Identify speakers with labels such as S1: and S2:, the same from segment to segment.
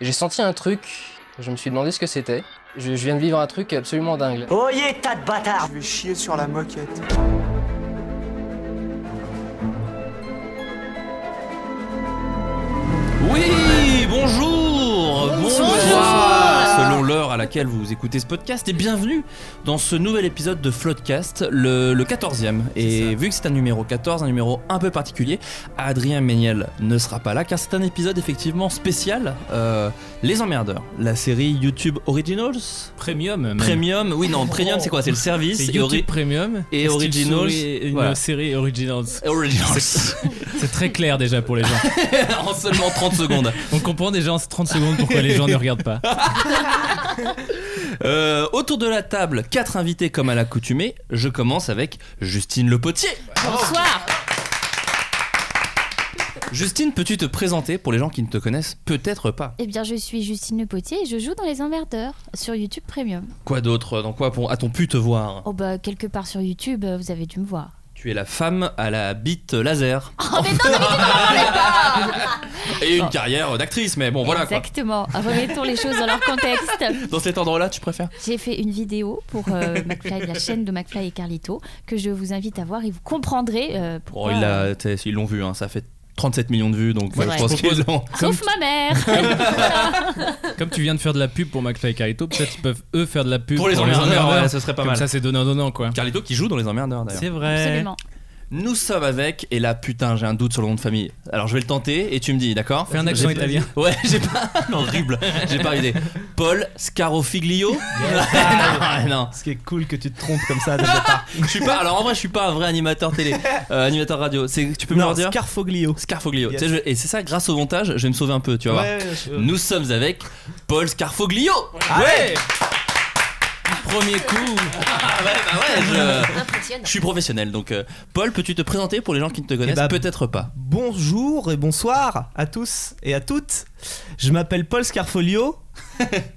S1: J'ai senti un truc, je me suis demandé ce que c'était. Je, je viens de vivre un truc absolument dingue.
S2: Oyez, tas de bâtards
S3: Je vais chier sur la moquette.
S4: Oui, bonjour, bonsoir,
S1: Bonsoir.
S4: selon l'heure à laquelle vous écoutez ce podcast et bienvenue dans ce nouvel épisode de Floodcast, le, le 14e. Et vu que c'est un numéro 14, un numéro un peu particulier, Adrien Méniel ne sera pas là car c'est un épisode effectivement spécial. euh, Les Emmerdeurs, la série YouTube Originals
S5: Premium. même.
S4: Premium, oui non, Premium c'est quoi C'est le service
S5: C'est
S4: et
S5: YouTube
S4: ori-
S5: Premium
S4: et
S5: Steve
S4: Originals,
S5: Souris et Une
S4: voilà.
S5: série Originals.
S4: Originals
S5: C'est très clair déjà pour les gens.
S4: en seulement 30 secondes.
S5: On comprend déjà en 30 secondes pourquoi les gens ne regardent pas.
S4: Euh, autour de la table, quatre invités comme à l'accoutumée. Je commence avec Justine Le Potier.
S6: Bonsoir.
S4: Justine, peux-tu te présenter pour les gens qui ne te connaissent peut-être pas
S6: Eh bien, je suis Justine Le Potier et je joue dans Les Emmerdeurs sur YouTube Premium.
S4: Quoi d'autre Dans quoi pour- a-t-on pu te voir
S6: Oh bah, quelque part sur YouTube, euh, vous avez dû me voir.
S4: Tu es la femme à la bite laser.
S6: Oh, mais non, mais
S4: Et une
S6: Bon.
S4: carrière d'actrice, mais bon, voilà quoi.
S6: Exactement. Remettons les choses dans leur contexte.
S4: Dans cet ordre-là, tu préfères
S6: J'ai fait une vidéo pour euh, McFly, la chaîne de McFly et Carlito que je vous invite à voir et vous comprendrez euh,
S4: Bon,
S6: pourquoi.
S4: Oh, il
S6: euh,
S4: a- t'es- ils l'ont vu, hein, ça fait 37 millions de vues, donc
S6: C'est
S4: euh, je
S6: vrai.
S4: pense qu'ils l'ont.
S6: Sauf ma mère.
S5: Comme tu viens de faire de la pub pour McFly et Carito, peut-être ils peuvent eux faire de la pub
S4: Pour les emmerdeurs, ouais, ce serait pas
S5: Comme
S4: mal.
S5: ça, c'est donnant-donnant quoi.
S4: Carlito qui joue dans les emmerdeurs d'ailleurs.
S5: C'est vrai.
S6: Absolument.
S4: Nous sommes avec, et là putain, j'ai un doute sur le nom de famille. Alors je vais le tenter et tu me dis, d'accord
S5: Fais un accent
S4: J'ai-
S5: italien.
S4: Ouais, j'ai pas. Non, horrible. J'ai pas idée. Paul Scarofiglio Ah, Non, non.
S7: Ce qui est cool que tu te trompes comme ça dès le départ.
S4: Je suis pas. Alors en vrai, je suis pas un vrai animateur télé, euh, animateur radio. C'est- Tu peux me
S7: Non,
S4: le dire
S7: Scarfoglio.
S4: Scarfoglio.
S7: Yes.
S4: Tu sais, je- et c'est ça, grâce au montage, je vais me sauver un peu, tu vas voir. Nous sommes avec Paul Scarfoglio. Ouais.
S5: Premier coup.
S4: Ah ouais, bah ouais. Je,
S6: Impressionne.
S4: je suis professionnel, donc euh, Paul, peux-tu te présenter pour les gens qui
S5: Eh
S4: ne te connaissent
S7: bah,
S4: peut-être pas
S7: Bonjour et bonsoir à tous et à toutes. Je m'appelle Paul Scarfoglio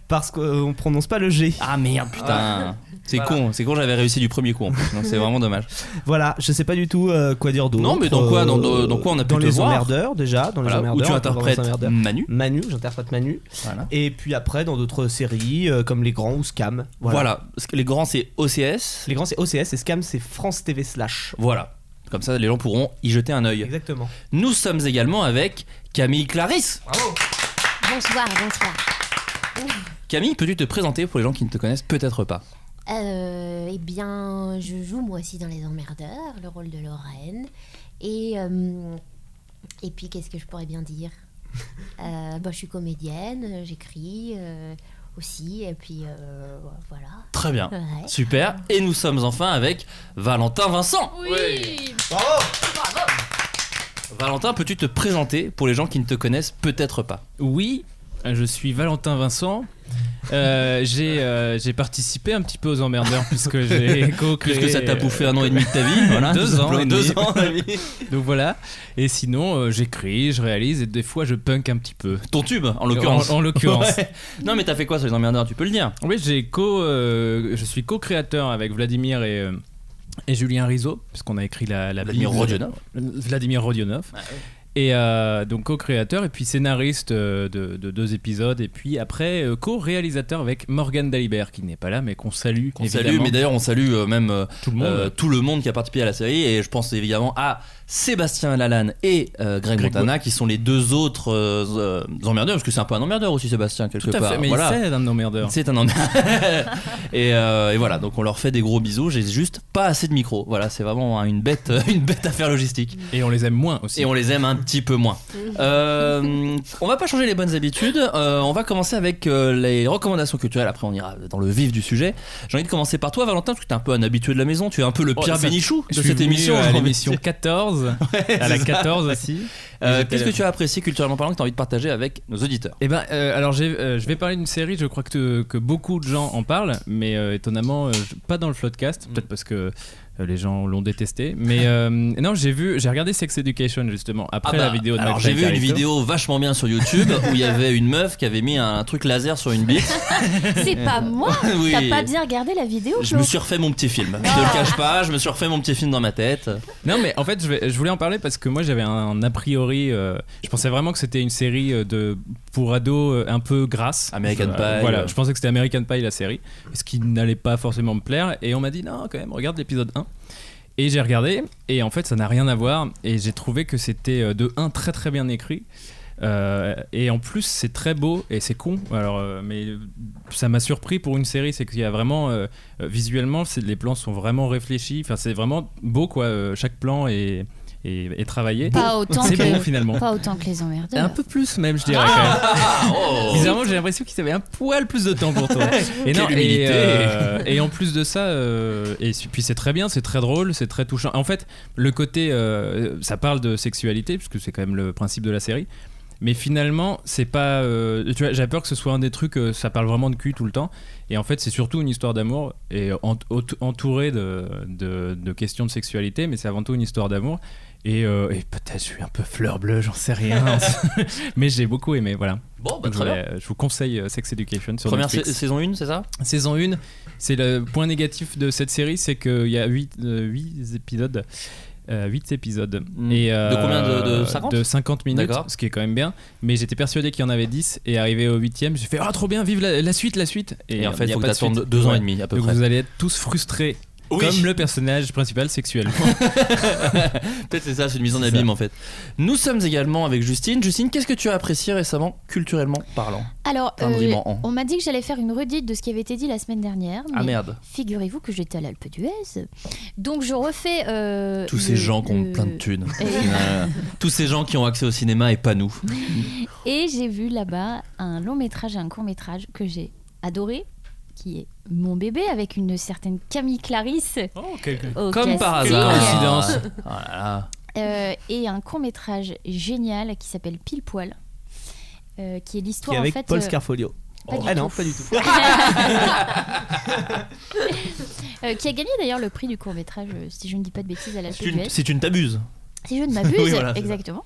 S7: parce qu'on prononce pas le G.
S4: Ah merde, putain. C'est
S7: Voilà.
S4: con, c'est con, j'avais réussi du premier coup en plus, donc c'est vraiment dommage.
S7: Voilà, je sais pas du tout euh, quoi dire d'autre. Euh,
S4: Non, mais dans quoi- dans- dans- dans quoi on a pu
S7: Dans
S4: te
S7: les
S4: voir
S7: emmerdeurs déjà, dans les
S4: Voilà,
S7: emmerdeurs.
S4: où tu
S7: on peut voir dans les
S4: interprètes
S7: emmerdeurs.
S4: Manu.
S7: Manu, j'interprète Manu.
S4: Voilà.
S7: Et puis après dans d'autres séries euh, comme Les Grands ou Scam.
S4: Voilà. parce que les grands c'est OCS.
S7: Les Grands c'est OCS et Scam c'est France TV slash.
S4: Voilà. Comme ça, les gens pourront y jeter un œil.
S7: Exactement.
S4: Nous sommes également avec Camille Clarisse.
S6: Bonsoir, bonsoir.
S4: Camille, peux-tu te présenter pour les gens qui ne te connaissent peut-être pas
S8: Euh, eh bien, je joue moi aussi dans Les Emmerdeurs, le rôle de Lorraine. Et, euh, et puis, qu'est-ce que je pourrais bien dire Euh, bah, Je suis comédienne, j'écris euh, aussi, et puis euh, voilà.
S4: Très bien.
S8: Ouais.
S4: Super. Et nous sommes enfin avec Valentin Vincent.
S6: Oui.
S4: Valentin, peux-tu te présenter pour les gens qui ne te connaissent peut-être pas
S5: Oui, je suis Valentin Vincent. Euh, j'ai euh, j'ai participé un petit peu aux emmerdeurs puisque j'ai co-créé. euh,
S4: Puisque ça t'a bouffé un an et demi de ta vie. Voilà,
S5: Deux
S4: tout
S5: ans
S4: simplement.
S5: et demi.
S4: euh, Deux ans et demi.
S5: Donc voilà. Et sinon, euh, j'écris, je réalise et des fois je punk un petit peu.
S4: Ton tube, en l'occurrence.
S5: En- en l'occurrence.
S4: Ouais. Non, mais t'as fait quoi sur les emmerdeurs Tu peux le dire.
S5: Oui, j'ai co, euh, je suis co-créateur avec Vladimir et, euh, et Julien Rizzo, puisqu'on a écrit la, la
S4: Vladimir
S5: Bible.
S4: Rodionov. Ah,
S5: Vladimir Rodionov. Et euh, donc co-créateur et puis scénariste euh, de, de deux épisodes et puis après euh, co-réalisateur avec Morgan Dalibert qui n'est pas là mais qu'on salue.
S4: Qu'on
S5: évidemment.
S4: salue, mais d'ailleurs on salue euh, même euh,
S5: tout le monde.
S4: euh, tout le monde qui a participé à la série et je pense évidemment à Sébastien Lalanne et euh, Greg,
S5: Greg
S4: Montana qui sont les deux autres euh, euh, emmerdeurs parce que c'est un peu un emmerdeur aussi Sébastien quelque
S5: Tout à
S4: part.
S5: fait, mais
S4: Voilà.
S5: il c'est un emmerdeur.
S4: C'est un emmerdeur. et, euh, et voilà, donc on leur fait des gros bisous. J'ai juste pas assez de micro. Voilà, c'est vraiment hein, une bête, une bête affaire logistique.
S5: Et on les aime moins aussi.
S4: Et on les aime un petit peu moins. Euh, on va pas changer les bonnes habitudes. Euh, on va commencer avec euh, les recommandations culturelles. Après, on ira dans le vif du sujet. J'ai envie de commencer par toi, Valentin, parce que t'es un peu un habitué de la maison. Tu es un peu le
S5: Oh,
S4: Pierre
S5: ça-
S4: Bénichou
S5: Je
S4: de
S5: suis
S4: cette
S5: venu
S4: émission.
S5: à
S4: j'ai envie de
S5: l'émission
S4: dire.
S5: 14, à
S4: c'est
S5: la
S4: ça.
S5: 14 aussi.
S4: Euh,
S5: J'étais
S4: Qu'est-ce que
S5: là.
S4: tu as apprécié culturellement parlant que t'as envie de partager avec nos auditeurs
S5: Eh ben, euh, alors j'ai, euh, je vais parler d'une série, je crois
S4: Mm.
S5: que, que beaucoup de gens en parlent, mais euh, étonnamment, euh, je- pas dans le Floodcast, peut-être parce que Euh, les gens l'ont détesté. Mais euh, non, j'ai vu, j'ai regardé Sex Education justement après
S4: Ah bah,
S5: la vidéo de
S4: alors
S5: McFly
S4: j'ai
S5: et
S4: vu une
S5: Carlito.
S4: vidéo vachement bien sur YouTube où il y avait une meuf qui avait mis un truc laser sur une bite.
S6: C'est pas moi
S4: Oui.
S6: T'as pas bien regardé la vidéo,
S4: Je
S6: Flo
S4: me suis refait mon petit film.
S6: Ah.
S4: Je te le cache pas, je me suis refait mon petit film dans ma tête.
S5: Non, mais en fait, je, vais- je voulais en parler parce que moi, j'avais un, a priori. euh, je pensais vraiment que c'était une série euh, de pour ados euh, un peu grasse.
S4: American
S5: Je-
S4: Pie,
S5: Voilà,
S4: euh.
S5: je pensais que c'était American Pie la série, ce qui n'allait pas forcément me plaire. Et on m'a dit non, quand même, regarde l'épisode 1. Et j'ai regardé, et en fait, ça n'a rien à voir. Et j'ai trouvé que c'était euh, de 1 très très bien écrit. Euh, et en plus, c'est très beau et c'est con. Alors, euh, mais euh, ça m'a surpris pour une série, c'est qu'il y a vraiment euh, euh, visuellement, c'est- les plans sont vraiment réfléchis. Enfin, c'est vraiment beau quoi. euh, chaque plan est, est, est travaillé.
S6: Pas autant
S5: C'est
S6: que-
S5: bon finalement.
S6: Pas autant que les emmerdeurs.
S5: Un peu plus même, je dirais. quand même. Bizarrement, j'ai l'impression qu'ils avaient un poil plus de temps pour toi. et non,
S4: Quelle
S5: et,
S4: humilité.
S5: euh, et en plus de ça, euh, et su- puis c'est très bien, c'est très drôle, c'est très touchant. En fait, le côté, euh, ça parle de sexualité puisque c'est quand même le principe de la série. Mais finalement, c'est pas. euh, tu vois, j'avais peur que ce soit un des trucs. euh, ça parle vraiment de cul tout le temps. Et en fait, c'est surtout une histoire d'amour et ent- aut- entourée de, de, de questions de sexualité, mais c'est avant tout une histoire d'amour. Et, euh, et peut-être je suis un peu fleur bleue, j'en sais rien. mais j'ai beaucoup aimé, voilà.
S4: Bon, bah,
S5: Donc, je,
S4: très bien.
S5: voulais- je vous conseille euh, Sex Education sur
S4: Première sa-
S5: Netflix.
S4: saison 1, c'est ça
S5: Saison 1, c'est le point négatif de cette série, c'est qu'il y a 8, épisodes. 8 épisodes.
S4: Mm.
S5: Et, euh,
S4: De combien de- de 50
S5: De 50 minutes,
S4: D'accord.
S5: ce qui est quand même bien. Mais j'étais persuadé qu'il y en avait 10 et arrivé au 8 j'ai fait Ah, trop bien, vive la, la suite, la suite
S4: Et, en fait,
S5: il
S4: il
S5: y a
S4: faut
S5: pas
S4: que
S5: de
S4: t'attendes
S5: suite.
S4: deux ans
S5: Ouais.
S4: et demi à peu
S5: Donc
S4: près.
S5: vous allez être tous frustrés, comme le personnage principal sexuel.
S4: Peut-être c'est ça, c'est une mise en
S5: C'est
S4: abîme en fait. Nous sommes également avec Justine. Justine, qu'est-ce que tu as apprécié récemment, culturellement parlant
S6: Alors,
S4: Plein de
S6: euh,
S4: rimes en en.
S6: on m'a dit que j'allais faire une redite de ce qui avait été dit la semaine dernière.
S4: Ah
S6: mais
S4: merde.
S6: Figurez-vous que j'étais à l'Alpe d'Huez. Donc je refais. euh,
S4: Tous
S6: le-
S4: ces gens qui ont
S6: le-
S4: plein de thunes.
S6: Et-
S4: Euh, Tous ces gens qui ont accès au cinéma et pas nous.
S6: Et j'ai vu là-bas un long métrage et un court métrage que j'ai adoré, qui est Mon bébé avec une certaine Camille Clarisse. au
S4: Oh, Comme par
S6: casting.
S4: hasard.
S5: coïncidence.
S4: Oh là là.
S6: Euh, et un court métrage génial qui s'appelle Pile Poil, euh, qui est
S7: Qui est
S6: l'histoire en
S7: avec
S6: fait.
S7: Paul
S6: euh,
S7: Scarfolio.
S6: pas du
S7: ah non,
S6: tout.
S7: pas du tout.
S6: euh, qui a gagné d'ailleurs le prix du court métrage, euh, si je ne dis pas de bêtises, à la
S4: Si tu ne-
S6: PBS.
S4: Si tu ne t'abuses.
S6: Si je ne m'abuse,
S4: Oui, voilà, c'est ça.
S6: exactement.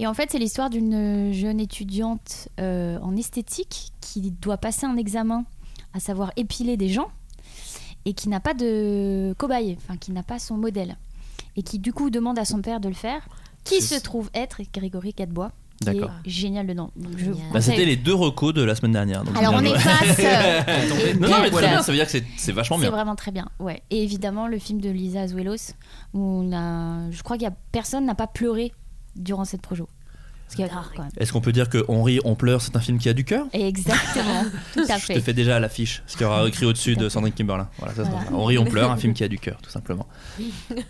S6: Et en fait, c'est l'histoire d'une jeune étudiante euh, en esthétique qui doit passer un examen, à savoir épiler des gens, et qui n'a pas de cobaye, enfin qui n'a pas son modèle, et qui du coup demande à son père de le faire, qui
S4: C'est-
S6: se trouve être Grégory Catbois, qui est
S4: D'accord.
S6: génial dedans. Donc, je vous
S8: Génial.
S4: Bah, c'était
S6: conseille.
S4: les deux recos de la semaine dernière. donc
S6: Alors on
S4: bien joué.
S6: efface. euh, et
S4: Non, non, mais
S6: date.
S4: très bien, ça veut dire que c'est- c'est vachement
S6: C'est
S4: bien.
S6: vraiment très bien, ouais. Et évidemment, le film de Lisa Azuelos, où on a, je crois qu'il y a personne n'a pas pleuré durant cette projo. Ce qui est rare quand même.
S4: Est-ce qu'on peut dire que on rit, on pleure, c'est un film qui a du cœur
S6: Exactement, tout à
S4: Je te
S6: fait.
S4: fais déjà à l'affiche ce qu'il y aura écrit au-dessus de Sandrine Kimberlin. Voilà, ça, c'est
S6: Voilà.
S4: normal. On rit, on pleure, un film qui a du cœur, tout simplement.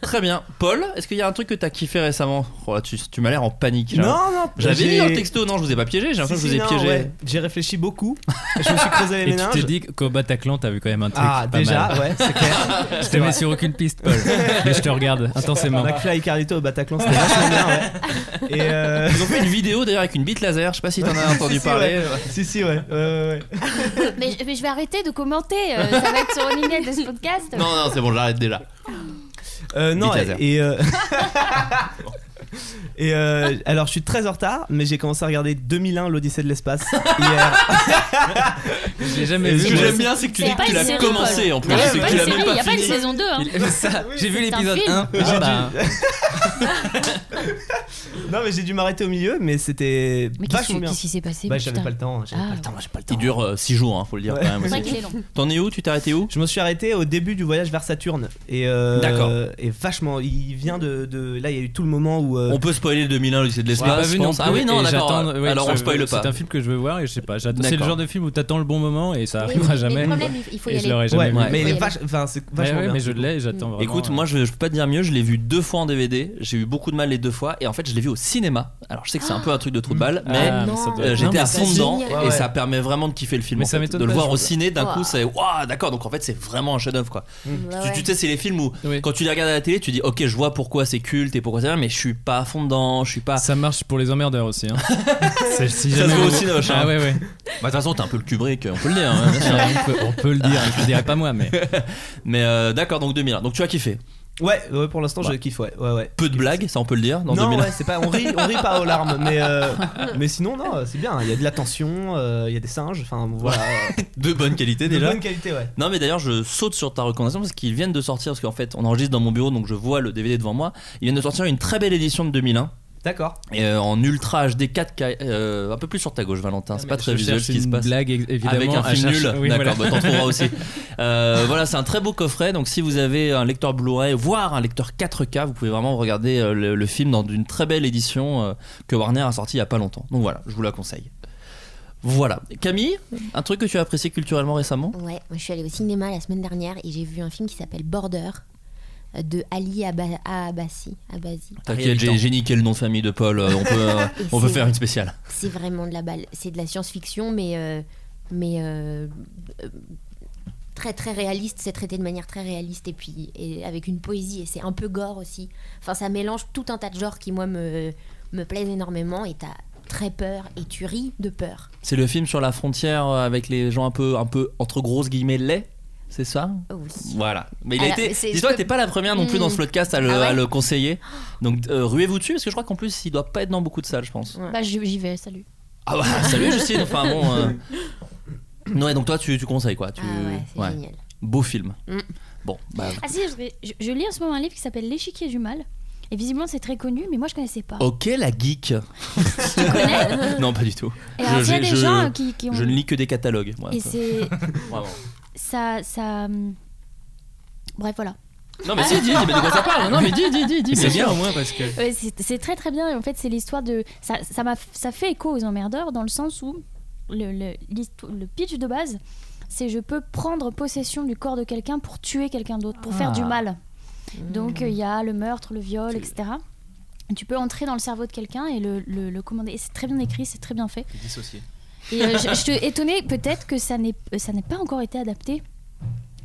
S4: Très bien. Paul, est-ce qu'il y a un truc que t'as kiffé récemment Oh là, Tu, tu m'as l'air en panique. là.
S7: Non, non,
S4: J'avais
S7: j'ai-
S4: mis dans le texto, non, je vous ai pas piégé, j'ai l'impression que je
S7: Si, si,
S4: vous ai
S7: non,
S4: piégé.
S7: ouais. J'ai réfléchi beaucoup. je me suis creusé les
S5: Et tu t'es
S7: méninges.
S5: dit qu'au Bataclan, t'as vu quand même un truc.
S7: Ah,
S5: pas
S7: déjà,
S5: mal.
S7: ouais, c'est clair.
S5: Je te mets sur aucune piste, Paul. Mais je te regarde intensément.
S7: McFly et Carlito au Bataclan, c'était vachement bien, ouais. Et euh,
S4: Ils ont fait une vidéo d'ailleurs avec une bite laser, je sais pas si t'en as entendu
S7: Si, si,
S4: parler.
S7: ouais. Si, si, ouais. ouais, ouais, ouais.
S6: Mais, je- mais je vais arrêter de commenter, euh, ça va être sur une ligne de ce podcast.
S4: Non, non, c'est bon, j'arrête déjà.
S7: Euh, non,
S4: Bite laser.
S7: et. euh, Et euh, alors je suis très en retard, mais j'ai commencé à regarder 2001 l'Odyssée de l'espace hier.
S5: Je l'ai jamais
S7: Et
S5: vu.
S4: Ce que
S5: moi.
S4: j'aime bien, c'est que tu
S6: C'est
S4: dis
S6: pas
S4: que tu
S6: une
S4: l'as
S6: série,
S4: commencé
S6: Paul.
S4: en plus,
S6: Ouais,
S4: c'est
S6: pas
S4: que tu
S6: une
S4: l'as
S6: série,
S4: même
S6: il n'y
S4: pas
S6: a pas une
S4: fini.
S6: saison 2. Hein.
S5: Il- ça, j'ai vu
S6: C'est un
S5: l'épisode
S6: film.
S5: 1.
S6: J'ai
S5: Ah bah,
S7: Non mais j'ai dû m'arrêter au milieu, mais c'était
S6: Mais qu'est-ce
S7: vachement
S6: qui-
S7: bien.
S6: qu'est-ce qui s'est passé
S7: Bah
S6: putain
S7: j'avais pas le temps, j'avais
S6: Ah,
S7: pas le
S6: ouais.
S7: temps, moi j'ai pas le temps.
S4: Il dure 6 jours, hein, faut le dire
S7: Ouais.
S4: quand même.
S6: C'est vrai
S4: aussi.
S6: qu'il est long.
S4: T'en es où Tu t'es arrêté où
S7: Je me suis arrêté au début du voyage vers Saturne et euh,
S4: D'accord.
S7: et vachement il vient de, de- là il y a eu tout le moment où euh,
S4: On peut spoiler le 2001, l'Odyssée de
S5: je l'ai pas
S4: l'espace. je
S5: vu bah, non
S4: pense. Ah oui,
S5: plus,
S4: non,
S5: et
S4: d'accord.
S5: j'attends- ouais,
S4: Alors on
S5: je-
S4: spoil pas.
S5: C'est un film que je veux voir et je sais pas. j'attends- C'est le
S4: D'accord.
S5: genre de film où t'attends le bon moment et ça
S8: Mais
S5: arrivera
S8: oui, mais
S5: jamais.
S8: le problème, il- il faut y
S5: Et je
S8: aller.
S5: l'aurais jamais
S7: ouais,
S5: vu.
S4: ouais.
S7: mais il
S8: Ouais.
S7: est vach- enfin c'est
S5: Ouais,
S7: vachement
S5: ouais,
S7: bien.
S5: mais je l'ai et j'attends vraiment. euh,
S4: Écoute, moi je, je peux pas te dire mieux, je l'ai vu deux fois en DVD, j'ai eu beaucoup de mal les deux fois, et en fait je l'ai vu au cinéma. Alors je sais que c'est un peu un truc de trou de balle, mais
S5: Ah,
S8: non.
S5: ça doit-
S4: euh,
S8: Non,
S4: j'étais
S8: mais
S4: à
S8: c'est
S4: fond dedans,
S8: génial.
S4: et
S7: Ouais, ouais.
S4: ça permet vraiment de kiffer le film.
S5: Mais
S4: en
S5: ça
S4: fait.
S5: m'étonne
S4: De le
S5: pas,
S4: voir
S5: je
S4: au
S5: trouve.
S4: ciné, d'un
S8: Ouah.
S4: coup c'est waouh, d'accord, donc en fait c'est vraiment un chef-d'œuvre quoi.
S8: Ouais,
S4: Tu,
S8: ouais.
S4: tu sais, c'est les films où
S5: Oui.
S4: quand tu les regardes à la télé, tu dis ok, je vois pourquoi c'est culte et pourquoi c'est bien, mais je suis pas à fond dedans, je suis pas.
S5: Ah, ça marche pour les emmerdeurs aussi. Hein. C'est- si
S4: Ça se
S5: jamais
S4: voit au
S5: vous-
S4: cinoche, hein.
S5: Ah ouais, ouais. Ah,
S4: Bah, de toute façon, t'es un peu le Kubrick, euh, on peut le dire. hein, bien sûr.
S5: on, peut, on peut le dire, je le dirais pas moi, mais.
S4: mais euh, d'accord, donc 2001. Donc tu as kiffé.
S7: Ouais, ouais, pour l'instant,
S4: Bah.
S7: je kiffe, ouais. ouais, ouais.
S4: Peu de blagues, ça on peut le dire, dans
S7: non,
S4: 2001.
S7: ouais, c'est pas, on rit, on rit pas aux larmes, mais, euh, mais sinon, non, c'est bien. Il y a de la tension, euh, il y a des singes, enfin voilà.
S4: De bonne qualité
S7: de
S4: déjà.
S7: bonne qualité, ouais.
S4: Non mais d'ailleurs je saute sur ta recommandation parce qu'ils viennent de sortir, parce qu'en fait on enregistre dans mon bureau donc je vois le DVD devant moi, ils viennent de sortir une très belle édition de 2001
S7: D'accord.
S4: et, euh, en ultra HD 4K, euh, un peu plus sur ta gauche Valentin,
S5: Ah,
S4: c'est pas très visuel ce qui se passe.
S5: blague, ex- évidemment.
S4: Avec un
S5: à
S4: film
S5: chercher.
S4: nul,
S5: Oui,
S4: d'accord,
S5: voilà.
S4: bah, t'en trouveras aussi. Euh, voilà, c'est un très beau coffret, donc si vous avez un lecteur Blu-ray, voire un lecteur 4K, vous pouvez vraiment regarder euh, le, le film dans une très belle édition euh, que Warner a sorti il y a pas longtemps. Donc voilà, je vous la conseille. Voilà. Camille, un truc que tu as apprécié culturellement récemment
S8: Ouais, moi, je suis allée au cinéma la semaine dernière et j'ai vu un film qui s'appelle Border euh, de Ali Aba- Abassi. Abassi.
S4: T'inquiète, j'ai j'ai niqué le nom de famille de Paul, euh, on peut, euh, on peut
S8: c'est-
S4: faire une spéciale.
S8: C'est vraiment de la balle. C'est de la science-fiction, mais, euh, mais euh, euh, très très réaliste. C'est traité de manière très réaliste et puis et avec une poésie. Et c'est un peu gore aussi. Enfin, ça mélange tout un tas de genres qui, moi, me, me plaisent énormément. Et t'as très peur et tu ris de peur.
S4: C'est le film sur la frontière euh, avec les gens un peu, un peu entre grosses guillemets, laids c'est ça
S8: Oh oui.
S4: Voilà. Mais il a
S8: Alors,
S4: été.
S8: Ah, c'est-
S4: Dis-toi,
S8: je peux-
S4: t'es pas la première non plus dans ce
S8: Hmm.
S4: podcast à le,
S8: Ah ouais
S4: à le conseiller. Donc euh, ruez-vous dessus parce que je crois qu'en plus il doit pas être dans beaucoup de salles, je pense.
S6: Bah, j'y j'y vais, salut.
S4: Ah bah salut Justine. Enfin bon. euh, Ouais, donc toi tu, tu conseilles quoi tu...
S8: Ah ouais, c'est
S4: ouais.
S8: génial.
S4: Beau film.
S8: Hmm.
S4: Bon, bah.
S6: Ah si, je, je- je lis en ce moment un livre qui s'appelle L'échiquier du mal. Et visiblement, c'est très connu, mais moi, je connaissais pas.
S4: Ok la geek.
S6: Je connais.
S4: non pas du tout.
S6: Et alors,
S4: Je-
S6: il y a des
S4: bah, je-
S6: gens euh, qui, qui ont.
S4: Je ne lis que des catalogues. moi,
S6: et
S4: ça.
S6: c'est.
S4: Vraiment.
S6: ça, ça. hum, Bref, voilà.
S4: Non mais si dis, dis, mais de quoi ça parle Non mais dis, dis, dis, dis.
S5: C'est
S4: mais
S5: bien
S4: sûr.
S5: au moins parce que.
S6: Ouais, c'est c'est très très bien. Et En fait, c'est l'histoire de. Ça, ça, m'a- ça fait écho aux emmerdeurs dans le sens où le, le, l'histo- le pitch de base, c'est je peux prendre possession du corps de quelqu'un pour tuer quelqu'un d'autre, pour faire du
S4: Ah.
S6: mal. Donc euh, il y a le meurtre, le viol, etc. Tu peux entrer dans le cerveau de quelqu'un et le, le, le commander. Et c'est très bien écrit, c'est très bien fait.
S4: Dissocié.
S6: Et euh, je, je suis étonnée peut-être que ça n'ait euh, ça n'ait pas encore été adapté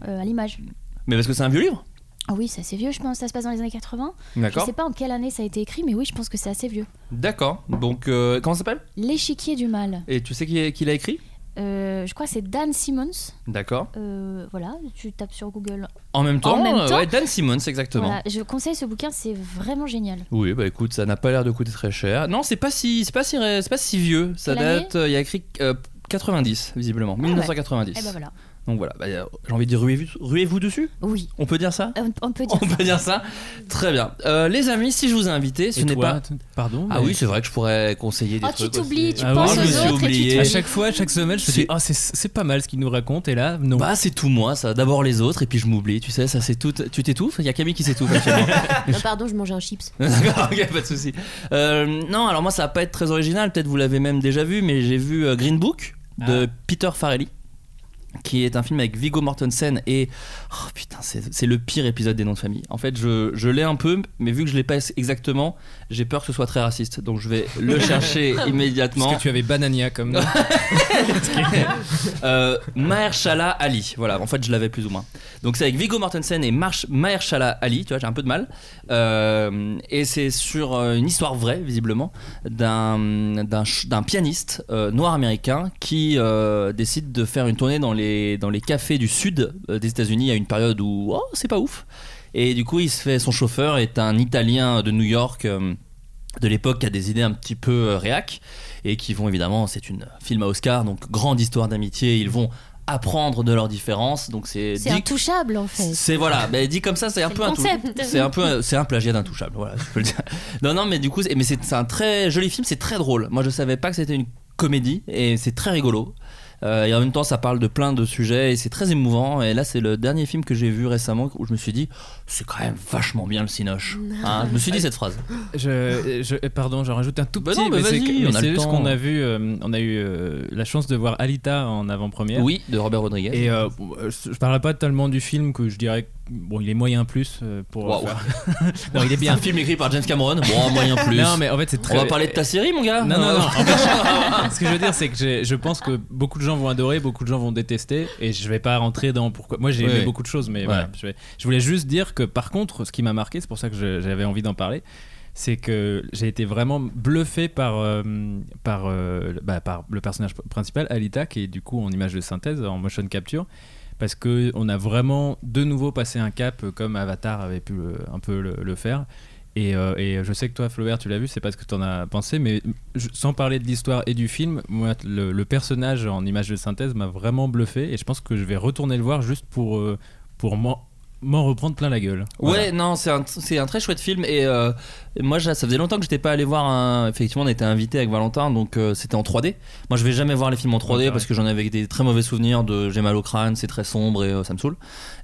S6: euh, à l'image.
S4: Mais parce que c'est un vieux livre.
S6: Ah oui, c'est assez vieux, je pense. Ça se passe dans les années 80. Je
S4: D'accord.
S6: sais pas en quelle année ça a été écrit, mais oui, je pense que c'est assez vieux.
S4: D'accord. Donc euh, comment ça s'appelle
S6: L'échiquier du mal.
S4: Et tu sais qui, qui l'a écrit
S6: Euh, je crois que c'est Dan Simmons.
S4: D'accord.
S6: Euh, voilà, tu tapes sur Google.
S4: En même temps,
S6: même
S4: euh,
S6: temps.
S4: ouais, Dan Simmons, exactement.
S6: Voilà, je conseille ce bouquin, c'est vraiment génial.
S4: Oui, bah écoute, ça n'a pas l'air de coûter très cher. Non, c'est pas si, c'est pas si, ré- c'est pas si vieux. Ça
S6: Quelle année
S4: date, euh, il y a écrit euh, 90 visiblement,
S6: ouais.
S4: 1990.
S6: Et ben voilà.
S4: Donc voilà, bah, euh, j'ai envie de dire ruez-vous, ruez-vous dessus.
S6: Oui,
S4: On peut dire ça
S6: on, on peut dire
S4: On
S6: ça.
S4: peut dire ça. Très bien. Euh, les amis, si je vous ai invité, ce
S5: Et
S4: n'est
S5: toi,
S4: pas.
S5: t- Pardon.
S4: Ah
S5: mais-
S4: oui, c'est vrai que je pourrais conseiller des
S6: Oh, tu
S4: trucs.
S6: t'oublies, tu
S5: Ah
S6: penses
S5: oui, je me suis
S6: aux autres et
S4: oublié.
S6: tu
S5: Et à
S6: t'oublies.
S5: chaque fois, chaque semaine, je me
S4: C'est-
S5: dis, Ah, c'est- c'est pas mal ce qu'il nous raconte. Et là, non.
S4: Bah c'est tout moi ça, d'abord les autres et puis je m'oublie, tu sais, ça c'est tout. Tu t'étouffes Il y a Camille qui s'étouffe actuellement.
S8: Non, pardon, je mangeais un chips.
S4: D'accord, ok, pas de souci. Euh, non, alors moi ça va pas être très original, peut-être vous l'avez même déjà vu, mais j'ai vu euh, Green Book
S5: Ah.
S4: de Peter Farrelly, qui est un film avec Viggo Mortensen et oh putain, c'est c'est le pire épisode des noms de famille. En fait, je, je l'ai un peu, mais vu que je l'ai pas exactement, j'ai peur que ce soit très raciste, donc je vais le chercher
S5: Parce
S4: immédiatement.
S5: que tu avais Banania comme nom.
S4: Euh, Mahershala Ali. Voilà, en fait, je l'avais plus ou moins. Donc, c'est avec Viggo Mortensen et Marsh, Mahershala Ali. Tu vois, j'ai un peu de mal. Euh, et c'est sur euh, une histoire vraie, visiblement, d'un d'un ch- d'un pianiste euh, noir américain qui euh, décide de faire une tournée dans les, dans les cafés du sud euh, des États-Unis à une période où oh, c'est pas ouf. Et du coup, il se fait son chauffeur est un Italien de New York. euh, de l'époque qui a des idées un petit peu euh, réac et qui vont évidemment, c'est une film à Oscar, donc grande histoire d'amitié, ils vont apprendre de leurs différences, donc c'est
S6: C'est
S4: dit-
S6: intouchable en fait.
S4: c'est voilà, mais dit comme ça, c'est un
S6: le
S4: peu un tou-
S6: concept.
S4: c'est un peu c'est un plagiat d'intouchable, voilà, je peux le dire. Non non, mais du coup, c'est- mais c'est c'est un très joli film, c'est très drôle. Moi, je savais pas que c'était une comédie et c'est très rigolo. Euh, et en même temps, ça parle de plein de sujets et c'est très émouvant. Et là, c'est le dernier film que j'ai vu récemment où je me suis dit, c'est quand même vachement bien le Cinoche. Hein, je me suis dit cette phrase.
S5: Je, je- euh, pardon, j'en rajoute un tout
S4: Bah
S5: petit.
S4: non, mais
S5: c'est
S4: vas-y,
S5: que-
S4: on a
S5: c'est
S4: le
S5: juste
S4: temps.
S5: qu'on a vu, euh, on a eu euh, la chance de voir Alita en avant-première.
S4: Oui, de Robert Rodriguez.
S5: Et euh, bon, euh, je parlerai pas tellement du film que je dirais que, bon, il est moyen plus euh, pour.
S4: Waouh.
S5: faire- non, il est
S4: C'est un
S5: bien.
S4: film écrit par James Cameron. Bon, moyen plus.
S5: Non, mais en fait, c'est très.
S4: On va parler de ta série, mon gars
S5: Non, non, non. En fait, ce que je veux dire, c'est que j'ai- je pense que beaucoup de gens vont adorer, beaucoup de gens vont détester, et je vais pas rentrer dans pourquoi. Moi, j'ai
S4: Oui,
S5: aimé
S4: oui.
S5: beaucoup de choses, mais
S4: Ouais.
S5: voilà. Je, vais- je voulais juste dire que, par contre, ce qui m'a marqué, c'est pour ça que je- j'avais envie d'en parler, c'est que j'ai été vraiment bluffé par, euh, par, euh, le- bah, par le personnage principal, Alita, qui est du coup en image de synthèse, en motion capture. parce que on a vraiment de nouveau passé un cap euh, comme Avatar avait pu le- un peu le, le faire. Et, euh, et je sais que toi, Flaubert, tu l'as vu, c'est pas ce que t'en as pensé, mais je- sans parler de l'histoire et du film, moi, le, le personnage en image de synthèse m'a vraiment bluffé et je pense que je vais retourner le voir juste pour, euh, pour m'en m'en reprendre plein la gueule.
S4: Ouais,
S5: Voilà.
S4: non, c'est un, c'est un très chouette film. Et euh, moi, j'a- ça faisait longtemps que j'étais pas allé voir un. Effectivement, on était invité avec Valentin, donc euh, c'était en 3D. Moi, je vais jamais voir les films en 3D
S5: pareil.
S4: parce que j'en avais des très mauvais souvenirs de j'ai mal au crâne, c'est très sombre et euh, ça me saoule.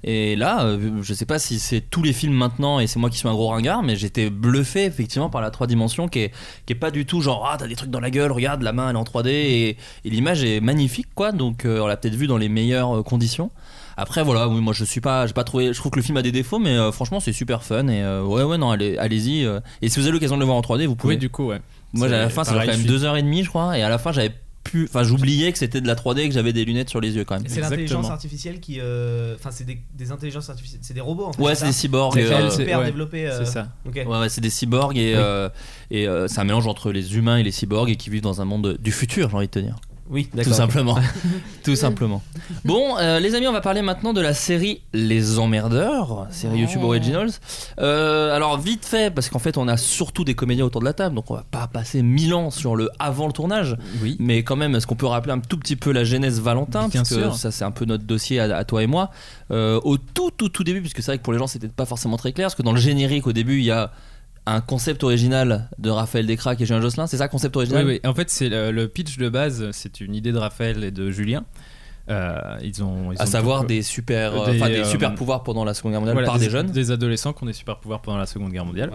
S4: Et là, euh, je sais pas si c'est tous les films maintenant et c'est moi qui suis un gros ringard, mais j'étais bluffé effectivement par la 3 dimensions qui est, qui est pas du tout genre ah, t'as des trucs dans la gueule, regarde, la main elle est en 3D et, et l'image est magnifique quoi, donc euh, on l'a peut-être vu dans les meilleures euh, conditions. Après voilà, oui, moi je suis pas, j'ai pas trouvé, je trouve que le film a des défauts, mais euh, franchement c'est super fun et euh, ouais ouais non allez, allez-y euh. et si vous avez l'occasion de le voir en 3D vous pouvez.
S5: Oui, du coup, ouais.
S4: moi à la
S5: c'est
S4: fin ça fait quand
S5: pareil,
S4: même
S5: je suis-
S4: deux heures et demie je crois et à la fin j'avais pu, enfin j'oubliais que c'était de la 3D et que j'avais des lunettes sur les yeux quand même.
S7: C'est l'intelligence
S5: Exactement.
S7: artificielle qui. euh, Enfin, c'est des, des intelligences artificielles. C'est des robots en fait.
S4: Ouais
S7: c'est
S4: c'est des
S7: ça
S4: cyborgs.
S5: C'est
S4: et,
S5: elle,
S4: euh,
S5: c'est-
S7: Hyper
S5: ouais,
S7: développé. euh,
S5: C'est ça.
S7: ok.
S4: Ouais, ouais, c'est des cyborgs et,
S7: Oui.
S4: euh, et euh, c'est un mélange entre les humains et les cyborgs et qui vivent dans un monde du futur, j'ai envie de te dire.
S7: Oui,
S4: Tout
S7: d'accord.
S4: simplement. Tout simplement. Bon, euh, les amis, on va parler maintenant de la série Les Emmerdeurs, série
S6: Ouais.
S5: Ah.
S4: YouTube Originals. Euh, alors, vite fait, parce qu'en fait, on a surtout des comédiens autour de la table, donc on va pas passer mille ans sur le avant le tournage.
S5: Oui.
S4: Mais quand même, est-ce qu'on peut rappeler un tout petit peu la genèse Valentin
S5: Bien
S4: Parce que
S5: sûr.
S4: ça, c'est un peu notre dossier à, à toi et moi. Euh, au tout, tout, tout début, puisque c'est vrai que pour les gens, c'était pas forcément très clair, parce que dans le générique, au début, il y a un concept original de Raphaël Descraques et Julien Josselin. C'est ça, concept
S5: Oui,
S4: original
S5: oui. En fait, c'est le, le pitch de base. C'est une idée de Raphaël et de Julien. Euh, ils ont, ils
S4: À
S5: ont
S4: savoir
S5: beaucoup-
S4: des super, euh,
S5: Des,
S4: enfin, des
S5: euh,
S4: super pouvoirs pendant la Seconde Guerre mondiale
S5: voilà,
S4: par des, jeunes.
S5: des adolescents qui ont des super pouvoirs pendant la Seconde Guerre mondiale.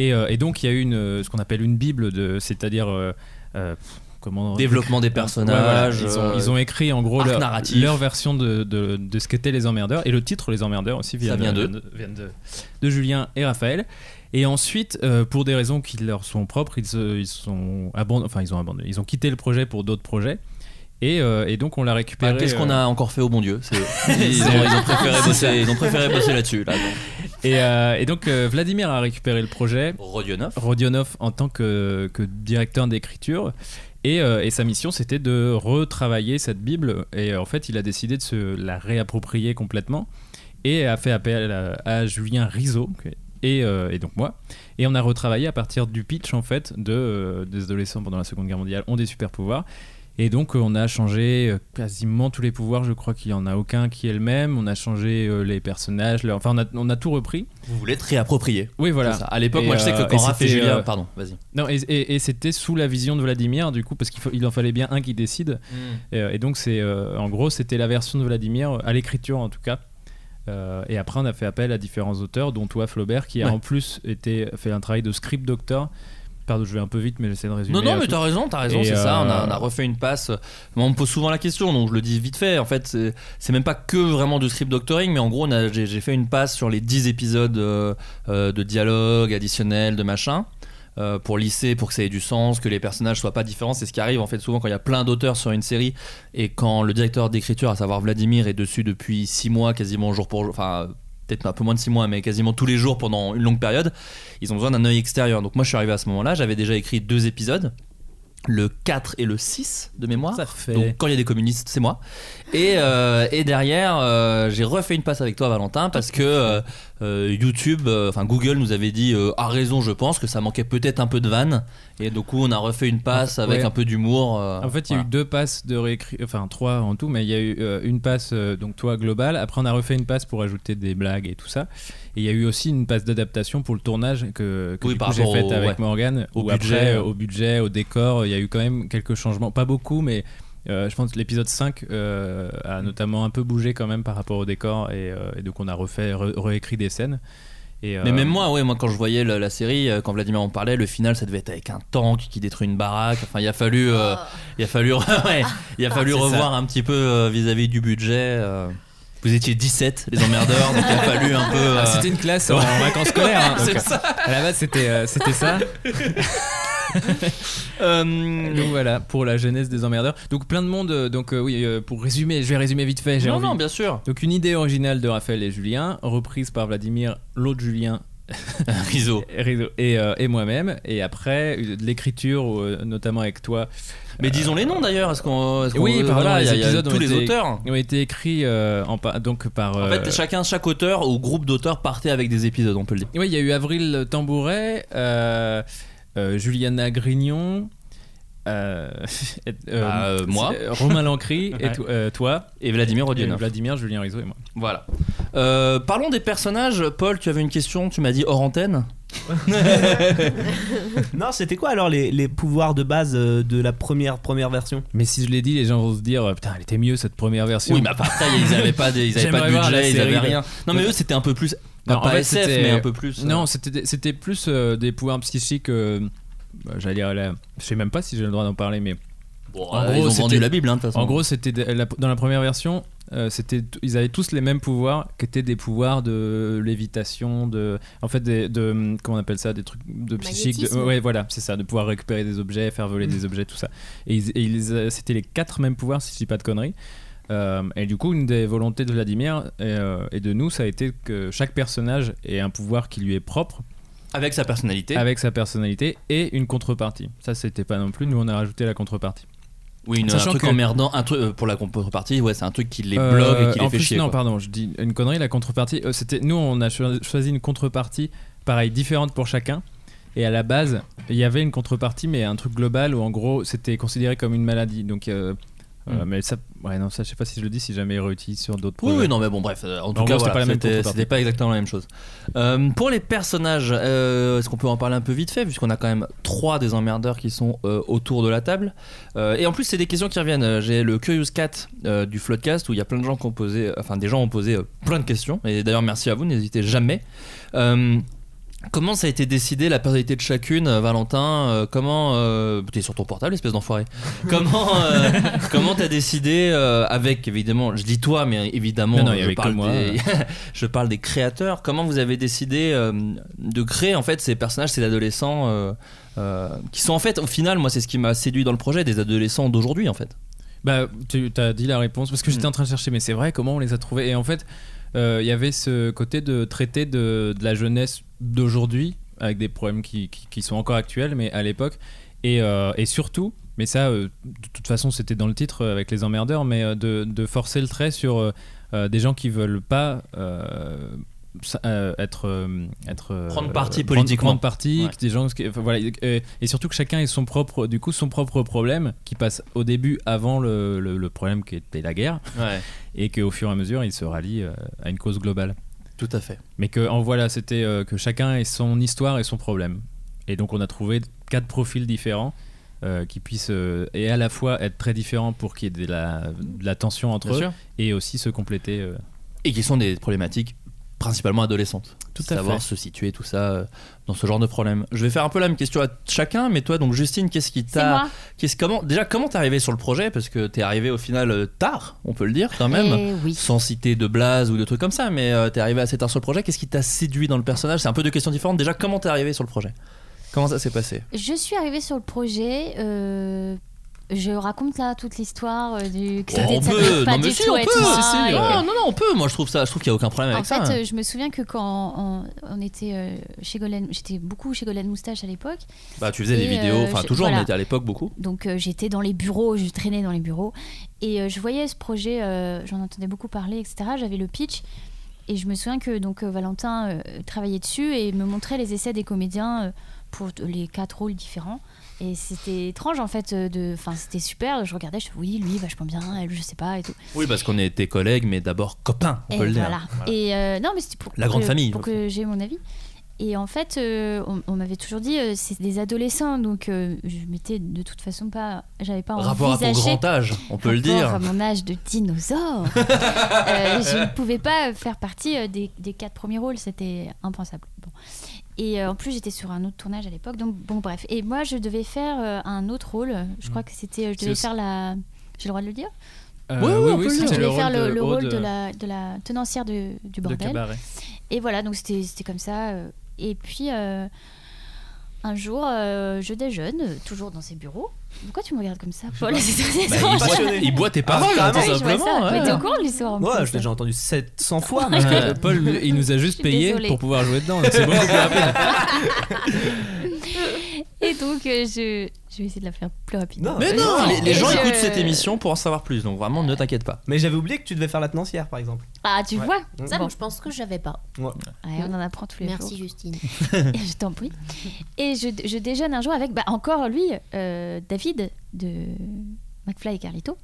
S5: Et, euh, et donc, il y a une, euh, ce qu'on appelle une bible, de, c'est-à-dire euh, euh, comment
S4: Développement des personnages.
S5: Ouais, voilà.
S4: euh,
S5: ils, ont, ils ont écrit en gros
S4: arc
S5: leur,
S4: narratif.
S5: leur version de, de- de ce qu'étaient les emmerdeurs et le titre les emmerdeurs aussi vient,
S4: Ça vient d'eux.
S5: de, vient de- de Julien et Raphaël et ensuite euh, pour des raisons qui leur sont propres ils, se- ils sont abandon- enfin ils ont abandonné ils ont quitté le projet pour d'autres projets et, euh, et donc on l'a récupéré
S4: bah, Qu'est-ce qu'on
S5: euh,
S4: a encore fait au bon Dieu C'est- ils, ont, ils ont préféré bosser, ils ont préféré bosser là-dessus. Là, donc.
S5: et, euh, et donc euh, Vladimir a récupéré le projet
S4: Rodionov.
S5: Rodionov en tant que, que directeur d'écriture. Et, euh, et sa mission, c'était de retravailler cette Bible. Et euh, en fait, il a décidé de se la réapproprier complètement. Et a fait appel à, à Julien Rizzo. Et, euh, et donc moi. Et on a retravaillé à partir du pitch, en fait, de, euh, des adolescents pendant la Seconde Guerre mondiale ont des super pouvoirs. Et donc, euh, on a changé euh, quasiment tous les pouvoirs. Je crois qu'il n'y en a aucun qui est le même. On a changé euh, les personnages. leur- Enfin, on a, on a tout repris.
S4: Vous voulez te réapproprier.
S5: Oui, voilà.
S4: C'est ça. À l'époque,
S5: Et,
S4: moi je sais que
S5: euh,
S4: quand
S5: et
S4: Raph et
S5: c'était,
S4: Julien.
S5: euh,
S4: Pardon, vas-y.
S5: Non, et, et- et c'était sous la vision de Vladimir, du coup, parce qu'il faut- il en fallait bien un qui décide.
S4: Hmm.
S5: Et, euh, et donc, c'est euh, en gros, c'était la version de Vladimir, euh, à l'écriture en tout cas. Euh, et après, on a fait appel à différents auteurs, dont toi, Flaubert, qui a
S4: Ouais.
S5: en plus été, fait un travail de script doctor. Pardon, je vais un peu vite, mais j'essaie de résumer.
S4: Non, non,
S5: euh,
S4: mais
S5: tout.
S4: t'as raison, t'as raison,
S5: Et,
S4: c'est ça. On a,
S5: euh,
S4: on a refait une passe. Mais on me pose souvent la question, donc je le dis vite fait. En fait, c'est- c'est même pas que vraiment du script doctoring, mais en gros, on a- j'ai j'ai fait une passe sur les 10 épisodes euh, euh, de dialogue additionnel, de machin. euh, pour lisser, pour que ça ait du sens, que les personnages soient pas différents, c'est ce qui arrive en fait souvent quand il y a plein d'auteurs sur une série et quand le directeur d'écriture, à savoir Vladimir, est dessus depuis 6 mois, quasiment jour pour jour, enfin peut-être un peu moins de 6 mois, mais quasiment tous les jours pendant une longue période, ils ont besoin d'un œil extérieur. Donc moi je suis arrivé à ce moment-là, j'avais déjà écrit deux épisodes, le 4 et le 6 de mémoire.
S5: Ça fait.
S4: Donc quand il y a des communistes, c'est moi. Et, euh, et derrière, euh, j'ai refait une passe avec toi, Valentin, parce que euh, euh, YouTube, euh, enfin Google nous avait dit, euh, à raison je pense, que ça manquait peut-être un peu de vanne. Et du coup, on a refait une passe avec
S5: Ouais.
S4: un peu d'humour. euh,
S5: En fait, il y a
S4: voilà.
S5: eu deux passes de réécrit, enfin trois en tout, mais il y a eu euh, une passe, euh, donc toi, globale. Après, on a refait une passe pour ajouter des blagues et tout ça. Et il y a eu aussi une passe d'adaptation pour le tournage que, que
S4: Oui,
S5: du
S4: par
S5: coup, j'ai
S4: rapport
S5: faite
S4: au-
S5: avec
S4: ouais.
S5: Morgan.
S4: Au
S5: où
S4: budget,
S5: après,
S4: euh.
S5: au budget, au décor, il y a eu quand même quelques changements. Pas beaucoup, mais euh, je pense que l'épisode 5 euh, a notamment un peu bougé quand même par rapport au décor. Et, euh, et donc, on a refait, re- réécrit des scènes. Et, euh,
S4: Mais même moi, ouais, moi quand je voyais la, la série, euh, quand Vladimir en parlait, le final, ça devait être avec un tank qui détruit une baraque. Enfin, il a fallu, euh,
S8: Ah.
S4: il a fallu, ouais, il a
S5: Ah,
S4: fallu revoir un petit peu euh, vis-à-vis du budget. euh. Vous étiez 17, les emmerdeurs, donc il a fallu un peu.
S5: Ah,
S4: euh,
S5: c'était une classe en vacances scolaires. hein,
S4: C'est
S5: donc, À la base, c'était euh, c'était ça.
S4: euh,
S5: Donc voilà, pour la jeunesse des emmerdeurs. Donc plein de monde, euh, donc euh, oui, euh, pour résumer, je vais résumer vite fait, j'ai
S4: non,
S5: envie.
S4: non, bien sûr.
S5: Donc une idée originale de Raphaël et Julien, reprise par Vladimir, l'autre Julien
S4: Riso.
S5: Rizzo et, euh, et moi-même. Et après, euh, de l'écriture, euh, notamment avec toi.
S4: Mais disons les noms d'ailleurs. Est-ce qu'on. est-ce qu'on-
S5: Oui, pardon,
S4: voilà,
S5: les
S4: il y a- il y a
S5: épisodes ont
S4: tous les
S5: été-
S4: auteurs.
S5: Ils ont été écrits euh, en pa- donc par.
S4: En
S5: euh,
S4: fait, chacun, chaque auteur ou groupe d'auteurs partait avec des épisodes, on peut le dire.
S5: Oui, il y a eu Avril Tambouret, euh, euh, Juliana Grignon, euh, et- euh,
S4: Bah, euh, moi.
S5: c'est- euh, Romain Lancry, et
S4: Ouais.
S5: to- euh, toi,
S4: Et Vladimir
S5: et
S4: Rodionov.
S5: Vladimir, Julien Rizzo et moi.
S4: Voilà. Euh, parlons des personnages. Paul, tu avais une question, tu m'as dit hors antenne.
S7: Non, c'était quoi alors les, les pouvoirs de base euh, de la première, première version
S5: Mais si je l'ai dit, les gens vont se dire euh, putain, elle était mieux cette première version.
S4: Oui, mais après, ils n'avaient pas, des- ils avaient pas
S5: J'aimerais
S4: de
S5: voir la
S4: budget, ils
S5: série,
S4: avaient
S5: mais-
S4: rien. Non, mais eux, c'était un peu plus.
S5: Non,
S4: pas-
S5: en
S4: pas
S5: fait,
S4: SF,
S5: c'était-
S4: mais un peu plus. euh,
S5: Non, c'était c'était plus euh, des pouvoirs psychiques. euh, bah, J'allais dire, la- je sais même pas si j'ai le droit d'en parler, mais
S4: Bon,
S5: en
S4: euh,
S5: gros,
S4: ils ont vendu
S5: c'était-
S4: la Bible, hein, de toute façon.
S5: en gros, c'était de- la- dans la première version, euh, c'était t- ils avaient tous les mêmes pouvoirs, qui étaient des pouvoirs de lévitation, de en fait des de comment on appelle ça, des trucs de psychique, de-
S8: Magnétisme.
S5: ouais, voilà, c'est ça, de pouvoir récupérer des objets, faire voler des objets, tout ça. Et, ils- et ils, euh, c'était les quatre mêmes pouvoirs, si je dis pas de conneries. Euh, et du coup, une des volontés de Vladimir et, euh, et de nous, ça a été que chaque personnage ait un pouvoir qui lui est propre.
S4: avec sa personnalité.
S5: avec sa personnalité et une contrepartie. Ça, c'était pas non plus. Nous, on a rajouté la contrepartie.
S4: Oui, une- un
S5: Sachant
S4: truc
S5: que-
S4: emmerdant, un truc euh, pour la contrepartie, ouais, c'est un truc qui les
S5: Euh,
S4: bloque et qui
S5: en
S4: les fait
S5: plus,
S4: chier.
S5: Non,
S4: quoi.
S5: pardon, je dis une connerie. La contrepartie, euh, c'était nous, on a cho- choisi une contrepartie pareil différente pour chacun. Et à la base, il y avait une contrepartie, mais un truc global où en gros, c'était considéré comme une maladie. Donc, euh, euh, mais ça, ouais, non, ça, je sais pas si je le dis, si jamais il réutilise sur d'autres
S4: Mm. Oui,
S5: projets.
S4: oui, non, mais bon, bref. euh, En tout
S5: En
S4: cas,
S5: gros, c'était
S4: voilà,
S5: pas la même
S4: c'était
S5: contrepartie.
S4: c'était pas exactement la même chose. Euh, pour les personnages, euh, est-ce qu'on peut en parler un peu vite fait, puisqu'on a quand même trois des emmerdeurs qui sont euh, autour de la table. Euh, et en plus, c'est des questions qui reviennent. Euh, J'ai le Curious Cat euh, du Floodcast où il y a plein de gens qui ont posé, enfin, des gens ont posé euh, plein de questions. Et d'ailleurs, merci à vous, n'hésitez jamais. Euh, Comment ça a été décidé la personnalité de chacune, euh, Valentin euh, Comment euh, t'es sur ton portable, espèce d'enfoiré Comment euh, comment t'as décidé euh, avec évidemment, je dis toi, mais évidemment,
S5: Non, non, il y
S4: je
S5: avait que
S4: parle
S5: moi.
S4: des- je parle des créateurs. Comment vous avez décidé euh, de créer en fait ces personnages, ces adolescents euh, euh, qui sont en fait au final, moi c'est ce qui m'a séduit dans le projet, des adolescents d'aujourd'hui en fait.
S5: Bah, tu as dit la réponse parce que j'étais
S4: Mm.
S5: en train de chercher, mais c'est vrai, comment on les a trouvés Et en fait, euh, il y avait ce côté de traiter de, de la jeunesse d'aujourd'hui avec des problèmes qui, qui- qui sont encore actuels, mais à l'époque. Et, euh, et surtout, mais ça, euh, de toute façon, c'était dans le titre euh, avec les emmerdeurs, mais euh, de, de forcer le trait sur euh, euh, des gens qui veulent pas. euh, s- euh, être euh, être euh,
S4: Prendre parti
S5: prendre-
S4: politiquement.
S5: prendre parti
S4: Ouais.
S5: que des gens qui- enfin, voilà et, et surtout que chacun ait son propre du coup son propre problème qui passe au début avant le, le- le problème qui était la guerre
S4: Ouais,
S5: et qu'au fur et à mesure il se rallie euh, à une cause globale
S4: tout à fait.
S5: mais que en voilà c'était euh, que chacun ait son histoire et son problème et donc on a trouvé quatre profils différents euh, qui puissent euh, et à la fois être très différents pour qu'il y ait de la, de la tension entre eux et aussi se compléter euh,
S4: Et qui sont des problématiques principalement adolescentes.
S5: Tout à
S4: Savoir
S5: fait.
S4: se situer, tout ça, euh, dans ce genre de problème. Je vais faire un peu la même question à chacun, mais toi, donc Justine, qu'est-ce qui
S6: C'est
S4: t'a.
S6: moi.
S4: qu'est-ce- comment, déjà, comment t'es arrivé sur le projet Parce que t'es arrivé au final euh, tard, on peut le dire quand même.
S8: Eh oui.
S4: Sans citer de blase ou de trucs comme ça, mais euh, t'es arrivé assez tard sur le projet. Qu'est-ce qui t'a séduit dans le personnage C'est un peu deux questions différentes. Déjà, comment t'es arrivé sur le projet Comment ça s'est passé
S6: Je suis arrivée sur le projet. euh, Je raconte là toute l'histoire euh, du que
S4: Oh,
S6: c'était-
S4: on
S6: ça
S4: peut.
S6: devait pas
S4: Non, mais
S6: du
S4: si,
S6: tout
S4: on
S6: être
S4: peut,
S6: moi,
S5: si, si,
S6: et
S5: ouais.
S6: que-
S4: Ah, Non, non, on peut. Moi, je trouve ça. Je trouve qu'il n'y a aucun problème
S6: En
S4: avec
S6: fait,
S4: ça.
S6: euh, je me souviens que quand on, on était euh, chez Golden, j'étais beaucoup chez Golden Moustache à l'époque,
S4: Bah, tu faisais des
S6: et,
S4: vidéos,
S6: euh,
S4: enfin
S6: je-
S4: toujours,
S6: voilà.
S4: mais à l'époque beaucoup.
S6: donc euh, j'étais dans les bureaux, je traînais dans les bureaux, et euh, je voyais ce projet, euh, j'en entendais beaucoup parler, etc. J'avais le pitch, et je me souviens que donc euh, Valentin euh, travaillait dessus et me montrait les essais des comédiens euh, pour t- les quatre rôles différents. Et c'était étrange en fait, euh, de, enfin c'était super. Je regardais, je oui, lui vachement bien, elle, je sais pas et tout.
S4: Oui, parce qu'on était collègues, mais d'abord copains, on
S6: Et
S4: peut le dire.
S6: voilà. Et euh, non, mais c'était pour
S4: La
S6: pour
S4: grande
S6: que-
S4: famille,
S6: Pour
S4: au
S6: que j'ai mon avis. Et en fait, euh, on, on m'avait toujours dit euh, c'est des adolescents, donc euh, je m'étais de toute façon pas, j'avais pas
S4: Rapport à ton
S6: envisagé.
S4: grand âge, on peut le
S6: rapport
S4: dire.
S6: À mon âge de dinosaure, Euh, je ne pouvais pas faire partie euh, des, des quatre premiers rôles, c'était impensable. Bon. Et euh, en plus, j'étais sur un autre tournage à l'époque, donc bon, bref. Et moi, je devais faire euh, un autre rôle. Je crois que c'était, euh, je devais
S5: C'est-
S6: faire la. J'ai le droit de le dire
S5: Euh,
S4: Oui, oui, on peut le
S6: Je
S5: c'était
S6: devais faire le,
S5: de-
S6: le
S5: haut
S6: rôle de,
S4: euh,
S6: la, de la tenancière de-
S5: de
S6: du bordel.
S5: cabaret
S6: Et voilà, donc c'était c'était comme ça. euh, Et puis, euh, Un jour, euh, je déjeune, euh, toujours dans ses bureaux. Pourquoi tu me regardes comme ça, Paul C'est très
S4: Bah,
S6: étrange.
S4: il, boit, il boit tes paroles,
S7: Ah,
S4: tout
S6: Ouais, je vois ça.
S4: simplement.
S6: Mais
S4: ouais.
S6: t'es au courant de l'histoire en
S7: Ouais,
S6: plus. euh.
S7: je l'ai déjà entendu 700 fois. mais-
S4: Ouais, Paul, il nous a
S6: Je
S4: juste
S6: suis
S4: payé
S6: désolée.
S4: pour pouvoir jouer dedans. donc C'est beaucoup plus rapide.
S6: Et donc, euh, je... je vais essayer de la faire plus rapide.
S7: Non,
S4: Mais non, les, les
S6: Et
S4: gens
S6: je-
S4: écoutent cette émission pour en savoir plus, donc vraiment ne t'inquiète pas.
S7: Mais j'avais oublié que tu devais faire la tenancière, par exemple.
S6: Ah, tu
S7: Ouais. Mm.
S6: vois
S8: Ça,
S6: Bon.
S8: je pense que j'avais pas.
S6: Ouais, On en apprend tous les jours.
S8: Merci, Justine.
S6: Je t'en prie. Et je, je déjeune un jour avec bah, encore lui, euh, David de McFly et Carlito.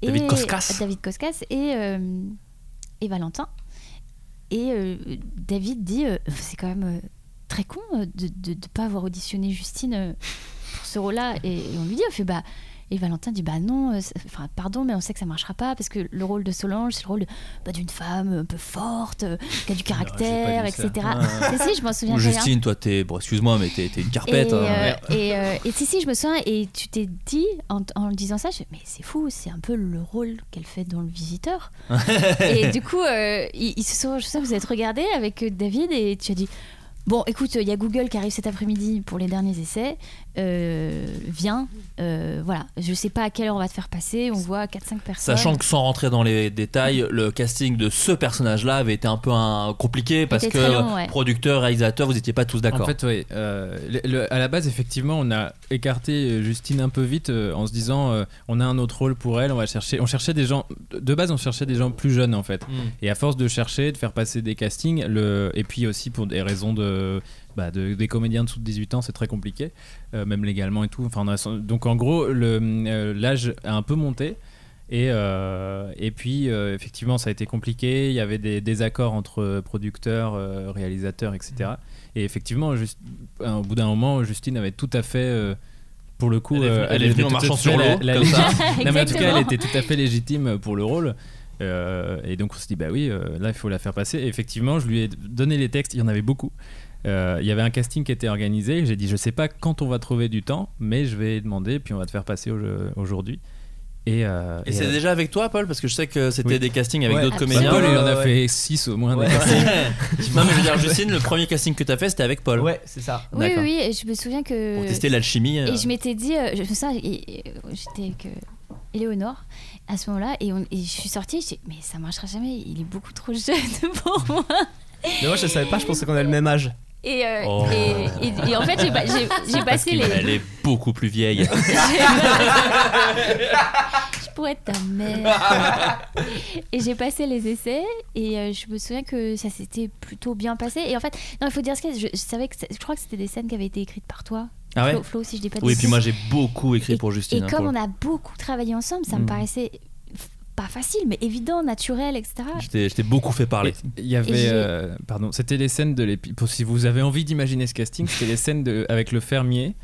S4: David Koskas.
S6: David Koskas et, euh, et Valentin. Et euh, David dit euh, c'est quand même euh, très con euh, de ne pas avoir auditionné Justine euh, pour ce rôle-là. Et, et on lui dit on fait bah. Et Valentin dit bah non, euh, ça- enfin pardon, mais on sait que ça marchera pas parce que le rôle de Solange, c'est le rôle de- bah, d'une femme un peu forte, euh, qui a du caractère,
S4: vu ça.
S6: etc. Si, si, je m'en hein. souviens
S4: Ou
S6: très bien.
S4: Justine, toi, t'es. Bon, excuse-moi, mais t'es t'es une
S6: Et,
S4: carpette. hein.
S6: euh, et, euh, et si, si, je me souviens, et tu t'es dit, en, en le disant ça, je, mais c'est fou, c'est un peu le rôle qu'elle fait dans Le Visiteur. et du coup, euh, ils, ils se sont, je sais, vous êtes regardés avec euh, David et tu as dit, bon, écoute, il y a Google qui arrive cet après-midi pour les derniers essais, euh, viens, euh, voilà, je sais pas à quelle heure on va te faire passer, on voit 4-5 personnes.
S4: Sachant que sans rentrer dans les détails, le casting de ce personnage-là avait été un peu un- compliqué parce
S6: C'était
S4: que
S6: très long, ouais.
S4: producteur, réalisateur, vous n'étiez pas tous d'accord.
S5: En fait, oui. euh, le- le- à la base, effectivement, on a écarté euh, Justine un peu vite euh, en se disant euh, on a un autre rôle pour elle. On va chercher. On cherchait des gens. De base, on cherchait des gens plus jeunes en fait.
S4: Mm.
S5: Et à force de chercher, de faire passer des castings, le et puis aussi pour des raisons de, bah, de- des comédiens en dessous de 18 ans, c'est très compliqué, euh, même légalement et tout. Enfin, on a- donc en gros, le, euh, l'âge a un peu monté. Et, euh, et puis, euh, effectivement, ça a été compliqué. Il y avait des désaccords entre producteurs, euh, réalisateurs, etc. Et effectivement, juste, euh, au bout d'un moment, Justine avait tout à fait, euh, pour le coup,
S4: Elle est venue-
S5: euh,
S4: elle est venue
S5: était
S4: en
S5: tout à
S4: marchant
S5: fait
S4: sur
S5: la-
S4: l'eau,
S5: la-
S4: comme ça.
S5: non, mais en tout cas, elle
S6: Exactement.
S5: était tout à fait légitime pour le rôle. Euh, et donc, on se dit, bah oui, euh, là, il faut la faire passer. Et effectivement, je lui ai donné les textes, il y en avait beaucoup. Euh, il y avait un casting qui était organisé. J'ai dit, je sais pas quand on va trouver du temps, mais je vais demander, puis on va te faire passer au- aujourd'hui. Et, euh,
S4: Et c'est
S5: euh,
S4: déjà avec toi, Paul Parce que je sais que c'était
S5: Oui.
S4: des castings avec
S5: Ouais.
S4: d'autres
S5: bah,
S4: comédiens.
S5: Paul, il en a
S7: Ouais.
S5: fait 6 au moins. des
S7: Ouais.
S5: castings.
S4: non, mais je veux dire, Justine, le premier casting que t'as fait, c'était avec Paul.
S7: Ouais, c'est ça.
S6: Oui,
S4: D'accord.
S6: oui, oui, et je me souviens que.
S4: Pour tester l'alchimie. euh,
S6: Et je m'étais dit, euh, je, ça, et- et- j'étais avec euh, Éléonore à ce moment-là, et, on- et je suis sortie, je dis, mais ça marchera jamais, il est beaucoup trop jeune pour moi.
S7: Mais moi, je savais pas, je pensais qu'on avait le même âge.
S6: Et, euh,
S4: Oh.
S6: et, et- et en fait, j'ai pas- j'ai j'ai
S4: parce
S6: passé
S4: qu'il-
S6: les.
S4: Elle est beaucoup plus vieille.
S6: je pourrais être ta mère. et j'ai passé les essais, et euh, je me souviens que ça s'était plutôt bien passé. Et en fait, non, il faut dire ce que je, je savais que ça- je crois que c'était des scènes qui avaient été écrites par toi,
S4: Ah ouais
S6: Flo, Flo, si je dis pas de
S4: Oui, puis
S6: bêtises.
S4: moi, j'ai beaucoup écrit pour
S6: Et
S4: Justine. hein,
S6: comme
S4: pour-
S6: on a beaucoup travaillé ensemble, ça
S5: Mm.
S6: me paraissait f- pas facile, mais évident, naturel, etc.
S4: Je t'ai je t'ai beaucoup fait parler.
S5: Et Il y
S6: Et
S5: avait,
S6: j'ai-
S5: euh, pardon, c'était les scènes de l'épi- pour Si vous avez envie d'imaginer ce casting, c'était les scènes de, avec le fermier.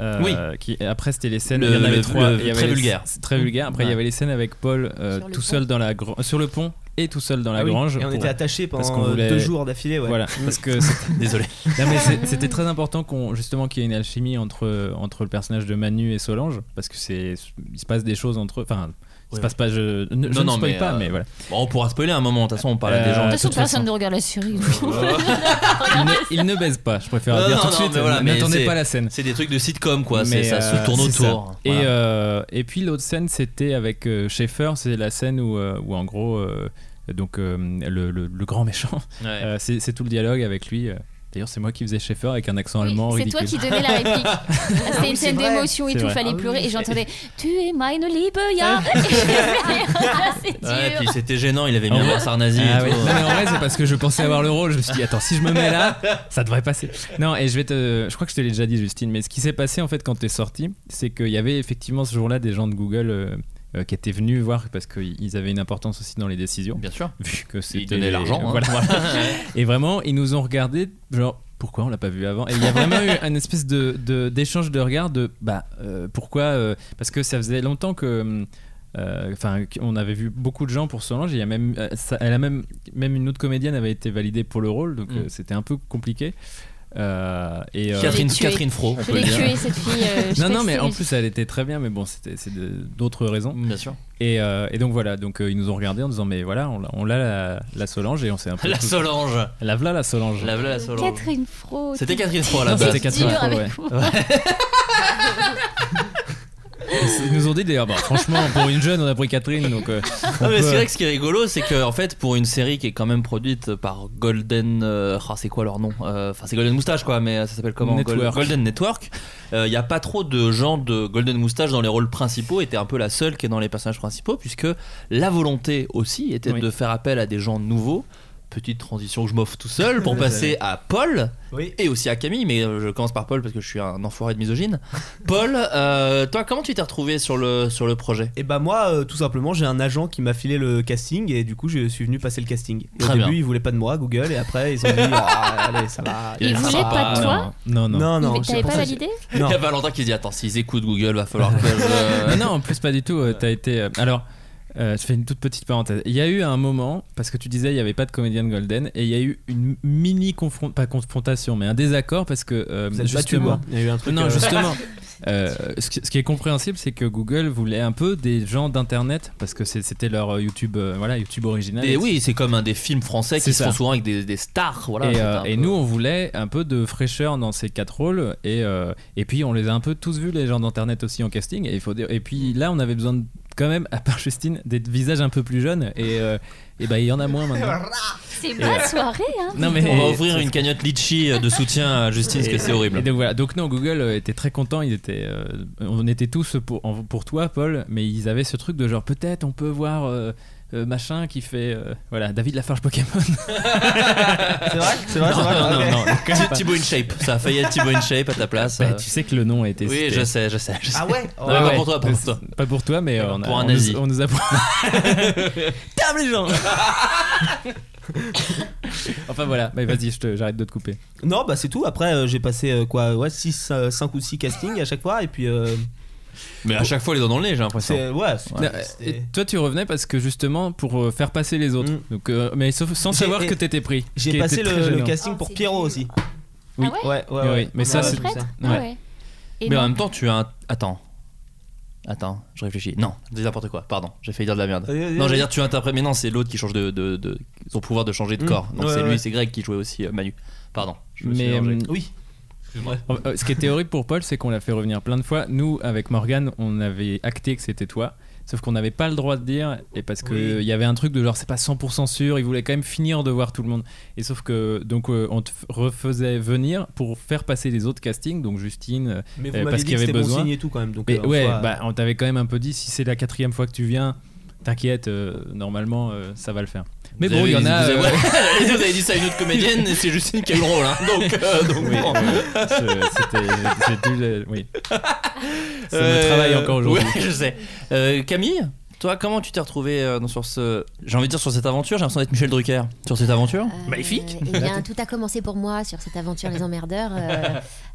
S5: euh,
S4: Oui.
S5: Qui, après, c'était les scènes.
S4: Le-
S5: il y en avait
S4: le-
S5: trois.
S4: le-
S5: Il y avait
S4: très
S5: les-
S4: vulgaire.
S5: c'est Très vulgaire. Après, il
S4: Ouais.
S5: y avait les scènes avec Paul euh,
S8: Sur le
S5: tout
S8: pont.
S5: seul dans la gr- sur le pont et tout seul dans la
S7: Ah oui,
S5: grange.
S7: Et on
S5: pour-
S7: était attachés
S5: Parce
S7: pendant
S5: qu'on
S7: euh,
S5: voulait-
S7: deux jours d'affilée, ouais.
S5: Voilà, parce que c'était-
S4: Désolé.
S5: non, mais c'est- c'était très important qu'on justement qu'il y ait une alchimie entre entre le personnage de Manu et Solange parce que c'est il se passe des choses entre eux. Enfin, il
S4: Ouais.
S5: se passe pas. Je
S4: Non,
S5: ne, je ne
S4: non,
S5: spoil
S4: mais,
S5: pas,
S4: euh,
S5: mais voilà.
S4: Bon, on pourra spoiler un moment. De toute façon, on parle à des
S5: Euh,
S4: gens.
S5: de
S6: De toute façon,
S5: toute façon.
S6: personne ne regarde la série.
S5: Il ne, il ne baise pas. Je préfère
S4: Non,
S5: dire
S4: non,
S5: tout de
S4: non,
S5: suite.
S4: mais voilà, mais c'est-
S5: N'attendez pas la scène.
S4: C'est des trucs de sitcom, quoi.
S5: Mais,
S4: c'est- Ça
S5: euh,
S4: se tourne
S5: c'est ça.
S4: autour.
S5: Et,
S4: Voilà.
S5: euh, et puis l'autre scène, c'était avec euh, Schaeffer. C'est la scène où, euh, où en gros, euh, donc euh, le, le- le grand méchant,
S4: Ouais.
S5: euh, c'est c'est tout le dialogue avec lui. euh. D'ailleurs, c'est moi qui faisais Schaeffer avec un accent allemand
S6: C'est toi
S5: ridicule.
S6: qui donnais la réplique. Ah, C'était une scène
S7: vrai.
S6: d'émotion et
S5: C'est
S6: tout,
S5: vrai.
S6: fallait
S7: Ah oui,
S6: pleurer.
S7: c'est-
S6: Et j'entendais Tu es meine Liebe, ja. ah, C'est
S4: Ouais,
S6: dur.
S4: puis c'était gênant, il avait mis
S5: Ah
S4: un
S5: ouais.
S4: Laurent Sarnazy
S5: Ah
S4: et
S5: ouais.
S4: tout.
S5: Non, mais en vrai, c'est parce que je pensais avoir le rôle. Je me suis dit, attends, si je me mets là, ça devrait passer. Non, et je vais te. Je crois que je te l'ai déjà dit, Justine, mais ce qui s'est passé en fait quand t'es sorti, c'est qu'il y avait effectivement ce jour-là des gens de Google. euh, euh, qui étaient venus voir parce qu'ils avaient une importance aussi dans les décisions
S4: Bien sûr.
S5: vu que c'était
S4: Il donnait l'argent. hein.
S5: Voilà. Et vraiment, ils nous ont regardé, genre, pourquoi on l'a pas vu avant Et il y a vraiment eu un espèce de, de- d'échange de regards de, bah, euh, pourquoi euh, Parce que ça faisait longtemps que. euh, Enfin, on avait vu beaucoup de gens pour Solange. et Il y a même, euh, ça- elle a même, même une autre comédienne avait été validée pour le rôle, donc
S4: Mm.
S5: euh, c'était un peu compliqué. Euh, et, euh,
S4: Catherine,
S6: l'ai tué.
S4: Catherine Fro, on
S6: Je
S4: peut le
S6: l'ai
S4: dire.
S6: tuée cette fille. euh, je
S5: non,
S6: sais
S5: non,
S6: que
S5: mais
S6: c'est-
S5: en plus, elle était très bien, mais bon, c'était- c'est de- d'autres raisons.
S4: Bien sûr.
S5: Et, euh, et donc voilà, donc euh, ils nous ont regardé en disant, mais voilà, on l'a- on l'a la, la Solange et on s'est un peu.
S4: La
S5: tous-
S4: Solange.
S5: La voilà la Solange.
S4: La voilà la Solange.
S6: Catherine Fro.
S4: C'était
S6: t'es-
S4: Catherine Fro à
S6: t'es
S4: la base.
S5: c'était Catherine
S6: dure
S5: Fro,
S6: avec
S5: ouais.
S6: moi.
S5: Ils nous ont dit d'ailleurs, bah, franchement, pour une jeune, on a pris Catherine, donc. euh,
S4: Ah, mais
S5: on
S4: c'est
S5: peut-
S4: vrai que ce qui est rigolo, c'est que en fait, pour une série qui est quand même produite par Golden, euh, ah, c'est quoi leur nom Euh, Enfin, c'est Golden Moustache quoi, mais euh, ça s'appelle comment Gol-
S5: Network.
S4: Golden Network. Il n'y a pas trop de gens de Golden Moustache dans les rôles principaux. et Était un peu la seule qui est dans les personnages principaux, puisque la volonté aussi était
S5: Oui.
S4: de faire appel à des gens nouveaux. Petite transition que je m'offre tout seul pour passer à Paul
S7: Oui.
S4: et aussi à Camille, mais euh, je commence par Paul parce que je suis un enfoiré de misogyne. Paul, euh, toi, comment tu t'es retrouvé sur le sur le projet
S7: Et bah moi, euh, tout simplement, j'ai un agent qui m'a filé le casting et du coup, je suis venu passer le casting. Et
S4: Très
S7: au
S4: bien.
S7: début, ils voulaient pas de moi, Google, et après, ils ont dit, Ah, allez, ça va.
S6: Ils
S7: ça
S6: voulaient
S7: va.
S6: pas de toi
S5: Non, non.
S7: Non, non.
S6: Mais
S7: c'est
S6: T'avais
S7: pour
S6: pas
S7: ça que-
S6: validé
S7: Non.
S4: Il y a Valentin qui se dit attends s'ils écoutent Google va falloir que
S5: Ah
S4: je...
S5: non, en plus pas du tout. euh, T'as été. euh, alors, euh, je fais une toute petite parenthèse. Il y a eu un moment parce que tu disais il y avait pas de comédienne golden et il y a eu une mini confron- pas confrontation mais un désaccord parce que euh,
S7: Vous êtes battus,
S5: justement.
S7: quoi. Il y a eu un truc.
S5: non,
S7: euh,
S5: justement. euh, ce, qui- ce qui est compréhensible, c'est que Google voulait un peu des gens d'internet parce que c'est- c'était leur euh, YouTube, euh, voilà, YouTube original.
S4: Et oui c'est comme un des films français
S5: C'est
S4: qui
S5: ça.
S4: se font souvent avec des, des stars voilà. hein.
S5: et,
S4: c'est
S5: euh,
S4: un
S5: et
S4: peu-
S5: nous, on voulait un peu de fraîcheur dans ces quatre rôles. Et, euh, et puis, on les a un peu tous vus, les gens d'Internet aussi en casting. Et, il faut dire, et puis là, on avait besoin de- quand même, à part Justine, des visages un peu plus jeunes. Et, euh, et bah, il y en a moins maintenant.
S6: C'est ma soirée, hein.
S5: Non, mais,
S4: on va ouvrir une cagnotte litchi euh, de soutien à Justine parce que c'est
S5: Et
S4: horrible.
S5: donc, voilà. donc non, Google euh, était très content. Ils étaient, euh, on était tous pour, en- pour toi, Paul, mais ils avaient ce truc de genre peut-être on peut voir euh, euh, machin qui fait euh, voilà David Lafarge Pokémon.
S7: C'est vrai, c'est vrai, c'est vrai.
S4: non,
S7: ok.
S4: non, non.
S5: quand même pas.
S4: Thibaut InShape, ça a failli être Thibaut InShape à ta place.
S5: Bah,
S4: euh.
S5: tu sais que le nom a été.
S4: Oui
S5: cité.
S4: je sais je sais. je sais.
S7: Ah ouais
S4: Non, mais
S5: Ouais,
S4: pas
S5: ouais.
S4: pour toi pas pour toi.
S5: Pas pour toi, mais euh, on, a-
S4: Pour un
S5: on
S4: nazi.
S5: nous, on nous a.
S4: Table les gens.
S5: Enfin voilà, mais vas-y, je te- j'arrête de te couper.
S7: Non, bah c'est tout. Après, euh, j'ai passé euh, quoi ouais, 6, 5 ou 6 castings à chaque fois. Et puis, euh,
S4: Mais à chaque fois les dents dans le nez j'ai l'impression.
S7: c'est. Ouais, c'est-
S5: Non,
S7: c'était-
S5: et toi, tu revenais parce que justement pour euh, faire passer les autres.
S7: Mm.
S5: Donc, euh, mais sauf- sans
S7: J'ai-
S5: savoir
S7: et-
S5: que t'étais pris. ce qui
S7: J'ai
S5: était
S7: passé
S5: très
S7: le, le
S5: gênant.
S7: casting pour
S8: Oh, c'est
S7: Pierrot
S8: dur.
S7: aussi.
S5: Oui.
S6: Ah ouais
S7: Ouais, ouais,
S5: Oui,
S7: ouais.
S5: mais ça,
S7: Ouais,
S5: c'est-
S7: tout
S6: Prête Ah
S5: Ouais.
S6: ouais. Et
S4: Mais en
S6: non.
S4: même temps tu as un... attends. Attends, je réfléchis. Non, je dis n'importe quoi. Pardon, j'ai failli dire de la merde.
S7: Vas-y, vas-y,
S4: Non,
S7: vas-y.
S4: j'allais dire tu interprètes, mais non, c'est l'autre qui change de, de- de- son pouvoir de changer de
S5: Mmh.
S7: Mm.
S4: corps. Donc
S7: Ouais,
S4: c'est
S7: ouais.
S4: lui, c'est Greg qui jouait aussi euh, Manu. Pardon. Je me suis
S5: Mais
S4: mélangé.
S5: euh,
S7: Oui.
S5: Euh, euh, Ce qui était horrible pour Paul, c'est qu'on l'a fait revenir plein de fois. Nous, avec Morgan, on avait acté que c'était toi. Sauf qu'on n'avait pas le droit de dire, et parce qu'il
S7: Oui.
S5: y avait un truc de genre c'est pas 100% sûr, il voulait quand même finir de voir tout le monde. Et sauf que donc euh, on te f- refaisait venir pour faire passer les autres castings, donc Justine. euh,
S7: Mais
S5: Euh,
S7: vous m'avez
S5: parce
S7: dit
S5: qu'il y
S7: que
S5: avait
S7: c'était bon
S5: besoin.
S7: signe et tout quand même. Donc,
S5: mais
S7: euh, en
S5: ouais,
S7: soi,
S5: bah, on t'avait quand même un peu dit si c'est la quatrième fois que tu viens, t'inquiète, euh, normalement euh, ça va le faire. Mais
S4: Vous
S5: bon,
S4: avez-
S5: il y en a.
S4: Vous avez,
S5: euh,
S4: vous avez dit ça à une autre comédienne, et c'est Justine qui a eu le rôle. hein. Donc, euh, donc
S5: oui,
S4: bon.
S5: euh, je- c'était. c'était- euh, oui. Ça me
S4: Euh,
S5: travaille encore aujourd'hui.
S4: ouais, je sais. Euh, Camille, toi, comment tu t'es retrouvée euh, dans- sur ce. J'ai envie de dire sur cette aventure, j'ai l'impression d'être Michel Drucker. Sur cette aventure
S8: Euh, Eh bien, tout a commencé pour moi sur cette aventure Les Emmerdeurs, euh,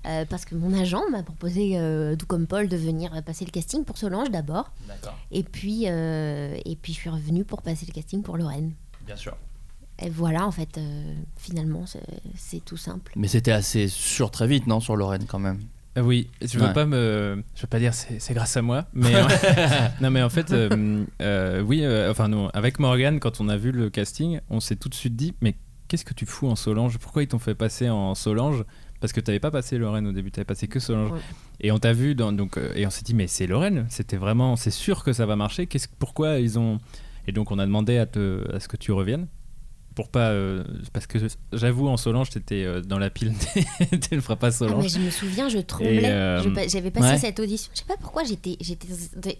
S8: euh, parce que mon agent m'a proposé, euh, tout comme Paul, de venir passer le casting pour Solange d'abord,
S4: D'accord,
S8: et puis euh, et puis je suis revenue pour passer le casting pour Lorraine.
S4: bien sûr.
S8: Et voilà, en fait, euh, finalement, c'est- c'est tout simple. Ah,
S4: Mais c'était assez sûr très vite, non, sur Lorraine quand même.
S5: Euh, Oui, je veux
S4: Ouais.
S5: pas me, je veux pas dire c'est c'est grâce à moi, mais non mais en fait, euh, euh, oui, euh, enfin non, avec Morgan quand on a vu le casting, on s'est tout de suite dit mais qu'est-ce que tu fous en Solange Pourquoi ils t'ont fait passer en Solange Parce que t'avais pas passé Lorraine au début, t'avais passé que Solange.
S8: Ouais.
S5: Et on t'a vu dans, donc euh, et on s'est dit mais c'est Lorraine, c'était vraiment, c'est sûr que ça va marcher. Qu'est-ce, pourquoi ils ont Et donc on a demandé à te, à ce que tu reviennes. Pour pas. euh, parce que j'avoue, en Solange, t'étais euh, dans la pile. tu ne feras pas
S8: Ah,
S5: Solange.
S8: mais je me souviens, je tremblais.
S5: euh,
S8: Je pa- J'avais passé
S4: ouais.
S8: cette audition. Je sais pas pourquoi j'étais. j'étais-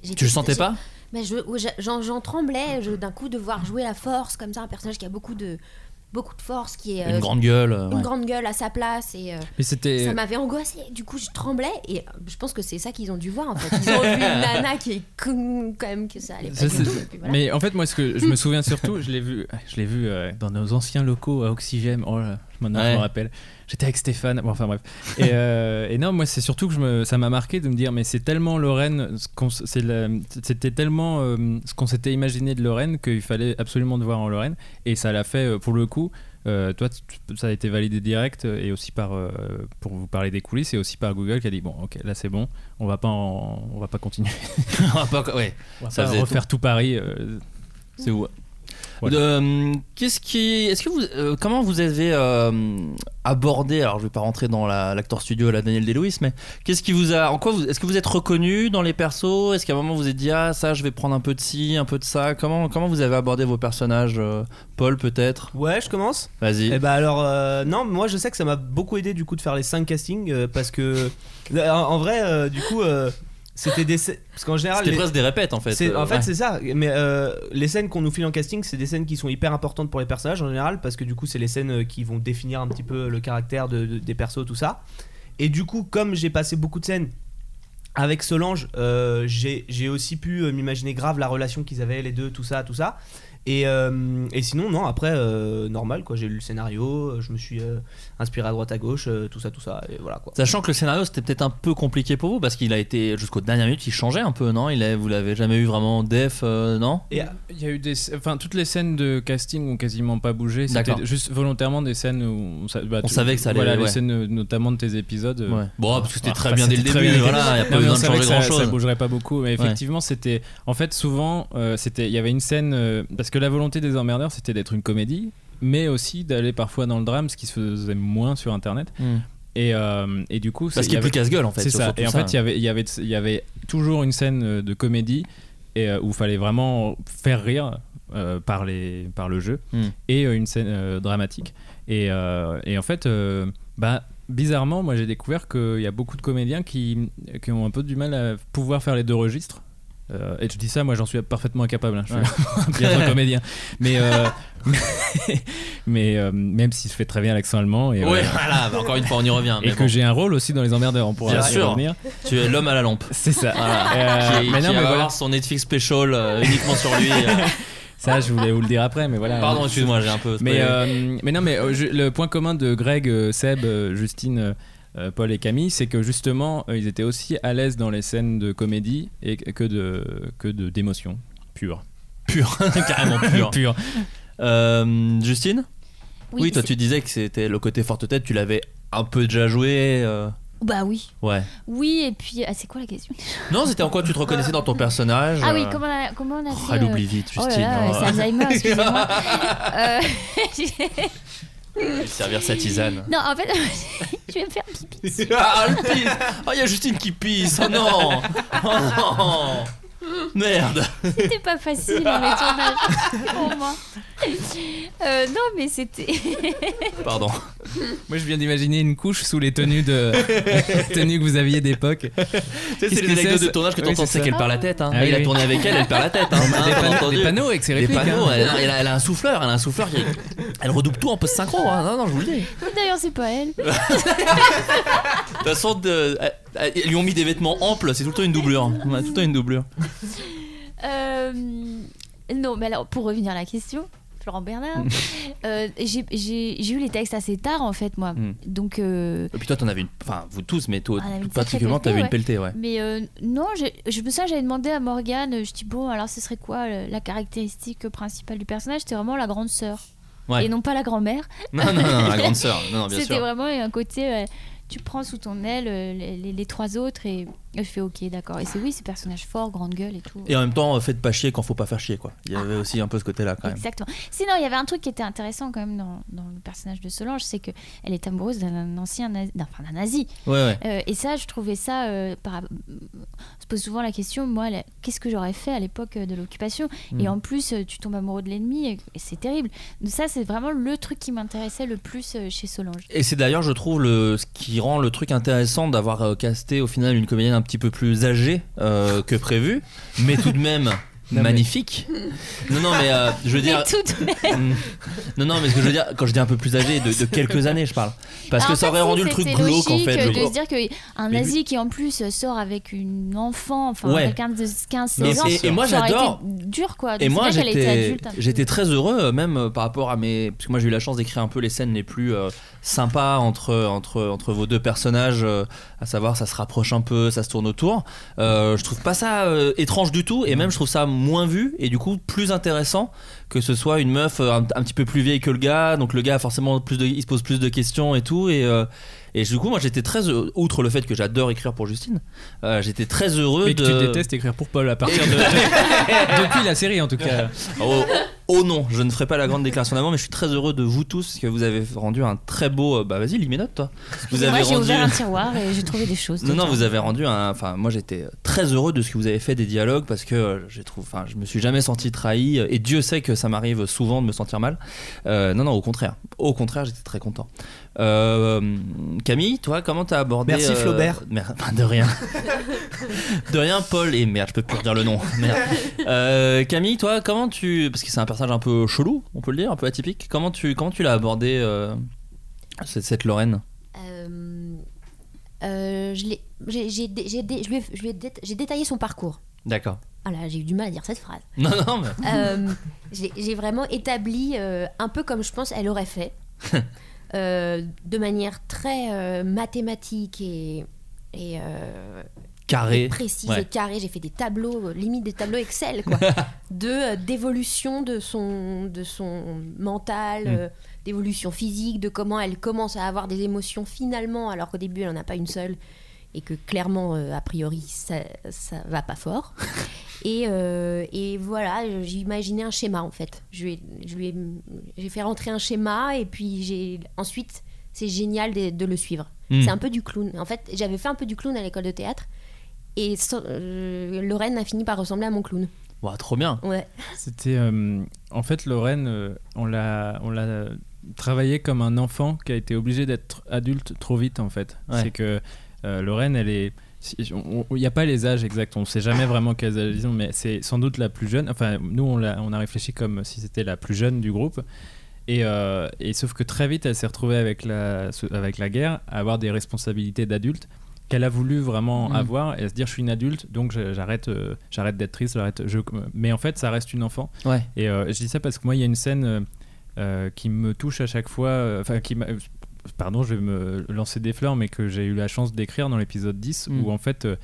S8: j'étais-
S4: Tu le sentais
S8: j'ai-
S4: pas
S8: Mais je- ouais, j'a- j'en, j'en tremblais je- d'un coup de voir jouer la force comme ça, un personnage qui a beaucoup de, beaucoup de force, qui est euh,
S4: Une grande gueule. euh,
S8: une
S4: ouais.
S8: grande gueule à sa place et euh,
S5: Mais c'était.
S8: ça m'avait angoissée. Du coup, je tremblais et euh, je pense que c'est ça qu'ils ont dû voir en fait. Ils ont vu une nana qui est con, quand même que ça allait pas
S5: Ça,
S8: du
S5: c'est-
S8: tout. Et puis voilà.
S5: Mais en fait, moi, ce que je me souviens surtout, je l'ai vu, je l'ai vu euh, dans nos anciens locaux à Oxygène. Oh là, maintenant, je
S4: Ouais.
S5: me rappelle. J'étais avec Stéphane. Bon, enfin bref. Et, euh, et non, moi, c'est surtout que je me, ça m'a marqué de me dire, mais c'est tellement Lorraine, ce qu'on s- c'est la- c'était tellement euh, ce qu'on s'était imaginé de Lorraine qu'il fallait absolument devoir en Lorraine. Et ça l'a fait euh, pour le coup. Euh, toi, tu- tu- ça a été validé direct euh, et aussi par, euh, pour vous parler des coulisses, et aussi par Google qui a dit bon, ok, là c'est bon, on va pas, en- on va pas continuer,
S4: On va pas- ouais,
S5: on va
S4: Ça
S5: pas
S4: faisait
S5: refaire tout, Paris. euh,
S4: c'est où
S5: Voilà.
S4: Euh, Qu'est-ce qui, est-ce que vous, euh, comment vous avez euh, abordé Alors, je vais pas rentrer dans la- l'acteur studio à la Daniel Day-Lewis, mais qu'est-ce qui vous a, en quoi, vous- est-ce que vous êtes reconnu dans les persos Est-ce qu'à un moment vous vous êtes dit ah ça, je vais prendre un peu de ci, un peu de ça Comment, comment vous avez abordé vos personnages euh, Paul peut-être
S7: Ouais, je commence.
S4: Vas-y.
S7: Et bah alors, euh, non, moi je sais que ça m'a beaucoup aidé du coup de faire les 5 castings euh, parce que. en, en vrai, euh, du coup, euh, c'était des. scè- Parce qu'en général.
S4: C'était
S7: les-
S4: presque des répètes en fait.
S7: c'est-
S4: Euh,
S7: en fait,
S4: ouais.
S7: c'est ça. Mais euh, les scènes qu'on nous file en casting, c'est des scènes qui sont hyper importantes pour les personnages en général, parce que du coup, c'est les scènes euh, qui vont définir un petit peu le caractère de- de- des persos, tout ça. Et du coup, comme j'ai passé beaucoup de scènes avec Solange, euh, j'ai j'ai aussi pu euh, m'imaginer grave la relation qu'ils avaient les deux, tout ça, tout ça. Et, euh, et sinon, non, après, euh, normal, quoi. J'ai lu le scénario, euh, je me suis euh, inspiré à droite, à gauche, euh, tout ça, tout ça, et voilà, quoi.
S4: Sachant que le scénario c'était peut-être un peu compliqué pour vous parce qu'il a été jusqu'aux dernières minutes, il changeait un peu, non Il a- vous l'avez jamais eu vraiment def, euh, non
S7: Et
S5: Il y a eu des, enfin toutes les scènes de casting ont quasiment pas bougé.
S4: D'accord.
S5: C'était juste volontairement des scènes où on, sa- bah,
S4: On
S5: tu-
S4: savait que ça allait,
S5: Voilà
S4: ouais.
S5: les scènes euh, notamment de tes épisodes. euh,
S4: Ouais. Bon, parce que c'était
S5: Ah,
S4: très
S5: bah,
S4: bien dès le
S5: c'était très
S4: début,
S5: bien.
S4: voilà, il n'y a
S5: Non,
S4: pas
S5: mais on
S4: besoin de
S5: savait
S4: changer
S5: que ça-
S4: grand chose.
S5: Ça bougerait pas beaucoup, mais effectivement, c'était. En fait, souvent, euh, c'était. Il y avait une scène euh, parce que la volonté des emmerdeurs, c'était d'être une comédie, mais aussi d'aller parfois dans le drame, ce qui se faisait moins sur Internet. Et, euh, et du coup, c'est-
S4: Hmm. Parce qu'il n'y
S5: il y
S4: a plus
S5: avait-
S4: casse-gueule en fait.
S5: C'est ça.
S4: surtout hein.
S5: Et en fait, il y avait, il y avait, il y avait toujours une scène euh, de comédie et euh, où il fallait vraiment faire rire. euh, par, les, par le jeu
S4: Hmm.
S5: et euh, une scène euh, dramatique et, euh, et en fait euh, bah, bizarrement moi j'ai découvert qu'il y a beaucoup de comédiens qui, qui ont un peu du mal à pouvoir faire les deux registres Euh, et je dis ça moi j'en suis parfaitement incapable hein. je suis bien un comédien mais euh, mais euh, même si je fais très bien l'accent allemand et,
S4: Oui,
S5: euh,
S4: voilà, bah, encore une fois, on y revient.
S5: et
S4: mais
S5: que
S4: bon.
S5: j'ai un rôle aussi dans les emmerdeurs on pourra
S4: Bien
S5: y
S4: sûr.
S5: revenir
S4: Tu es l'homme à la lampe.
S5: c'est ça.
S4: Voilà.
S5: Euh,
S4: qui
S5: mais
S4: qui
S5: non, mais
S4: va
S5: voilà.
S4: avoir son Netflix special euh, uniquement sur lui. euh.
S5: Ça, je voulais vous le dire après, mais voilà.
S4: Pardon, excuse-moi, j'ai un peu.
S5: Mais, euh, mais non, mais euh, je- le point commun de Greg, euh, Seb, euh, Justine, euh, euh, Paul et Camille, c'est que justement, euh, ils étaient aussi à l'aise dans les scènes de comédie et que de que de d'émotion pure.
S4: pur, carrément pur.
S5: Pure.
S4: Euh, Justine Oui, toi,
S6: c'est-
S4: tu disais que c'était le côté forte tête, tu l'avais un peu déjà joué. euh,
S6: Bah oui.
S4: Ouais.
S6: Oui, et puis. Ah, c'est quoi la question
S4: Non, c'était en quoi tu te reconnaissais dans ton personnage
S6: Ah oui,
S4: euh,
S6: comment on a, comment on a
S4: oh,
S6: fait.
S4: elle
S6: euh,
S4: oublie vite,
S6: Oh là
S4: Justine.
S6: là,
S4: hein.
S6: c'est Alzheimer, excusez-moi. Euh,
S4: Je vais te servir sa tisane.
S6: non, en fait, je vais me faire pipi. dessus.
S4: Ah, elle pisse Oh, il y a Justine qui pisse Oh non Oh non Merde
S6: C'était pas facile hein, les tournages pour moi. Euh, non, mais c'était.
S4: Pardon.
S5: Moi, je viens d'imaginer une couche sous les tenues de tenues que vous aviez d'époque.
S4: Tu sais,
S5: Qu'est-ce
S4: c'est les
S5: que c'est,
S4: anecdotes de
S5: ça
S4: tournage que
S5: Oui,
S4: t'entends,
S5: c'est
S4: c'est
S5: ça.
S4: qu'elle perd la tête. Hein.
S5: Ah oui,
S4: il a
S5: oui.
S4: tourné avec elle, elle perd la tête. Hein. Hein,
S5: des,
S4: t'as
S5: panneaux,
S4: entendu
S5: des panneaux avec ses
S4: Des
S5: répliques.
S4: panneaux,
S5: hein.
S4: elle, a- elle a, elle a un souffleur, elle a un souffleur, qui- elle redouble tout en post-synchro, hein. non, non, je vous le dis. De
S6: D'ailleurs, c'est pas elle.
S4: toute façon, de- elle- elle- ils lui ont mis des vêtements amples, c'est tout le temps une doublure. Ouais, tout le temps une doublure.
S6: Euh, non, mais alors, pour revenir à la question, Florent
S4: Mm.
S6: Bernard, euh, j'ai- j'ai j'ai eu les textes assez tard, en fait, moi.
S4: Mm.
S6: Donc. euh,
S4: Et puis toi, t'en avais une. Enfin, vous tous, mais toi,
S6: On avait une
S4: particulièrement,
S6: sacrée
S4: t'avais une pelletée, ouais.
S6: mais euh, non, j'ai- je me souviens, j'avais demandé à Morgane, je dis bon, alors ce serait quoi euh, la caractéristique principale du personnage C'était vraiment la grande sœur.
S4: Ouais.
S6: Et non pas la grand-mère.
S4: Non, non, non, la grande sœur. Non, non, Hein, bien
S6: C'était
S4: sûr.
S6: vraiment un côté, euh, tu prends sous ton aile euh, les, les- les trois autres et je fais ok, d'accord. Et c'est oui, ces personnages forts, grande gueule et tout.
S4: Et en même temps, faites pas chier quand faut pas faire chier, quoi. Il y avait aussi un peu ce côté-là, quand même.
S6: Exactement. Sinon, il y avait un truc qui était intéressant quand même dans, dans le personnage de Solange, c'est que elle est amoureuse d'un ancien, nazi, d'un- enfin d'un nazi.
S4: Ouais, ouais.
S6: Euh, et ça, je trouvais ça. euh, par- On se pose souvent la question, moi, la- qu'est-ce que j'aurais fait à l'époque euh, de l'occupation
S4: Mm.
S6: Et en plus, euh, tu tombes amoureux de l'ennemi, et- et c'est terrible. Donc ça, c'est vraiment le truc qui m'intéressait le plus euh, chez Solange.
S4: Et c'est d'ailleurs, je trouve, le, ce qui rend le truc intéressant d'avoir euh, casté au final une comédienne un petit peu plus âgée euh, que prévu, mais tout de même
S5: mais-
S4: magnifique. Non, non, mais euh, je veux
S6: Mais
S4: dire.
S6: tout de même,
S4: Mm. non, non, mais ce que je veux dire, quand je dis un peu plus âgée, de, de quelques années, je parle. Parce
S6: Ah,
S4: que
S6: en
S4: ça aurait
S6: fait, si,
S4: rendu le
S6: c'est-
S4: truc
S6: c'est
S4: glauque, en
S6: logique,
S4: fait.
S6: euh,
S4: je
S6: de se
S4: crois.
S6: dire qu'un
S4: Mais
S6: nazi qui en plus euh, sort avec une enfant, enfin
S4: Ouais.
S6: quelqu'un de 15
S4: Mais
S6: 16 ans,
S4: c'est- et moi,
S6: ça aurait été
S4: j'adore.
S6: dur quoi. Ah, Donc,
S4: Et
S6: c'est
S4: moi,
S6: bien qu'elle ait été
S4: j'étais,
S6: adulte, un peu.
S4: j'étais très heureux, euh, même euh, par rapport à mes. Parce que moi, j'ai eu la chance d'écrire un peu les scènes les plus euh, sympas entre, entre, entre vos deux personnages, euh, à savoir, ça se rapproche un peu, ça se tourne autour. Euh, je trouve pas ça euh, étrange du tout, et même, je trouve ça moins vu et du coup plus intéressant que ce soit une meuf euh, un, un petit peu plus vieille que le gars. Donc le gars a forcément plus de, il se pose plus de questions et tout. Et, euh, et du coup, moi j'étais très heureux- outre le fait que j'adore écrire pour Justine, euh, j'étais très heureux
S5: Mais que
S4: de.
S5: tu détestes écrire pour Paul à partir de. Depuis la série en tout cas.
S4: Oh, oh non, je ne ferai pas la grande déclaration d'avant, mais je suis très heureux de vous tous parce que vous avez rendu un très beau. euh, Bah vas-y, lis mes notes, toi. Vous
S6: Moi,
S4: avez
S6: j'ai
S4: rendu.
S6: ouvert un tiroir et j'ai trouvé des choses.
S4: Non, non,
S6: dedans.
S4: vous avez rendu un. Enfin, moi j'étais très heureux de ce que vous avez fait des dialogues parce que euh, je trouve. Enfin, je me suis jamais senti trahi et Dieu sait que ça m'arrive souvent de me sentir mal. Euh, non, non, au contraire. Au contraire, j'étais très content. Euh, Camille, toi, comment t'as abordé.
S7: Merci,
S4: euh,
S7: Flaubert.
S4: mer- de rien. de rien, Paul. Et merde, je peux plus redire le nom. Merde. Euh, Camille, toi, comment tu. Parce que c'est un personnage un peu chelou, on peut le dire, un peu atypique. Comment tu, comment tu l'as abordé, euh, cette, cette Lorraine
S8: Euh, euh, je l'ai- j'ai- j'ai dé- j'ai dé- je lui ai- je lui ai dé- j'ai détaillé son parcours.
S4: D'accord.
S8: Ah là, j'ai eu du mal à dire cette phrase.
S4: Non, non, mais.
S8: Euh, j'ai j'ai vraiment établi euh, un peu comme je pense elle aurait fait, Euh, de manière très euh, mathématique et, et, euh,
S4: Carré.
S8: précise
S4: Ouais.
S8: et carrée. J'ai fait des tableaux, euh, limite des tableaux Excel, quoi, de euh, d'évolution de son de son
S4: Mm.
S8: mental, euh, d'évolution physique, de comment elle commence à avoir des émotions finalement, alors qu'au début elle en a pas une seule et que clairement euh, a priori ça ça va pas fort. Et, euh, et voilà, euh, j'ai imaginé un schéma en fait. Je lui ai- je lui ai- j'ai fait rentrer un schéma et puis j'ai ensuite c'est génial de, de le suivre.
S4: Hmm.
S8: C'est un peu du clown. En fait, j'avais fait un peu du clown à l'école de théâtre. Et so- euh, Lorraine a fini par ressembler à mon clown.
S4: Ouah, trop bien.
S8: Ouais.
S5: C'était. euh, en fait, Lorraine, euh, on l'a, on l'a travaillé comme un enfant qui a été obligé d'être adulte trop vite, en fait.
S4: Ouais.
S5: C'est que euh, Lorraine, elle est. si- on- on- Il n'y a pas les âges exacts, on ne sait jamais vraiment quels âges ils ont, mais c'est sans doute la plus jeune. Enfin, nous, on a, on a réfléchi comme si c'était la plus jeune du groupe. Et, euh, et sauf que très vite, elle s'est retrouvée avec la, ce- avec la guerre, à avoir des responsabilités d'adulte qu'elle a voulu vraiment
S4: Mm.
S5: avoir et à se dire je suis une adulte, donc je- j'arrête, euh, j'arrête d'être triste, j'arrête. Je, mais en fait, ça reste une enfant.
S4: Ouais.
S5: Et euh, je dis ça parce que moi, il y a une scène euh, euh, qui me touche à chaque fois. euh, Enfin, qui m'a- euh, Pardon, je vais me lancer des fleurs, mais que j'ai eu la chance d'écrire dans l'épisode 10,
S4: Mm.
S5: où en fait, euh,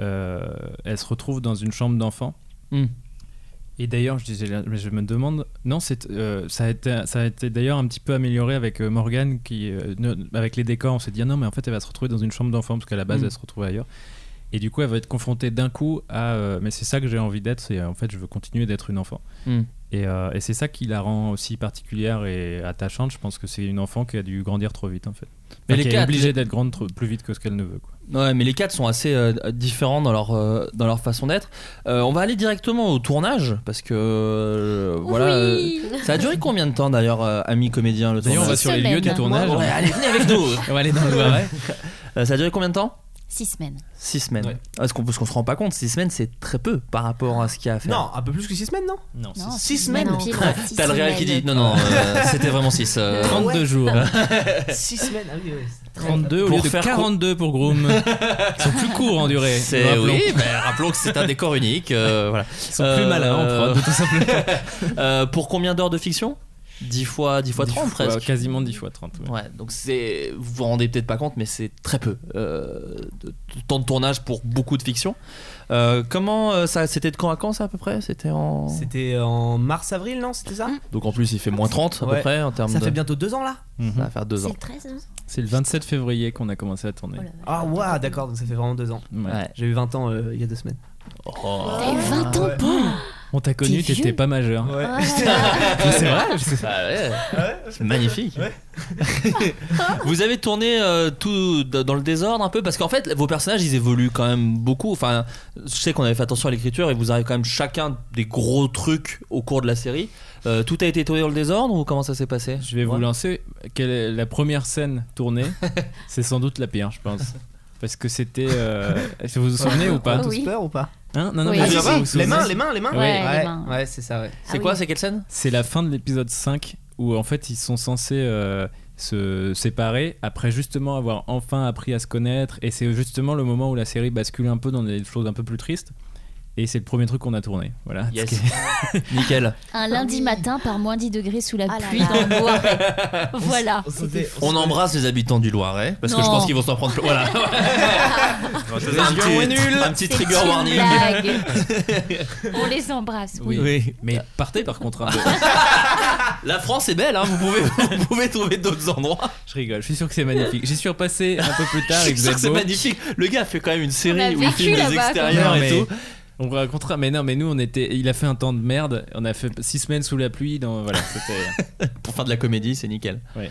S5: euh, elle se retrouve dans une chambre d'enfant.
S4: Mm.
S5: Et d'ailleurs, je disais, là- mais je me demande, non, c'est, euh, ça a été, ça a été d'ailleurs un petit peu amélioré avec euh, Morgane, qui, euh, ne- avec les décors, on s'est dit, ah non, mais en fait, elle va se retrouver dans une chambre d'enfant, parce qu'à la base,
S4: Mm.
S5: elle se retrouve ailleurs. Et du coup, elle va être confrontée d'un coup à. euh, mais c'est ça que j'ai envie d'être, c'est euh, en fait, je veux continuer d'être une enfant.
S4: Mm.
S5: Et, euh, et c'est ça qui la rend aussi particulière et attachante. Je pense que c'est une enfant qui a dû grandir trop vite, en fait.
S4: Mais
S5: Mais
S4: les
S5: qui est
S4: quatre,
S5: obligée d'être grande trop- plus vite que ce qu'elle ne veut. Quoi.
S4: Ouais, mais les quatre sont assez euh, différents dans leur, euh, dans leur façon d'être. Euh, on va aller directement au tournage parce que euh, voilà.
S6: Oui.
S4: euh, ça a duré combien de temps d'ailleurs, euh, amis comédiens, le
S5: D'ailleurs, on va
S4: tournage
S5: sur les
S6: Semaine.
S5: lieux du tournage.
S4: Ouais, allez, venez avec nous.
S5: On va aller dans le Loiret.
S4: Euh, ça a duré combien de temps
S6: Six semaines.
S4: Six semaines.
S5: Ouais.
S4: Parce qu'on parce qu'on se rend pas compte, six semaines c'est très peu par rapport à ce qu'il y a à faire.
S7: Non, un peu plus que 6 semaines, non
S5: Non,
S6: Non,
S7: six
S6: six
S7: semaines.
S6: semaines.
S8: Pile, six
S4: T'as le réel
S8: semaines.
S4: qui dit non, non, euh, c'était vraiment six. euh,
S5: 32 jours. hein.
S7: 6 semaines, ah oui, oui.
S5: 32 au
S4: Pour
S5: lieu de
S4: faire
S5: 42 pour Groom. Ils sont plus courts en durée.
S4: C'est
S5: rappelons.
S4: oui, mais rappelons que c'est un décor unique. euh, voilà.
S5: Ils sont plus malins en prod.
S4: tout simplement. Euh, pour combien d'heures de fiction 10 fois 10 fois 30
S5: Dix fois-
S4: presque.
S5: Quasiment 10 fois 30. ouais.
S4: Ouais, donc c'est vous vous rendez peut-être pas compte, mais c'est très peu euh, de, de temps de tournage pour beaucoup de fiction. Euh, comment euh, ça C'était de quand à quand ça à peu près C'était en
S7: C'était en mars-avril, non C'était ça
S4: donc en plus il fait moins 30 à
S7: Ouais.
S4: peu près en termes
S7: Ça
S4: de
S7: fait bientôt 2 ans là
S5: Mhm.
S4: ça va faire deux
S8: C'est
S4: ans.
S8: le 13, hein
S5: C'est le 27 février qu'on a commencé à tourner.
S8: Oh la vache.
S7: Ah, waouh, d'accord, donc ça fait vraiment 2 ans.
S5: Ouais.
S4: Ouais.
S7: J'ai eu 20 ans euh, il y a 2 semaines.
S4: Oh.
S6: T'as eu 20 ans,
S7: Ah ouais.
S6: Paul
S5: On t'a connu,
S6: T'es
S5: t'étais
S6: vieux.
S5: pas majeur.
S7: Ouais.
S8: Oh là là.
S5: Mais C'est vrai. je-
S4: Ah ouais. C'est magnifique. vous avez tourné euh, tout d- dans le désordre un peu parce qu'en fait vos personnages ils évoluent quand même beaucoup. Enfin, je sais qu'on avait fait attention à l'écriture et vous avez quand même chacun des gros trucs au cours de la série. Euh, tout a été tourné dans le désordre ou comment ça s'est passé
S5: Je vais vous
S4: Ouais.
S5: lancer. Quelle est la première scène tournée C'est sans doute la pire, je pense. Parce que c'était. euh, Est-ce que vous vous souvenez ou
S7: On
S5: pas
S7: a tous
S6: Oui.
S7: peur ou pas
S5: Hein Non, non,
S6: Oui.
S5: mais
S6: Ah,
S5: vous-
S6: ça
S5: vous
S6: va,
S5: vous souvenez
S7: Les mains, les mains, les mains
S5: Ouais.
S6: Ouais, les
S7: ouais,
S6: mains.
S7: ouais, c'est ça, ouais.
S4: C'est
S8: Ah
S4: quoi
S8: oui.
S4: C'est quelle scène
S5: C'est la fin de l'épisode 5 où en fait ils sont censés euh, se séparer après justement avoir enfin appris à se connaître et c'est justement le moment où la série bascule un peu dans des choses un peu plus tristes Et c'est le premier truc qu'on a tourné. Voilà.
S4: Yes.
S5: Ce qui est-
S4: Nickel.
S6: Un lundi
S8: Ah oui.
S6: matin par moins 10 degrés sous la
S8: Ah là
S6: pluie
S8: là.
S6: dans le Loiret. voilà.
S7: On s'était-
S4: On embrasse les habitants du Loiret parce que je
S6: Non.
S4: pense qu'ils vont s'en prendre. Voilà. un, petit, un petit
S6: C'est
S4: trigger
S6: une
S4: warning.
S6: blague. On les embrasse. Oui.
S4: Oui.
S5: Mais partez par contre. hein.
S4: La France est belle, hein, vous, pouvez, vous pouvez trouver d'autres endroits.
S5: je rigole. Je suis sûr que c'est magnifique. J'y suis repassé un peu plus tard.
S4: Je suis
S5: et que
S4: sûr que
S5: vous
S4: c'est
S5: êtes beaux.
S4: magnifique. Le gars fait quand même une
S6: On a
S4: série où il
S6: vécu
S4: filme les
S6: là-bas,
S4: extérieurs
S5: Non,
S4: et
S5: mais
S4: tout.
S5: On vous racontera, mais non, mais nous on était. Il a fait un temps de merde, on a fait six semaines sous la pluie, dans, voilà, c'était.
S4: Pour faire de la comédie, c'est nickel.
S5: Ouais.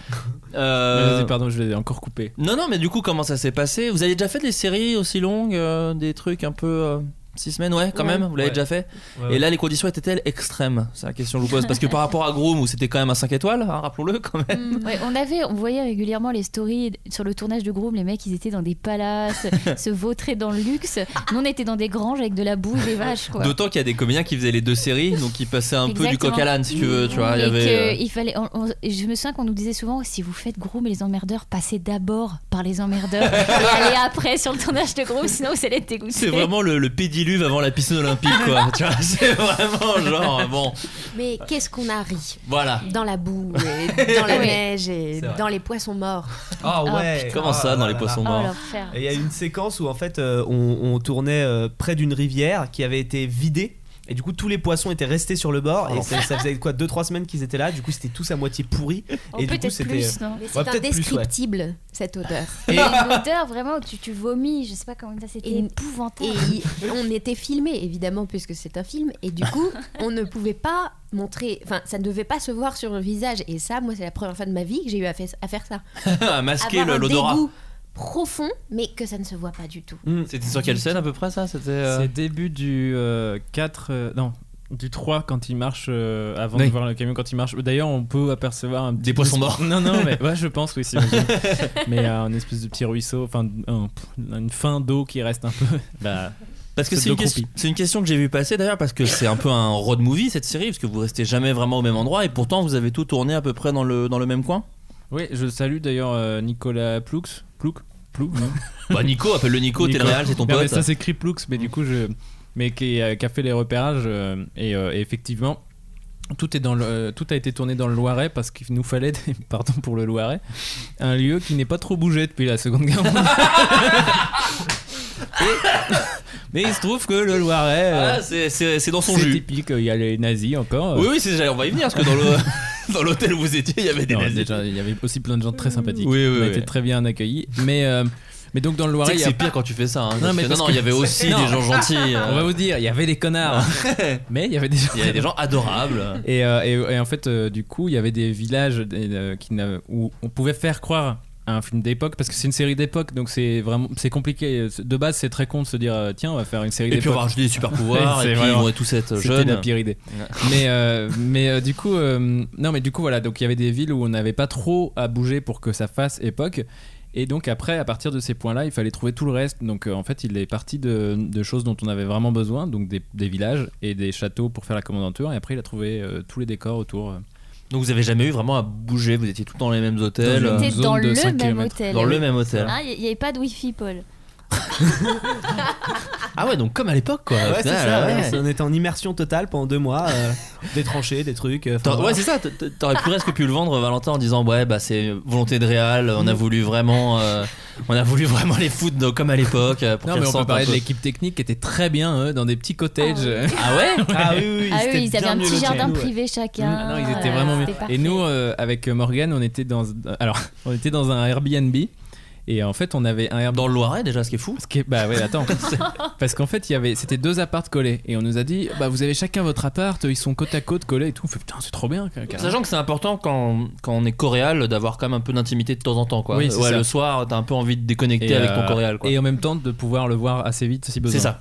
S4: Euh,
S5: Ah, Vas-y, pardon, je l'ai encore coupé.
S4: Non, non, mais du coup, comment ça s'est passé Vous avez déjà fait des séries aussi longues, euh, des trucs un peu. euh, Six semaines, ouais, quand
S6: Ouais.
S4: même, vous l'avez
S7: Ouais.
S4: déjà fait. Et
S7: Ouais, ouais.
S4: là, les conditions étaient-elles extrêmes C'est la question que je vous pose. Parce que par rapport à Groom, où c'était quand même à 5 étoiles, hein, rappelons-le quand même.
S8: Mm.
S6: Ouais, on avait, on voyait régulièrement les stories sur le tournage de Groom, les mecs ils étaient dans des palaces, se vautraient dans le luxe. Nous on était dans des granges avec de la boue, des vaches quoi.
S4: D'autant qu'il y a des comédiens qui faisaient les deux séries, donc ils passaient un peu du
S6: Exactement.
S4: coq à l'âne, si tu veux, tu vois. Il y
S6: Et
S4: avait. euh,
S6: que il fallait, on- on- et je me souviens qu'on nous disait souvent si vous faites Groom et les emmerdeurs, passez d'abord par les emmerdeurs et allez après sur le tournage de Groom, sinon vous allez être dégoûté.
S4: C'est vraiment le, le pédiluve avant la piscine olympique, quoi. tu vois, c'est vraiment genre, bon,
S8: Mais qu'est-ce qu'on a ri
S4: voilà.
S8: dans la boue, et dans la
S6: Oui.
S8: neige et
S7: C'est vrai.
S8: dans les poissons morts.
S7: Ah
S6: Ah,
S7: ouais.
S4: Comment ça,
S7: Ah
S4: dans
S7: là
S4: les
S7: là
S4: poissons
S6: Oh,
S4: morts
S6: l'enfer.
S7: Et il y a une séquence où en fait euh, on, on tournait euh, près d'une rivière qui avait été vidée. Et du coup, tous les poissons étaient restés sur le bord. et ça, ça faisait quoi 2-3 semaines qu'ils étaient là. Du coup, c'était tous à moitié pourris.
S6: Oh,
S7: et du coup,
S6: Peut-être
S7: c'était.
S6: plus, non
S8: Mais c'est
S7: Ouais, peut-être plus,
S8: indescriptible cette odeur.
S6: Il y a une odeur vraiment où tu, tu vomis, je sais pas comment ça, c'était
S8: Et- Et
S6: épouvantable.
S8: il- on était filmé évidemment puisque c'est un film et du coup on ne pouvait pas montrer, enfin ça ne devait pas se voir sur le visage et ça moi c'est la première fois de ma vie que j'ai eu à, fait- à faire ça.
S4: À masquer
S8: Avoir
S4: le-
S8: un
S4: l'odorat.
S8: dégoût profond mais que ça ne se voit pas du tout.
S4: C'était sur quelle scène à peu près ça C'était. euh,
S5: C'est début du euh, 4. euh, non, du 3 quand il marche, euh, avant
S4: Oui.
S5: de voir le camion quand il marche. D'ailleurs, on peut apercevoir un petit
S4: Des poissons morts.
S5: Non, non, mais ouais, je pense, oui, si. mais euh, un espèce de petit ruisseau, enfin, un- pff, une fin d'eau qui reste un peu. Bah,
S4: Parce que
S5: C'est
S4: c'est une,
S5: de
S4: question-
S5: croupies.
S4: c'est une question que j'ai vu passer d'ailleurs, parce que c'est un peu un road movie cette série, parce que vous restez jamais vraiment au même endroit, et pourtant vous avez tout tourné à peu près dans le, dans le même coin.
S5: oui, je salue d'ailleurs euh, Nicolas Ploux. Ploux Ploux non
S4: Bah Nico, appelle le Nico, t'es le
S5: Nico.
S4: réel, c'est ton
S5: Non, mais
S4: pote.
S5: ça c'est Criplux, mais du coup je, mais qui, euh, qui a fait les repérages euh, et, euh, et effectivement. Tout, est dans le, euh, tout a été tourné dans le Loiret parce qu'il nous fallait, des- pardon pour le Loiret, un lieu qui n'est pas trop bougé depuis la Seconde Guerre mondiale. Et- mais il se trouve que le Loiret, euh,
S4: Ah, c'est- c'est c'est dans son
S5: c'est
S4: jus.
S5: typique, il y a les nazis encore. Euh,
S4: Oui, oui, c'est- j'allais- on va y venir, parce que dans le- dans l'hôtel où vous étiez, il y avait des
S5: Non,
S4: nazis.
S5: déjà, il y avait aussi plein de gens très sympathiques.
S4: Oui, oui,
S5: On a
S4: oui.
S5: été très bien accueillis. Mais, euh, mais donc dans le
S4: Tu sais
S5: Loiret,
S4: que
S5: il y a
S4: c'est pire quand tu fais ça. hein, parce
S5: mais
S4: que- non,
S5: parce
S4: non,
S5: que-
S4: il y avait aussi
S5: Non.
S4: des gens gentils. euh,
S5: On va vous dire, il y avait des connards. mais il y avait des gens.
S4: Ah. Il y avait des gens adorables.
S5: Et, euh, et- et en fait, euh, du coup, il y avait des villages des, euh, qui n'a- où on pouvait faire croire à un film d'époque parce que c'est une série d'époque, donc c'est vraiment c'est compliqué. De base, c'est très con de se dire euh, tiens, on va faire une série
S4: Et puis on va
S5: d'époque.
S4: rajouter des super pouvoirs,
S5: C'est
S4: et puis ils
S5: vraiment-
S4: vont tous être
S5: C'était la
S4: jeunes.
S5: pire idée.
S4: Ouais.
S5: Mais euh, mais euh, du coup, euh, non, mais du coup, voilà. Donc il y avait des villes où on n'avait pas trop à bouger pour que ça fasse époque. Et donc après, à partir de ces points-là, il fallait trouver tout le reste. Donc euh, en fait, il est parti de, de choses dont on avait vraiment besoin, donc des, des villages et des châteaux pour faire la commandanture. Et après, il a trouvé euh, tous les décors autour.
S4: Donc vous avez jamais eu vraiment à bouger, vous étiez tout le temps dans les mêmes hôtels,
S5: Dans
S4: euh,
S5: une
S6: T'es
S5: zone
S6: dans
S5: de
S6: le
S5: cinq
S6: même
S5: kilomètres.
S6: hôtel.
S4: dans le même hôtel.
S6: Ah, Il n'y avait pas de wifi, Paul.
S4: Ah ouais, donc comme à l'époque quoi.
S7: Ouais,
S4: Au
S7: c'est
S4: final, hein.
S7: ça.
S4: ouais.
S7: ouais. On était en immersion totale pendant deux mois. euh, des tranchées, des trucs. euh, enfin,
S4: T'aurais- Ouais, c'est ça, t- t- t'aurais pu presque pu le vendre Valentin en disant ouais bah c'est volonté de Real, on a voulu vraiment euh, on a voulu vraiment les foutre dans- comme à l'époque euh, pour
S5: Non,
S4: qu'elles
S5: mais on peut
S4: sentent un
S5: parler de
S4: peu.
S5: l'équipe technique qui était très bien euh, dans des petits cottages.
S4: Ah ouais
S7: Ah oui, oui, oui,
S6: Ah
S7: c'était
S6: oui, ils avaient
S7: bien
S6: un
S7: mieux
S6: petit
S7: lotis que
S6: jardin
S7: nous, ouais.
S6: privé chacun.
S5: Ah non, ils étaient
S6: Voilà,
S5: vraiment bien.
S6: c'était parfait.
S5: Et nous, euh, avec Morgan, on était dans, alors, on était dans un Airbnb et en fait, on avait un Airbnb.
S4: Dans le Loiret Ah, déjà, ce qui est fou.
S5: ce qui est- Bah ouais, attends. Parce qu'en fait, il y avait, c'était deux appartes collés et on nous a dit, bah vous avez chacun votre appart, ils sont côte à côte collés et tout. On fait putain, c'est trop bien. car- car-
S4: Sachant que c'est important quand, quand on est coréal d'avoir quand même un peu d'intimité de temps en temps quoi.
S5: Oui, c'est
S4: ouais,
S5: ça.
S4: le soir, t'as un peu envie de déconnecter
S5: Et,
S4: avec ton
S5: euh,
S4: coréal quoi.
S5: Et en même temps, de pouvoir le voir assez vite si besoin.
S4: C'est ça.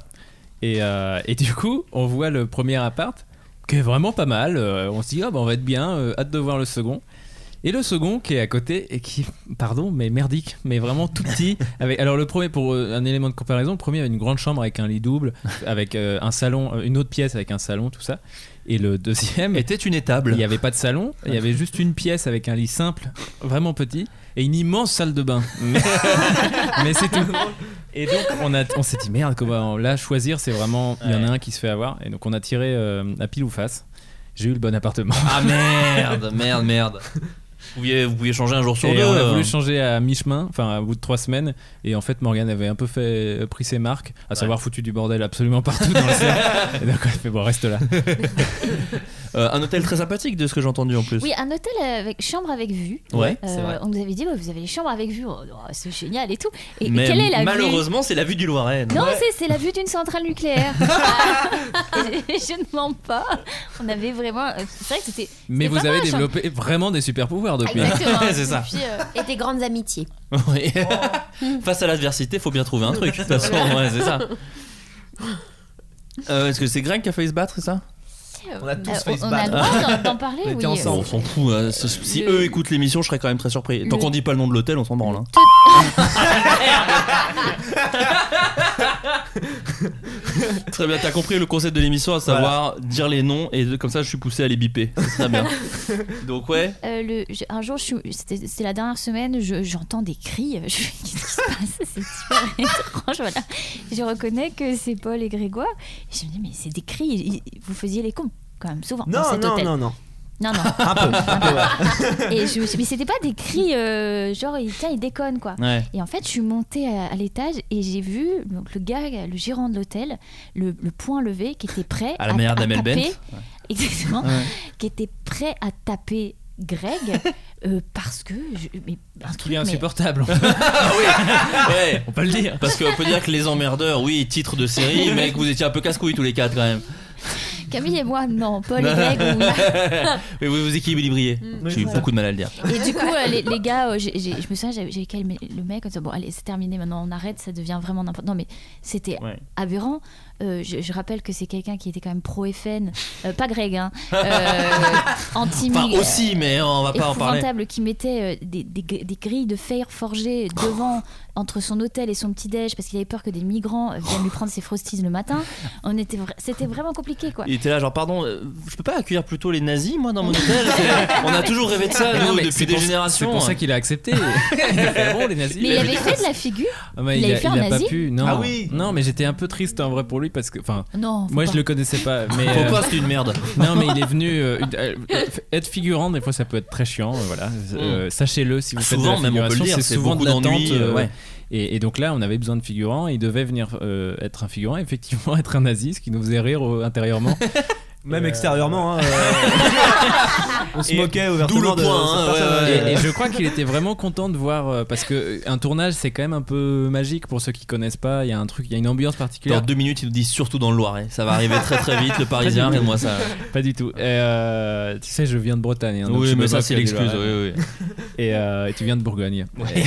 S5: Et, euh, et du coup, on voit le premier appart, qui est vraiment pas mal. euh, on se dit, ah bah on va être bien, euh, hâte de voir le second.
S4: Et le second qui est à côté et qui, pardon, mais merdique, mais vraiment tout petit. Avec, alors le premier, pour euh, un élément de comparaison, le premier a une grande chambre avec un lit double, avec euh, un salon, euh, une autre pièce avec un salon, tout ça. Et le deuxième, était une étable.
S5: il n'y avait pas de salon, il y avait juste une pièce avec un lit simple, vraiment petit, et une immense salle de bain. Mais, mais c'est tout. Et donc on, a- on s'est dit merde, comment, là choisir, c'est vraiment, il y en a un qui se fait avoir. Et donc on a tiré euh, à pile ou face. J'ai eu le bon appartement.
S4: Ah merde, merde, merde. Vous pouviez, vous pouviez changer un jour sur
S5: Et
S4: deux.
S5: on a
S4: euh.
S5: voulu changer à mi-chemin, enfin au bout de trois semaines, et en fait Morgan avait un peu fait, euh, pris ses marques, à savoir foutu du bordel absolument partout dans la salle. Et donc on a fait bon reste là.
S4: Euh, un hôtel très sympathique de ce que j'ai entendu en plus.
S6: Oui, un hôtel avec chambre avec vue.
S4: Ouais,
S6: Euh,
S4: c'est vrai.
S6: on nous avait dit, ouais, vous avez les chambres avec vue, Oh, oh, c'est génial et tout. Et
S4: Mais
S6: quelle est la vue
S4: malheureusement, c'est la vue du Loiret.
S6: Non, c'est- c'est la vue d'une centrale nucléaire. je, je ne mens pas. On avait vraiment. euh, C'est vrai que c'était.
S5: Mais
S6: c'était
S5: vous
S6: pas hein.
S5: avez
S6: mal, je-
S5: développé vraiment des super pouvoirs
S6: Ah,
S5: depuis.
S6: Exactement.
S4: C'est ça.
S6: Et puis, euh,
S7: Ah.
S8: Et tes grandes amitiés.
S4: Oui. Face à l'adversité, faut bien trouver un truc. De toute façon, ouais, c'est ça. Euh, Est-ce que c'est Greg qui a failli se battre, c'est ça
S7: On a tous
S6: euh,
S7: failli se
S6: on a le
S7: battre.
S6: droit d'en- d'en parler.
S7: On était
S6: oui. euh,
S4: Ah, On
S7: ensemble.
S4: s'en fout. hein. Si- Si eux écoutent l'émission, je serais quand même très surpris. Tant
S6: Le-
S4: qu'on dit pas le nom de l'hôtel, on s'en branle. hein. Très bien, t'as compris le concept de l'émission, à savoir dire les noms et de- comme ça je suis poussé à les biper. C'est très bien. Donc ouais.
S6: Euh, le- je- un jour, je suis- c'était c'est la dernière semaine, je- j'entends des cris. euh, Je fais, Qu'est-ce qui se passe C'est super étrange. Voilà. Je reconnais que c'est Paul et Grégoire. Et je me dis, mais c'est des cris. Ils- ils- Vous faisiez les cons, quand même, souvent. dans
S7: Non,
S6: cet
S7: non,
S6: hôtel.
S7: non, non.
S6: Non, non.
S7: Un peu. un peu, ouais.
S6: Et je, mais c'était pas des cris, euh, genre, il- tiens, il déconne, quoi.
S4: Ouais.
S6: Et en fait, je suis montée à, à l'étage et j'ai vu donc, le gars, le gérant de l'hôtel, le, le point levé, qui était prêt
S4: À la manière d'Amel
S6: taper-
S4: Bent. Ouais.
S6: Exactement.
S4: Ouais.
S6: Qui était prêt à taper Greg euh, parce que. Je, mais, un truc,
S5: Il est
S6: mais-
S5: insupportable.
S4: Ah Ouais, on peut le dire. Parce qu'on peut dire que les emmerdeurs, oui, titre de série, mec, vous étiez un peu casse-couille tous les quatre quand même.
S6: Camille et moi, non. Paul et Greg, oui. Mm.
S4: Mais vous vous équilibriez. J'ai eu beaucoup de mal à le dire.
S6: Et du coup, euh, les, les gars, euh, j'ai- j'ai- je me souviens, j'avais j'avais calmé le mec en disant Bon, allez, c'est terminé, maintenant on arrête, ça devient vraiment n'importe Non, mais c'était
S4: Ouais.
S6: aberrant. Euh, je, je rappelle que c'est quelqu'un qui était quand même pro-FN, euh, pas Greg, hein, euh, anti
S4: Enfin, aussi, mais on va pas en parler.
S6: épouvantable qui mettait euh, des, des gr- des grilles de fer forgées
S4: Oh.
S6: devant entre son hôtel et son petit déj parce qu'il avait peur que des migrants euh, viennent lui prendre ses frosties le matin. On était vra- c'était vraiment compliqué quoi.
S4: Il était là, genre, pardon, euh, je peux pas accueillir plutôt les nazis, moi, dans mon hôtel C'est- On a toujours rêvé de ça,
S5: Mais non,
S4: nous,
S5: mais
S4: depuis
S5: c'est
S4: des
S5: pour- C'est
S4: générations.
S5: pour ça qu'il a accepté. Il a fait, ah bon, les nazis.
S6: Mais il avait fait de la figure.
S5: Ah, mais
S6: il
S5: il
S6: avait
S5: a,
S6: fait un
S5: il a pas
S6: nazi
S5: pu. Non,
S7: Ah oui.
S5: non, mais j'étais un peu triste en vrai pour lui parce que, enfin,
S6: Non. faut
S5: moi
S6: pas.
S5: je le connaissais pas. Mais euh,
S4: Pourquoi c'est une merde
S5: non, mais il est venu euh, une- euh, être figurant. Des fois, ça peut être très chiant. euh, voilà, Euh, sachez-le si vous faites de la
S4: Mm. Souvent, même on peut le
S5: figuration,
S4: dire,
S5: c'est
S4: c'est
S5: souvent
S4: beaucoup
S5: de l'attente.
S4: d'ennuis.
S5: euh,
S4: euh, ouais.
S5: Et, et donc là, on avait besoin de figurants. Il devait venir euh, être un figurant, effectivement, être un nazi, ce qui nous faisait rire euh, intérieurement.
S7: Même
S5: Euh,
S7: extérieurement. hein, euh, on se
S4: Et
S7: moquait
S4: d'où
S7: ouvertement
S4: le
S7: de
S4: point,
S7: cette
S4: hein,
S7: personne.
S4: ouais, ouais, ouais.
S5: Et, et je crois qu'il était vraiment content de voir euh, parce que euh, un tournage c'est quand même un peu magique pour ceux qui connaissent pas. Il y a un truc, il y a une ambiance
S4: Dans
S5: particulière.
S4: deux minutes, il nous dit surtout dans le Loiret. Ça va arriver très très vite, le Parisien,
S5: Pas du tout.
S4: regarde-moi ça.
S5: Pas du tout. Et, euh, tu sais, je viens de Bretagne. hein, donc je
S4: Oui,
S5: me
S4: mais ça,
S5: moque
S4: c'est
S5: du
S4: l'excuse.
S5: Loiret.
S4: Oui, oui.
S5: Et, euh, et tu viens de Bourgogne.
S4: Ouais, je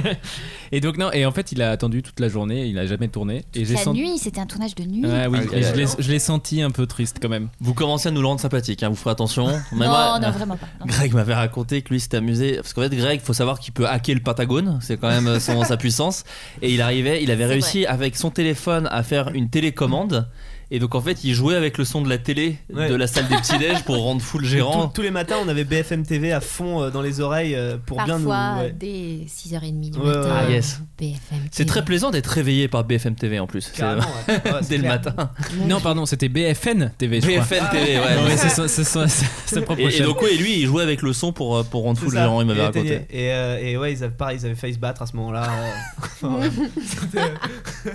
S4: sais.
S5: Et donc non. Et en fait, il a attendu toute la journée. Il a jamais tourné. Et j'ai
S6: La
S5: senti.
S6: nuit, c'était un tournage de nuit.
S5: Ouais, oui,
S4: Ah,
S5: et je
S4: ok.
S5: l'ai- je l'ai senti un peu triste quand même.
S4: Vous commencez à nous le rendre sympathique, hein, vous ferez attention. Mais
S6: non,
S4: moi-
S5: euh,
S6: non, vraiment pas. Non.
S4: Greg m'avait raconté que lui s'était amusé parce qu'en fait Greg faut savoir qu'il peut hacker le Pentagone c'est quand même euh, son, sa puissance et il arrivait il avait
S6: C'est
S4: réussi avec son téléphone à faire une télécommande et donc en fait il jouait avec le son de la télé
S7: Ouais.
S4: de la salle des petits déj pour rendre fou le
S7: Tous,
S4: gérant euh,
S7: tous les matins, on avait BFM TV à fond euh, dans les oreilles euh, pour bien nous.
S8: Parfois,
S7: ouais.
S8: dès 6h30 du
S7: Ouais,
S8: matin.
S7: ouais, ouais. Ah,
S4: yes.
S8: BFM.
S4: c'est très plaisant d'être réveillé par BFM TV en plus C'est-
S7: Carrément, ouais. Ouais, c'est
S4: dès le
S7: clair.
S4: matin
S5: Non, pardon, c'était BFN TV. Je crois.
S4: BFM TV ouais
S5: Non, mais c'est son- c'est son- c'est sa propre
S4: et, et
S5: chaîne.
S4: donc ouais, lui il jouait avec le son pour, euh, pour rendre
S7: C'est
S4: fou le
S7: ça.
S4: gérant il m'avait
S7: Et
S4: raconté
S7: éteignait. Et, euh, et ouais, ils avaient, pareil, ils avaient failli se battre à ce moment-là. euh. Enfin, ouais.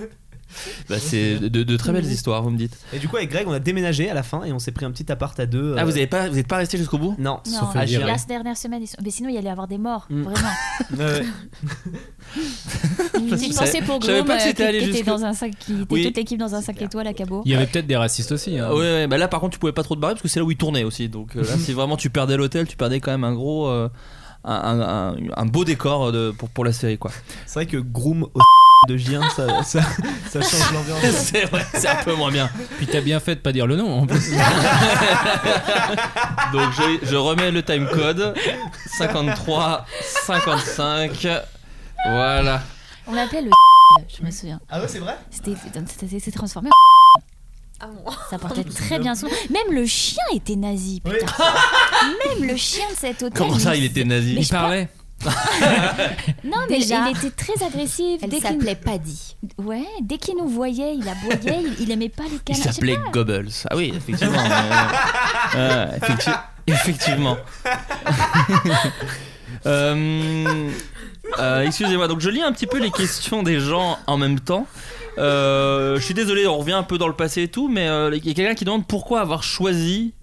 S4: Bah, c'est de, de très belles histoires vous me dites
S7: Et du coup, avec Greg, on a déménagé à la fin et on s'est pris un petit appart à deux.
S4: ah
S7: euh,
S4: vous n'êtes pas, vous êtes pas resté jusqu'au bout
S7: Non.
S6: Non,
S5: Sauf
S4: Ah,
S6: la
S5: virer.
S6: la dernière semaine, ils sont- mais sinon il y allait avoir des morts,
S4: Hmm.
S7: Mm.
S6: vraiment.
S7: Euh,
S6: J'ai
S4: Je
S6: une
S4: savais-
S6: pensée pour
S4: je savais
S6: Groom
S4: pas que
S6: euh, qui,
S4: c'était allé
S6: qui était
S4: jusque-
S6: dans un 5 qui était
S4: Oui.
S6: toute l'équipe dans un 5 étoiles à Cabo.
S5: Il y avait peut-être des racistes aussi. hein.
S4: Ah Ouais, ouais, bah là par contre tu pouvais pas trop te barrer parce que c'est là où ils tournaient aussi. Donc euh, là si vraiment tu perdais l'hôtel, tu perdais quand même un gros, euh, un, un- un- un beau décor de, euh, pour, pour la série quoi.
S7: c'est vrai que Groom au de Gien, ça, ça, ça change l'ambiance.
S4: c'est vrai, c'est un peu moins bien.
S5: Puis t'as bien fait de pas dire le nom en plus.
S4: Donc je, je remets le time code 53 55. Voilà.
S6: On l'appelait le. Je me souviens.
S7: Ah ouais, c'est vrai
S6: C'était c'était- c'était transformé.
S8: Ah bon
S6: Ça portait très bien son. Même le chien était nazi.
S7: Oui.
S6: Putain. Même le chien de cet hôtel.
S4: Comment ça, il était nazi
S6: Mais
S4: Il
S6: je crois-
S5: Parlait.
S6: Non, mais
S8: Déjà.
S6: il était très agressif.
S8: Elle
S6: dès qu'il
S8: s'appelait Paddy.
S6: Ouais, dès qu'il nous voyait, il aboyait, il, il aimait pas les
S4: Il
S6: câlins. Je sais
S4: s'appelait Goebbels. Ah oui, effectivement. euh, euh, effecti- effectivement. Euh, euh, Excusez-moi, donc je lis un petit peu les questions des gens en même temps. Euh, je suis désolé, on revient un peu dans le passé et tout, mais euh, il y a quelqu'un qui demande pourquoi avoir choisi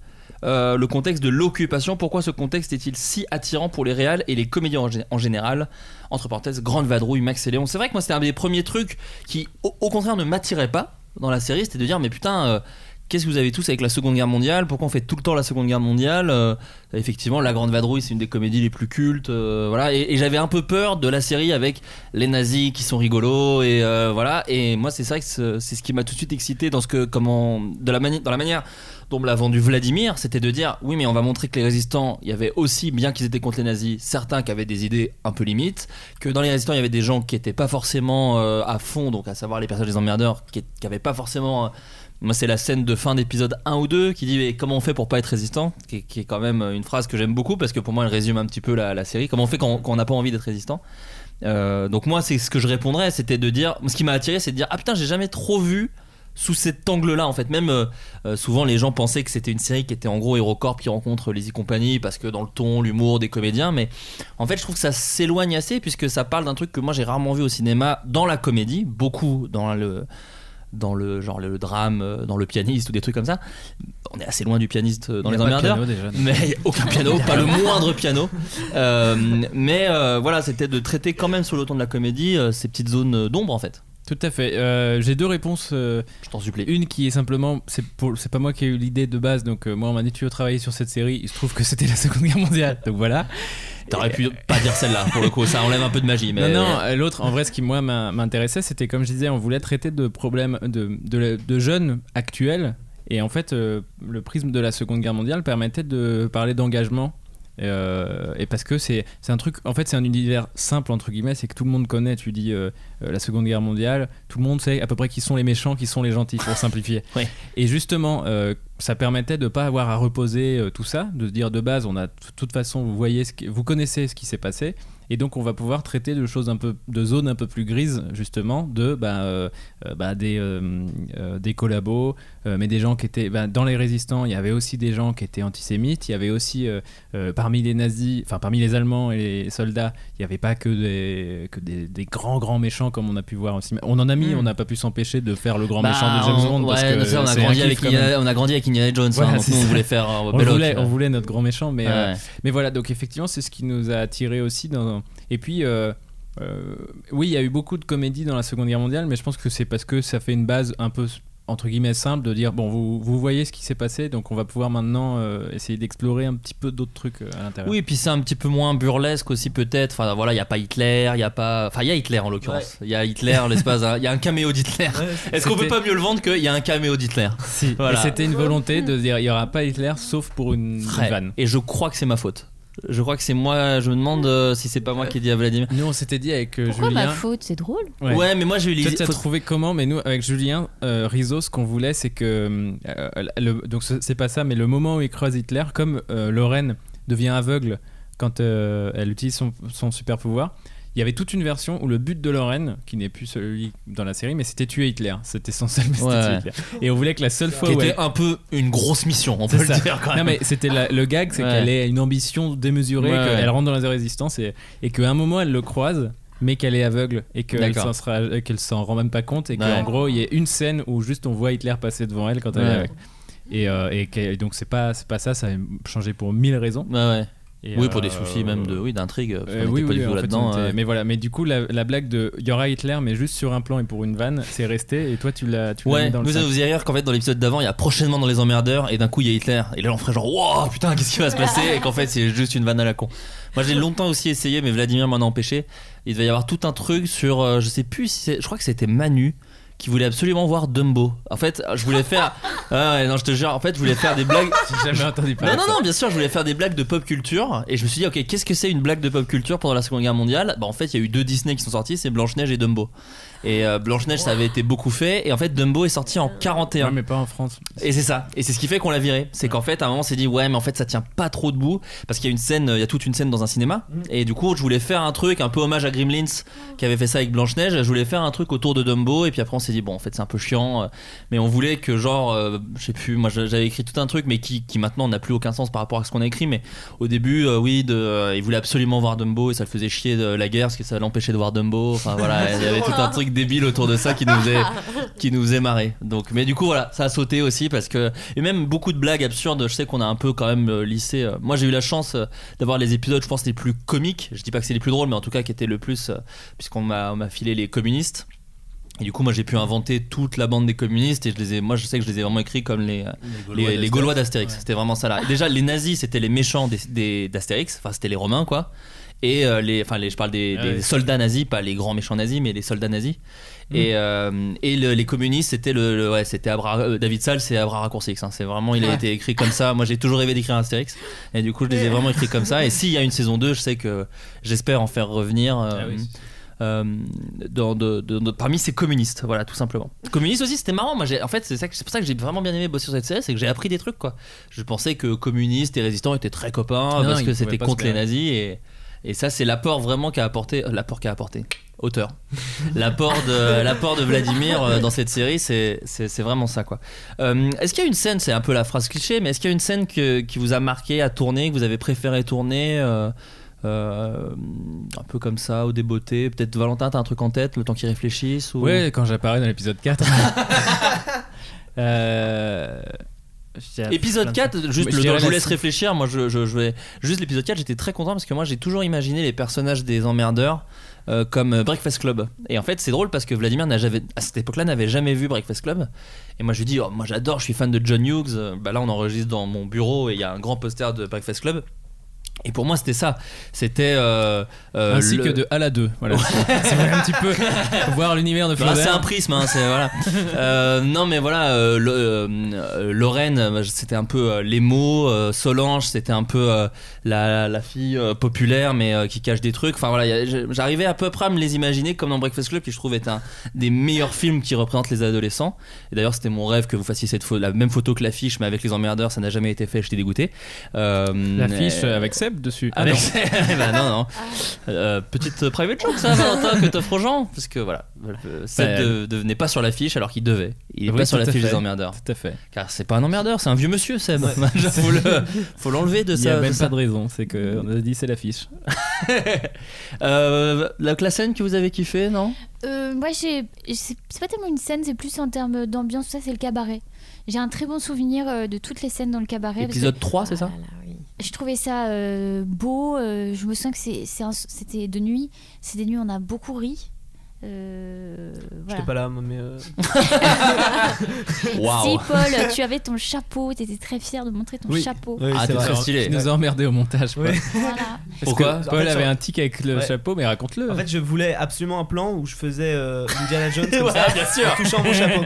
S4: euh, le contexte de l'occupation, pourquoi ce contexte est-il si attirant pour les réals et les comédiens en, gé- en général Entre parenthèses, Grande Vadrouille, Max et Léon. C'est vrai que moi, c'était un des premiers trucs qui, au, au contraire, ne m'attirait pas dans la série, c'était de dire, mais putain. euh, Qu'est-ce que vous avez tous avec la Seconde Guerre mondiale Pourquoi on fait tout le temps la Seconde Guerre mondiale Euh, Effectivement, La Grande Vadrouille, c'est une des comédies les plus cultes. euh, voilà. Et, et j'avais un peu peur de la série avec les nazis qui sont rigolos. Et euh, voilà. Et moi, c'est vrai que c'est c'est ce qui m'a tout de suite excité dans, ce que, comment, de la, mani- dans la manière dont me l'a vendu Vladimir. C'était de dire oui, mais on va montrer que les résistants, il y avait aussi, bien qu'ils étaient contre les nazis, certains qui avaient des idées un peu limites. Que dans les résistants, il y avait des gens qui n'étaient pas forcément euh, à fond, donc à savoir les personnages des emmerdeurs, qui n'avaient pas forcément. euh, moi, c'est la scène de fin d'épisode 1 ou 2 qui dit mais comment on fait pour pas être résistant qui, est- qui est quand même une phrase que j'aime beaucoup parce que pour moi elle résume un petit peu la, la série. Comment on fait quand on- quand on n'a pas envie d'être résistant Euh, Donc, moi, c'est ce que je répondrais c'était de dire. Ce qui m'a attiré, c'est de dire Ah putain, j'ai jamais trop vu sous cet angle-là en fait. Même euh, euh, souvent, les gens pensaient que c'était une série qui était en gros HeroCorp qui rencontre les e compagnie parce que dans le ton, l'humour des comédiens, mais en fait, je trouve que ça s'éloigne assez puisque ça parle d'un truc que moi j'ai rarement vu au cinéma dans la comédie, beaucoup dans le dans le genre le drame, euh, dans le pianiste ou des trucs comme ça. On est assez loin du pianiste euh, dans
S5: Il y
S4: les
S5: a pas de
S4: emmerdeurs.
S5: piano, déjà, non.
S4: Ah, Mais y a aucun piano, pas le moindre piano. Euh, mais euh, voilà, c'était de traiter quand même sur le ton de la comédie euh, ces petites zones euh, d'ombre en fait.
S5: Tout à fait. Euh, J'ai deux réponses. euh,
S4: Je t'en supplie.
S5: Une qui est simplement, c'est pour- c'est pas moi qui ai eu l'idée de base, donc euh, moi on m'a dit tu veux travailler sur cette série, il se trouve que c'était la Seconde Guerre mondiale, donc voilà.
S4: T'aurais pu pas dire celle-là pour le coup, ça enlève un peu de magie. Mais
S5: Non, non, euh, l'autre, en vrai, ce qui moi m'in- m'intéressait, c'était comme je disais, on voulait traiter de problèmes de, de, la- de jeunes actuels, et en fait, euh, le prisme de la Seconde Guerre mondiale permettait de parler d'engagement. euh, et parce que c'est c'est un truc, en fait, c'est un univers simple entre guillemets, c'est que tout le monde connaît. Tu dis euh, euh, la Seconde Guerre mondiale, tout le monde sait à peu près qui sont les méchants, qui sont les gentils, pour simplifier.
S4: Ouais.
S5: Et justement, euh, ça permettait de pas avoir à reposer euh, tout ça, de se dire de base, on a de toute façon, vous voyez, ce qui- vous connaissez ce qui s'est passé, et donc on va pouvoir traiter de choses un peu, de zones un peu plus grises justement, de bah, euh, euh, bah, des euh, euh, des collabos, euh, mais des gens qui étaient bah, dans les résistants, il y avait aussi des gens qui étaient antisémites, il y avait aussi euh, euh, parmi les nazis, enfin parmi les Allemands et les soldats, il n'y avait pas que des que des, des grands grands méchants comme on a pu voir. au cinéma. On en a mis,
S4: Mm.
S5: on n'a pas pu s'empêcher de faire le grand
S4: Bah,
S5: méchant de James
S4: on-
S5: Bond parce
S4: ouais,
S5: que
S4: ça, on, a
S5: c'est un
S4: grandi
S5: kiff
S4: avec
S5: quand même.
S4: Indiana, on a grandi avec Indiana Jones,
S5: Voilà,
S4: hein, donc
S5: c'est
S4: nous on
S5: ça.
S4: voulait faire euh,
S5: On
S4: Belloc,
S5: voulait,
S4: là.
S5: on voulait notre grand méchant, mais,
S4: Ouais.
S5: euh, mais voilà, donc effectivement, c'est ce qui nous a attiré aussi. Dans... Et puis, euh, euh, oui, il y a eu beaucoup de comédies dans la Seconde Guerre mondiale, mais je pense que c'est parce que ça fait une base un peu entre guillemets simple de dire bon vous, vous voyez ce qui s'est passé donc on va pouvoir maintenant euh, essayer d'explorer un petit peu d'autres trucs euh, à l'intérieur
S4: Oui, et puis c'est un petit peu moins burlesque aussi peut-être. Enfin voilà, il y a pas Hitler, il y a pas, enfin il y a Hitler en l'occurrence. Il y a Hitler, l'espace, il y a un caméo d'Hitler. Est-ce qu'on peut
S5: C'était-
S4: pas mieux le vendre qu'il y a un caméo d'Hitler
S5: Si.
S4: Voilà.
S5: Et c'était une volonté de dire il y aura pas Hitler sauf pour une, une
S4: Très.
S5: vanne
S4: Et je crois que c'est ma faute. Je crois que c'est moi. Je me demande euh, si c'est pas moi qui ai dit à Vladimir.
S5: nous on s'était dit avec euh,
S6: Pourquoi
S5: Julien
S6: ma faute C'est drôle.
S4: Ouais,
S5: Ouais.
S4: mais moi j'ai eu
S5: Toi,
S4: l'idée.
S5: t'as
S4: faut-
S5: trouvé comment Mais nous, avec Julien euh, Rizzo, ce qu'on voulait, c'est que. euh, le- donc, ce- c'est pas ça, mais le moment où il creuse Hitler, comme euh, Lorraine devient aveugle quand euh, elle utilise son, son super pouvoir, il y avait toute une version où le but de Lorraine, qui n'est plus celui dans la série, mais c'était tuer Hitler. C'était son seul but, c'était
S4: Ouais,
S5: tuer
S4: ouais.
S5: Hitler. Et on voulait que la seule fois
S4: Qui
S5: où elle-
S4: était un peu une grosse mission, on peut
S5: C'est
S4: le
S5: ça.
S4: dire quand
S5: non
S4: même.
S5: mais c'était la- le gag, c'est
S4: Ouais.
S5: qu'elle ait une ambition démesurée,
S4: Ouais, ouais.
S5: qu'elle rentre dans la résistance et, et qu'à un moment elle le croise, mais qu'elle est aveugle et qu'elle
S4: D'accord.
S5: s'en sera- qu'elle s'en rend même pas compte et
S4: Ouais.
S5: qu'en gros il y a une scène où juste on voit Hitler passer devant elle quand elle
S4: Ouais.
S5: est aveugle. Et, euh, et qu'elle- donc c'est pas c'est pas ça, ça a changé pour mille raisons.
S4: Bah Ouais, ouais.
S5: Et,
S4: Oui, pour des
S5: euh,
S4: soucis même de, oui, d'intrigue. parce qu'on
S5: Euh,
S4: était
S5: oui,
S4: pas
S5: oui,
S4: du
S5: en
S4: tout
S5: fait,
S4: là-dedans.
S5: on était-
S4: euh.
S5: Mais voilà, mais du coup, la, la blague de il y aura Hitler, mais juste sur un plan et pour une vanne, c'est resté. Et toi, tu l'as tu l'as
S4: Ouais,
S5: mis dans le
S4: vous
S5: sac.
S4: vous allez rire qu'en fait dans l'épisode d'avant, il y a prochainement dans les emmerdeurs et d'un coup il y a Hitler. Et là on ferait genre wow putain qu'est-ce qui va se passer et qu'en fait c'est juste une vanne à la con. Moi j'ai longtemps aussi essayé mais Vladimir m'en a empêché. Il devait y avoir tout un truc sur euh, je sais plus si c'est- je crois que c'était Manu qui voulait absolument voir Dumbo. En fait je voulais faire Ah ouais, non je te jure en fait je voulais faire des blagues
S5: J'ai jamais entendu
S4: non,
S5: parler.
S4: non, non, bien sûr, je voulais faire des blagues de pop culture. Et je me suis dit, ok, qu'est-ce que c'est une blague de pop culture pendant la Seconde Guerre mondiale Bah, en fait, il y a eu deux Disney qui sont sortis, c'est Blanche-Neige et Dumbo. Et euh, Blanche-Neige, ça avait été beaucoup fait. Et en fait, Dumbo est sorti en 41.
S5: Ouais, mais pas en France.
S4: Et c'est ça. Et c'est ce qui fait qu'on l'a viré. C'est qu'en fait, à un moment, on s'est dit, ouais, mais en fait, ça tient pas trop debout. Parce qu'il y a une scène, euh, il y a toute une scène dans un cinéma. Et du coup, je voulais faire un truc, un peu hommage à Gremlins, qui avait fait ça avec Blanche-Neige. Je voulais faire un truc autour de Dumbo. Et puis après, on s'est dit, bon, en fait, c'est un peu chiant. euh, Mais on voulait que, genre, euh, je sais plus, moi, j'a- j'avais écrit tout un truc, mais qui, qui maintenant n'a plus aucun sens par rapport à ce qu'on a écrit. Mais au début, euh, oui, de, euh, il voulait absolument voir Dumbo. Et ça le faisait chier de la guerre, parce que ça l'empêchait de voir Dumbo. Enfin, voilà, il y avait tout un truc débile autour de ça qui nous faisait qui nous faisait marrer. Donc, mais du coup, voilà, ça a sauté aussi parce que. Et même beaucoup de blagues absurdes, je sais qu'on a un peu quand même euh, lissé. euh, Moi, j'ai eu la chance euh, d'avoir les épisodes, je pense, les plus comiques. Je dis pas que c'est les plus drôles, mais en tout cas, qui étaient le plus. euh, Puisqu'on m'a on m'a filé les communistes. Et du coup, moi, j'ai pu inventer toute la bande des communistes et je les ai. Moi, je sais que je les ai vraiment écrits comme les. euh, les, les Gaulois d'Astérix, c'était vraiment ça là. Et Déjà, les nazis, c'était les méchants des- des- d'Astérix, enfin, c'était les Romains, quoi. Et euh, les, enfin, les, je parle des,
S5: Ah
S4: des
S5: ouais.
S4: soldats nazis, pas les grands méchants nazis, mais les soldats nazis. Et, euh, et le- les communistes, c'était le, le- ouais, c'était à bras- euh, David Salle, c'est à bras raccourcis. hein. C'est vraiment, il a
S6: Ouais.
S4: été écrit comme ça. Moi, j'ai toujours rêvé d'écrire un Astérix, et du coup, je les ai vraiment écrits comme ça. Et s'il y a une saison 2 je sais que j'espère en faire revenir. euh,
S5: Ah oui, c'est-
S4: euh, dans- de- de- de- parmi ces communistes, voilà, tout simplement. Communistes aussi, c'était marrant. Moi, j'ai- en fait, c'est ça que- c'est pour ça que j'ai vraiment bien aimé bosser sur cette série, c'est que j'ai appris des trucs, quoi. Je pensais que communistes et résistants étaient très copains
S5: Non,
S4: parce
S5: ils
S4: que
S5: pouvaient
S4: c'était
S5: pas
S4: contre
S5: se
S4: les
S5: garer.
S4: nazis et, et ça, c'est l'apport vraiment qu'a apporté, euh, l'apport qu'a apporté, auteur, l'apport de, l'apport de Vladimir euh, dans cette série, c'est, c'est, c'est vraiment ça, quoi. Euh, est-ce qu'il y a une scène, c'est un peu la phrase cliché, mais est-ce qu'il y a une scène que- qui vous a marqué à tourner, que vous avez préféré tourner? euh, euh, un peu comme ça, au débeauté. Peut-être Valentin, t'as un truc en tête, le temps qu'ils réfléchissent ou...
S5: Ouais, quand j'apparais dans l'épisode 4. Euh, j'ai appris
S4: Épisode
S5: plein de
S4: 4, juste le
S5: Mais je
S4: temps,
S5: dirais
S4: je vous
S5: la-
S4: laisse réfléchir. Moi, je, je, je vais. Juste l'épisode 4, j'étais très content parce que moi, j'ai toujours imaginé les personnages des emmerdeurs euh, comme euh, Breakfast Club. Et en fait, c'est drôle parce que Vladimir, n'a jamais, à cette époque-là, n'avait jamais vu Breakfast Club. Et moi, je lui dis, oh, moi, j'adore, je suis fan de John Hughes. Euh, Bah, là, on enregistre dans mon bureau et il y a un grand poster de Breakfast Club. Et pour moi, c'était ça. C'était. euh, euh,
S5: Ainsi
S4: le-
S5: que de Ala 2. Voilà. si vous voulez un petit peu voir l'univers de
S4: Ah, c'est un
S5: Flaubert.
S4: prisme, hein, c'est voilà. Euh, non, mais voilà, euh, le- euh, Lorraine, euh, c'était un peu euh, les mots. euh, Solange, c'était un peu euh, la, la fille euh, populaire, mais euh, qui cache des trucs. Enfin voilà, y a- je- j'arrivais à peu près à me les imaginer comme dans Breakfast Club, qui je trouve est un des meilleurs films qui représente les adolescents. Et d'ailleurs, c'était mon rêve que vous fassiez cette pho- la même photo que l'affiche, mais avec les emmerdeurs, ça n'a jamais été fait. J'étais dégoûté. Euh,
S5: L'affiche
S4: euh,
S5: euh, avec Seb dessus.
S4: ah
S5: Avec-
S4: non. Bah non, non.
S6: Ah.
S4: Euh, petite euh, private joke, ça, Valentin, que t'offres aux gens. Parce que voilà, euh, Seb
S5: Bah,
S4: de- devenait pas sur l'affiche alors qu'il devait. Il est
S5: Oui,
S4: pas sur
S5: tout à
S4: l'affiche
S5: fait.
S4: des emmerdeurs.
S5: Tout à fait.
S4: Car c'est pas un emmerdeur, c'est un vieux monsieur, Seb. faut le- faut l'enlever de
S5: Il n'y a
S4: ça.
S5: même pas de raison, c'est qu'on a dit c'est l'affiche.
S4: Euh, la, la scène que vous avez kiffé, non
S6: Euh, moi, j'ai- c'est c'est pas tellement une scène, c'est plus en termes d'ambiance, tout ça, c'est le cabaret. J'ai un très bon souvenir euh, de toutes les scènes dans le cabaret. parce que
S4: Épisode 3, c'est ça
S8: Ah là là, oui.
S6: Je trouvais ça euh, beau. euh, je me souviens que c'est- c'est un- c'était de nuit. C'est des nuits, on a beaucoup ri. Euh, voilà.
S7: J'étais pas là, moi, mais. euh,
S6: Si,
S4: Waouh
S6: Paul, tu avais ton chapeau. Tu étais très fier de montrer ton
S7: Oui.
S6: chapeau.
S7: oui,
S4: Ah,
S7: c'est
S4: t'es
S7: vrai.
S4: très stylé.
S5: Tu nous as emmerdés au montage. quoi.
S7: Ouais.
S6: Voilà.
S5: Parce
S4: Pourquoi
S5: que Paul
S7: En fait,
S5: avait
S7: sur-
S5: un tic avec le
S7: Ouais.
S5: chapeau, mais raconte-le.
S7: En fait, je voulais absolument un plan où je faisais euh, Indiana Jones comme
S4: Ouais,
S7: ça,
S4: bien sûr.
S7: en touchant mon chapeau.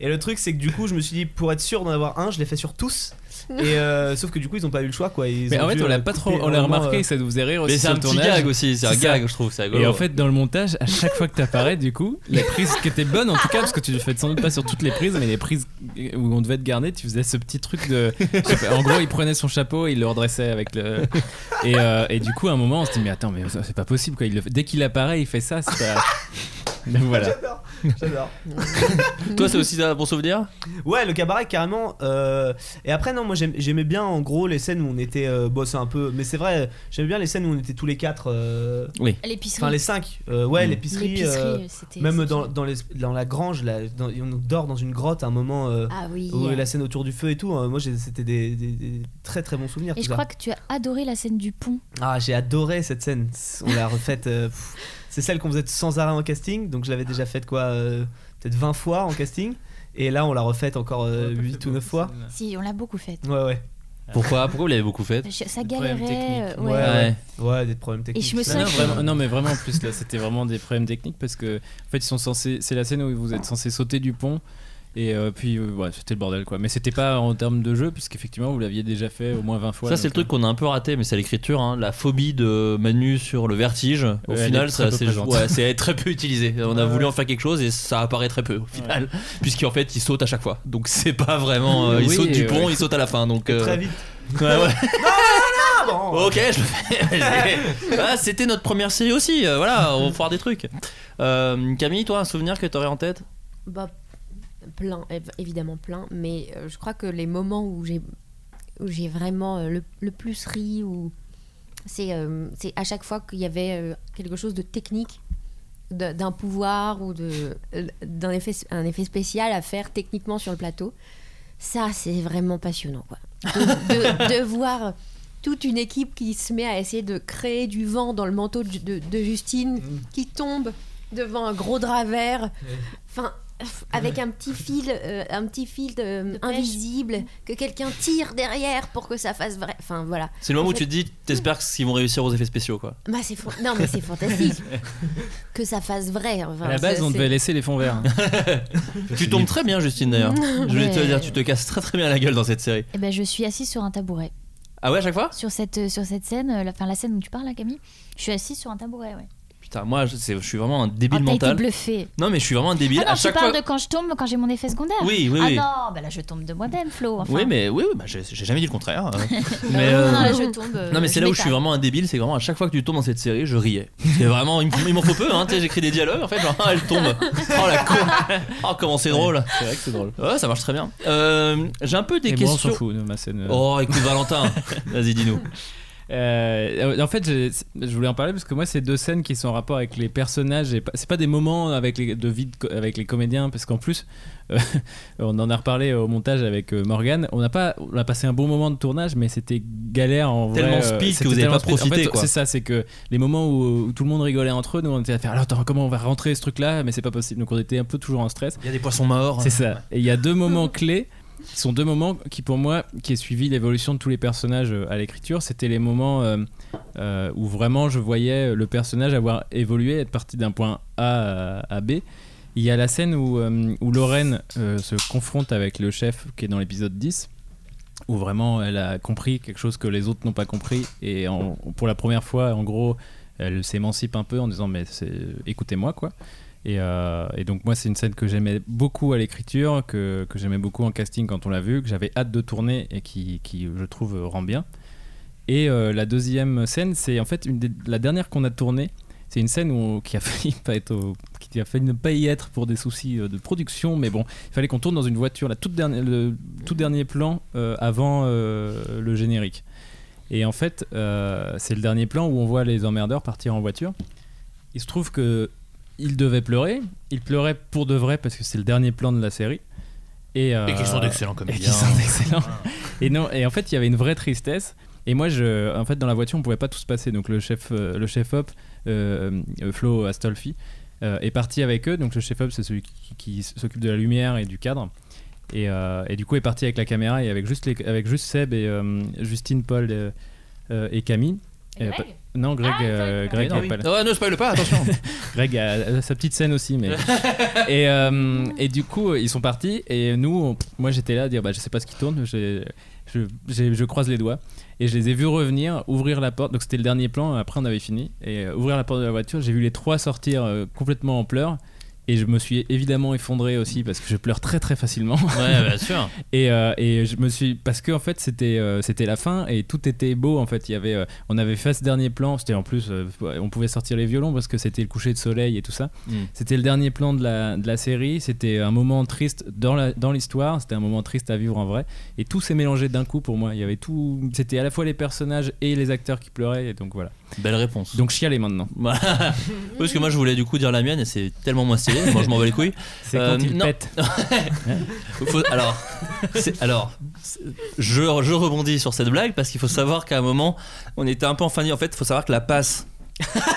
S7: Et le truc, c'est que du coup, je me suis dit, pour être sûr d'en avoir un, je l'ai fait sur tous. Et euh, sauf que du coup, ils ont pas eu le choix, quoi. Ils
S5: mais
S7: ont
S5: en fait,
S7: dû,
S5: on l'a
S7: euh,
S5: pas trop,
S7: couper
S5: on l'a
S7: vraiment,
S5: remarqué,
S7: euh,
S5: ça nous faisait rire aussi
S4: Mais c'est
S5: sur
S4: un
S5: le
S4: petit
S5: tournage.
S4: gag aussi, c'est un
S5: C'est ça.
S4: gag, je trouve, c'est rigolo.
S5: Et en fait, dans le montage, à chaque fois que t'apparais, du coup, les prises qui étaient bonnes, en tout cas, parce que tu le fais sans doute pas sur toutes les prises, mais les prises où on devait te garder, tu faisais ce petit truc de. je sais pas, en gros, il prenait son chapeau et il le redressait avec le. Et, euh, et du coup, à un moment, on se dit, mais attends, mais ça, c'est pas possible, quoi. Il le fait- Dès qu'il apparaît, il fait ça, c'est pas. Donc voilà.
S7: J'adore. J'adore.
S4: Toi, c'est aussi un bon souvenir
S7: Ouais, le cabaret carrément. euh, Et après, non, moi j'aime- j'aimais bien en gros les scènes où on était. euh, bon, c'est un peu. Mais c'est vrai, j'aimais bien les scènes où on était tous les quatre. euh, Enfin, les
S6: L'épicerie.
S7: cinq. euh, ouais,
S4: Mm.
S7: l'épicerie. euh,
S6: L'épicerie, c'était.
S7: Même
S6: c'était-
S7: dans, dans, les- dans la grange, là, dans- on dort dans une grotte à un moment. euh,
S8: Ah oui.
S7: où La scène autour du feu et tout, euh, moi j'ai- c'était des, des- des très très bons souvenirs.
S6: Et
S7: tout
S6: je
S7: ça.
S6: crois que tu as adoré la scène du pont.
S7: Ah, j'ai adoré cette scène. On l'a refaite. euh, pff, c'est celle qu'on faisait sans arrêt en casting. Donc je l'avais déjà faite quoi euh, Peut-être 20 fois en casting. Et là, on l'a refaite encore
S4: Euh,
S5: On l'a pas
S7: 8
S5: fait
S7: ou 9
S5: beaucoup,
S7: fois.
S5: celle-là.
S6: Si, on l'a beaucoup faite.
S7: Ouais, ouais.
S4: Pourquoi Pourquoi vous l'avez beaucoup fait
S6: Je- Ça
S5: Des problèmes
S6: galérait.
S5: techniques.
S6: euh, ouais.
S7: Ouais.
S4: Ouais.
S7: Ouais, des problèmes techniques.
S6: me
S5: Bah
S6: Ça,
S5: non,
S6: je-
S5: vraiment- non, mais vraiment en plus là c'était vraiment des problèmes techniques parce que en fait ils sont censés c'est la scène où vous êtes censé sauter du pont et euh, puis euh, ouais, c'était le bordel quoi mais c'était pas en termes de jeu puisqu'effectivement vous l'aviez déjà fait au moins 20 fois
S4: ça c'est le
S5: donc, euh,
S4: truc qu'on a un peu raté mais c'est à l'écriture hein. la phobie de Manu sur le vertige au
S5: Ouais, elle
S4: final
S5: est
S4: ça,
S5: très peu
S4: c'est
S5: présente.
S4: ouais, c'est très peu utilisé on a
S5: Ouais,
S4: voulu
S5: ouais.
S4: en faire quelque chose et ça apparaît très peu au final puisqu'en fait il saute à chaque fois donc c'est pas vraiment euh, il
S5: Oui,
S4: saute du
S5: euh,
S4: pont il saute à la fin donc euh,
S7: Très vite.
S4: ouais, ouais.
S7: Ah bon
S4: ok je le fais Ah, c'était notre première série aussi euh, voilà on foire des trucs Euh, Camille toi un souvenir que t'aurais en tête
S8: Bah, plein, év- évidemment plein, mais euh, je crois que les moments où j'ai où j'ai vraiment euh, le, le plus ri, ou c'est euh, c'est à chaque fois qu'il y avait euh, quelque chose de technique, de- d'un pouvoir ou de euh, d'un effet un effet spécial à faire techniquement sur le plateau. Ça, c'est vraiment passionnant, quoi. De, de- de voir toute une équipe qui se met à essayer de créer du vent dans le manteau de, Ju- de- de Justine, qui tombe devant un gros dravert. Enfin, avec un petit fil, euh, un petit fil de-
S6: De pêche.
S8: invisible que quelqu'un tire derrière pour que ça fasse vrai. Enfin voilà.
S4: c'est le moment
S8: En
S4: où tu te dis t'espères qu'ils vont réussir aux effets spéciaux quoi
S8: Bah c'est fan- non mais c'est fantastique que ça fasse vrai. Enfin,
S5: à la base
S8: c'est-
S5: on
S8: c'est-
S5: devait laisser les fonds verts hein.
S4: Ah, tu tombes très bien Justine d'ailleurs je voulais te
S8: Ouais.
S4: dire tu te casses très très bien la gueule dans cette série
S6: Et ben, je suis assise sur un tabouret.
S4: ah ouais à chaque fois
S6: Sur cette, euh, sur cette scène, euh, la, enfin, la scène dont tu parles, là, Camille, je suis assise sur un tabouret. Ouais.
S4: Putain, moi je, c'est- je suis vraiment un débile
S6: Ah, t'as été
S4: mental.
S6: bluffée.
S4: Non, mais je suis vraiment un débile.
S6: Ah non,
S4: à
S6: tu
S4: chaque
S6: parles
S4: fois.
S6: de quand je tombe, quand j'ai mon effet secondaire.
S4: Oui, oui,
S6: ah
S4: oui.
S6: non, bah là je tombe de moi-même, Flo. Enfin, Ah
S4: Oui, mais oui, oui, bah, j'ai j'ai jamais dit le contraire. euh. mais,
S6: Non,
S4: euh,
S6: non, là je tombe. euh,
S4: non, mais c'est là où je suis
S6: m'étale.
S4: vraiment un débile, c'est vraiment à chaque fois que tu tombes dans cette série, je riais. C'est vraiment, il me- il m'en faut peu, hein, tu sais, j'écris des dialogues, en fait, genre, ah, elle tombe. Oh la con Oh, comment c'est drôle
S5: c'est vrai que c'est drôle
S4: Ouais, ça marche très bien. Euh, J'ai un peu des
S5: et moi on s'en
S4: questions.
S5: fout de ma scène euh.
S4: oh, écoute, Valentin, vas-y, dis-nous.
S5: Euh, en fait j'ai- je voulais en parler parce que moi c'est deux scènes qui sont en rapport avec les personnages et pas- c'est pas des moments avec les, de vide co- avec les comédiens parce qu'en plus euh, on en a reparlé au montage avec euh, Morgane on a pas on a passé un bon moment de tournage mais c'était galère en
S4: Tellement
S5: vrai
S4: speed
S5: euh,
S4: que
S5: c'était
S4: vous avez
S5: tellement
S4: pas
S5: speed. En fait,
S4: profité, quoi.
S5: c'est ça c'est que les moments où, où tout le monde rigolait entre eux nous on était à faire alors attends, comment on va rentrer ce truc là mais c'est pas possible donc on était un peu toujours en stress
S4: Il y a des
S7: Oh.
S4: poissons morts.
S5: c'est ça. Et il y a deux moments clés. qui sont deux moments qui, pour moi, qui est suivi l'évolution de tous les personnages euh, à l'écriture, c'était les moments euh, euh, où vraiment je voyais euh, le personnage avoir évolué, être parti d'un point A euh, à, à B. Il y a la scène où, euh, où Lorraine euh, se confronte avec le chef qui est dans l'épisode 10, où vraiment elle a compris quelque chose que les autres n'ont pas compris, et en- pour la première fois, en gros, elle s'émancipe un peu en disant mais c'est- écoutez-moi quoi. Et, euh, et donc moi c'est une scène que j'aimais beaucoup à l'écriture, que, que j'aimais beaucoup en casting quand on l'a vu, que j'avais hâte de tourner et qui, qui, je trouve rend bien. Et euh, la deuxième scène c'est en fait une des- la dernière qu'on a tournée, c'est une scène où, qui a failli pas être au- qui a failli ne pas y être pour des soucis euh, de production, mais bon il fallait qu'on tourne dans une voiture, la toute dernière, le tout dernier plan euh, avant euh, le générique. Et en fait, euh, c'est le dernier plan où on voit les emmerdeurs partir en voiture. Il se trouve que il devait pleurer. Il pleurait pour de vrai parce que c'est le dernier plan de la série. Et, euh,
S4: Et qui sont d'excellents
S5: et qui
S4: comédiens.
S5: sont excellents. Et non, et en fait, il y avait une vraie tristesse. Et moi, je, en fait, dans la voiture, on pouvait pas tous passer. Donc le chef, euh, le chef op, euh, euh, Flo Astolfi, euh, est parti avec eux. Donc le chef op, c'est celui qui, qui s'occupe de la lumière et du cadre. Et, euh, et du coup, est parti avec la caméra et avec juste, les- avec juste Seb et euh, Justine, Paul euh, euh, et Camille.
S6: Et
S4: hein.
S5: Euh,
S6: Greg
S5: pa- non, Greg, euh, Greg,
S4: Non,
S5: n'est pas là.
S4: Ah non, ne spoil pas, attention.
S5: Greg a, a sa petite scène aussi, mais et, euh, et du coup ils sont partis et nous, on- moi j'étais là à dire bah je sais pas ce qui tourne, j'ai- je, j'ai- je croise les doigts et je les ai vus revenir, ouvrir la porte. Donc c'était le dernier plan. Après on avait fini et euh, ouvrir la porte de la voiture, j'ai vu les trois sortir euh, complètement en pleurs. Et je me suis évidemment effondré aussi parce que je pleure très très facilement.
S4: Ouais, bien sûr.
S5: Et, euh, et je me suis parce que en fait c'était euh, c'était la fin et tout était beau en fait il y avait euh, on avait fait ce dernier plan c'était en plus euh, on pouvait sortir les violons parce que c'était le coucher de soleil et tout ça
S4: Mm.
S5: c'était le dernier plan de la, de la série c'était un moment triste dans la, dans l'histoire c'était un moment triste à vivre en vrai et tout s'est mélangé d'un coup pour moi il y avait tout c'était à la fois les personnages et les acteurs qui pleuraient et donc voilà
S4: Belle réponse.
S5: donc chialer maintenant
S4: Voilà. Oui, Parce que moi je voulais du coup dire la mienne et c'est tellement moins stylé, moi je m'en bats les couilles.
S5: c'est
S4: Euh,
S5: quand il
S4: non.
S5: pète
S4: Faut- alors, c'est- alors c'est- je, je rebondis sur cette blague parce qu'il faut savoir qu'à un moment on était un peu en fin de vie. En fait, il faut savoir que la passe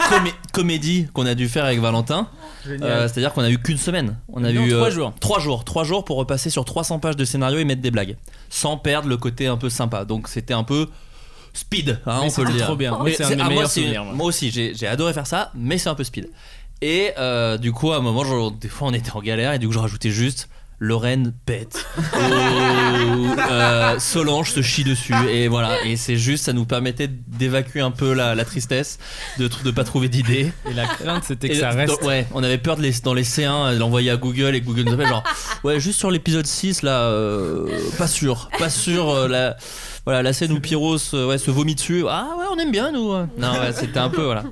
S4: comé- comédie qu'on a dû faire avec Valentin, euh, c'est-à-dire qu'on a eu qu'une semaine. On a
S5: Non,
S4: eu
S5: trois
S4: euh,
S5: jours.
S4: trois jours, trois jours pour repasser sur 300 pages de scénario et mettre des blagues sans perdre le côté un peu sympa. Donc c'était un peu speed, hein,
S5: Mais
S4: on peut le
S5: c'était
S4: dire.
S5: trop bien. Moi,
S4: Mais
S5: c'est un de mes
S4: ah, moi,
S5: meilleurs
S4: c'est-
S5: souvenirs, moi.
S4: moi aussi, j'ai j'ai adoré faire ça, mais c'est un peu speed. Et euh, du coup, à un moment, je- des fois, on était en galère et du coup, je rajoutais juste. Lorraine pète. Ou, euh, Solange se chie dessus. Et voilà. Et c'est juste, ça nous permettait d'évacuer un peu la, la tristesse, de ne pas trouver d'idées.
S5: et la crainte c'était que
S4: Et
S5: ça
S4: dans-
S5: reste
S4: ouais, on avait peur de les, dans les C1 de l'envoyer à Google et Google nous appelle genre ouais juste sur l'épisode 6 là euh, pas sûr pas sûr euh, la voilà la scène où Pyros euh, ouais se vomit dessus ah ouais on aime bien nous non ouais, c'était un peu voilà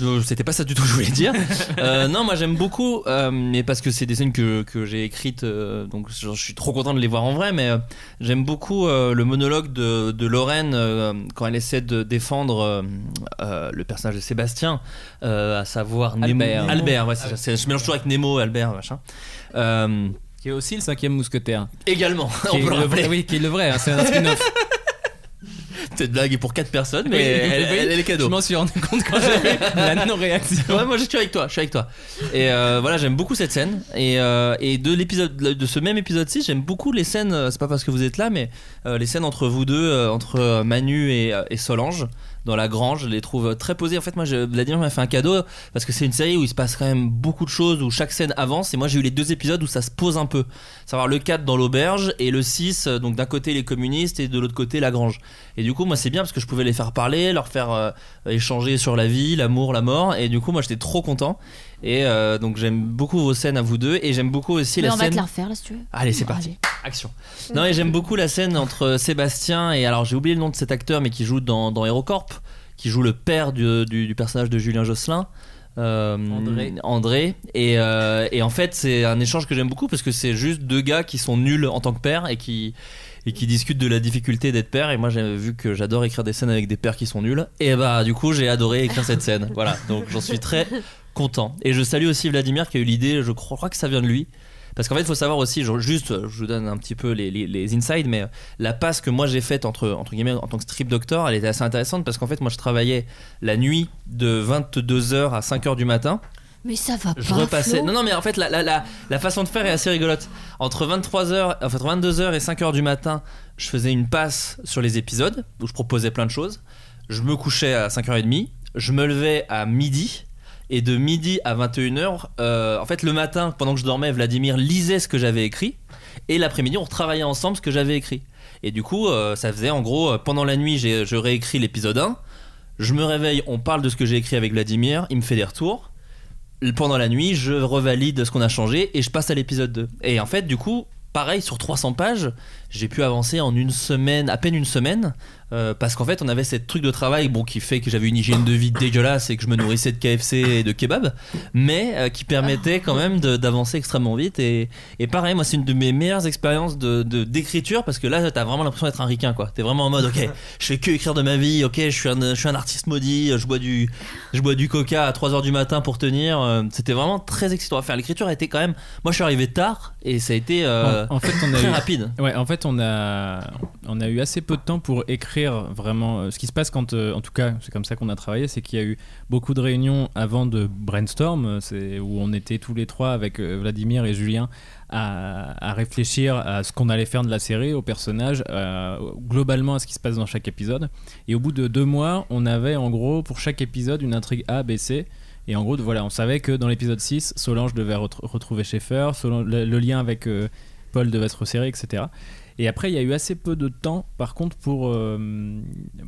S4: Donc, c'était pas ça du tout que je voulais dire Euh, non moi j'aime beaucoup euh, mais parce que c'est des scènes que, que j'ai écrites euh, donc genre, je suis trop content de les voir en vrai mais euh, j'aime beaucoup euh, le monologue de, de Lorraine euh, quand elle essaie de défendre euh, euh, le personnage de Sébastien euh, à savoir Nemo.
S5: Albert.
S4: Albert, ouais, c'est ça, c'est- je mélange toujours avec Nemo, Albert, machin. Euh,
S5: qui est aussi le cinquième mousquetaire
S4: également,
S5: Qui
S4: on
S5: est
S4: peut le
S5: le vrai,
S4: rappeler.
S5: oui qui est le vrai hein, c'est un spin-off
S4: Cette blague est pour 4 personnes, mais
S5: Oui,
S4: elle,
S5: oui.
S4: elle- elle est
S5: Je
S4: cadeau.
S5: m'en suis rendu compte quand j'avais la non-réaction.
S4: Ouais, moi je suis avec toi, je suis avec toi. Et euh, voilà, j'aime beaucoup cette scène. Et, euh, et de l'épisode, de ce même épisode 6 j'aime beaucoup les scènes. euh, C'est pas parce que vous êtes là, mais euh, les scènes entre vous deux, euh, entre euh, Manu et, euh, et Solange dans la grange, je les trouve euh, très posées. En fait, moi, je, Vladimir m'a fait un cadeau parce que c'est une série où il se passe quand même beaucoup de choses, où chaque scène avance. Et moi, j'ai eu les deux épisodes où ça se pose un peu. Savoir le 4 dans l'auberge et le 6, euh, donc d'un côté les communistes et de l'autre côté la grange. Et du coup, moi, c'est bien parce que je pouvais les faire parler, leur faire euh, échanger sur la vie, l'amour, la mort. Et du coup, moi, j'étais trop content. Et euh, donc, j'aime beaucoup vos scènes à vous deux. Et j'aime beaucoup aussi
S6: Mais
S4: la
S6: on va
S4: scène.
S6: te la refaire là si tu veux.
S4: Allez, c'est parti. Action. Non, et j'aime beaucoup la scène entre Sébastien et. Alors, j'ai oublié le nom de cet acteur, mais qui joue dans, dans HeroCorp, qui joue le père du, du- du personnage de Julien Josselin. euh,
S5: André.
S4: André. Et, euh, et en fait, c'est un échange que j'aime beaucoup parce que c'est juste deux gars qui sont nuls en tant que père et qui. Et qui discutent de la difficulté d'être père. Et moi, j'ai vu que j'adore écrire des scènes avec des pères qui sont nuls. Et bah, du coup, j'ai adoré écrire cette scène. Voilà. Donc, j'en suis très content. Et je salue aussi Vladimir qui a eu l'idée. Je crois que ça vient de lui. Parce qu'en fait, il faut savoir aussi, genre, juste, euh, je vous donne un petit peu les, les, les insides, mais euh, la passe que moi j'ai faite entre, entre guillemets en tant que strip doctor, elle était assez intéressante parce qu'en fait, moi je travaillais la nuit de 22h à 5h du matin.
S6: Mais ça va pas.
S4: Je repassais.
S6: Flo.
S4: Non, non, mais en fait, la, la, la, la façon de faire est assez rigolote. Entre 23h, enfin, 22h et 5h du matin, je faisais une passe sur les épisodes où je proposais plein de choses. Je me couchais à 5h30, je me levais à midi. Et de midi à 21h, euh, en fait, le matin, pendant que je dormais, Vladimir lisait ce que j'avais écrit. Et l'après-midi, on travaillait ensemble ce que j'avais écrit. Et du coup, euh, ça faisait en gros, euh, pendant la nuit, j'ai- je réécris l'épisode 1. Je me réveille, on parle de ce que j'ai écrit avec Vladimir, il me fait des retours pendant la nuit, je revalide ce qu'on a changé et je passe à l'épisode 2. Et en fait, du coup, pareil, sur 300 pages, j'ai pu avancer en une semaine, à peine une semaine, euh, parce qu'en fait, on avait cette truc de travail bon, qui fait que j'avais une hygiène de vie dégueulasse et que je me nourrissais de KFC et de kebab, mais euh, qui permettait quand même de- d'avancer extrêmement vite. Et, et pareil, moi, c'est une de mes meilleures expériences d'écriture, de, d'écriture parce que là, t'as vraiment l'impression d'être un ricain, quoi. T'es vraiment en mode, ok, je fais que écrire de ma vie, ok, je suis un, je suis un artiste maudit, je bois du, je bois du coca à 3h du matin pour tenir. euh, C'était vraiment très excitant à faire. L'écriture a été quand même. Moi, je suis arrivé tard et ça a été euh,
S5: en, en fait, on a
S4: très
S5: eu,
S4: rapide.
S5: ouais, en fait, on a, on a eu assez peu de temps pour écrire vraiment euh, ce qui se passe quand, euh, en tout cas, c'est comme ça qu'on a travaillé, c'est qu'il y a eu beaucoup de réunions avant de brainstorm, euh, c'est où on était tous les trois avec euh, Vladimir et Julien à, à réfléchir à ce qu'on allait faire de la série, aux personnages, euh, globalement à ce qui se passe dans chaque épisode. Et au bout de deux mois, on avait en gros pour chaque épisode une intrigue A, B, C. Et en gros, voilà, on savait que dans l'épisode 6, Solange devait retr- retrouver Schaeffer, Solange- le, le lien avec euh, Paul devait être resserré, etc. Et après, il y a eu assez peu de temps, par contre, pour, euh,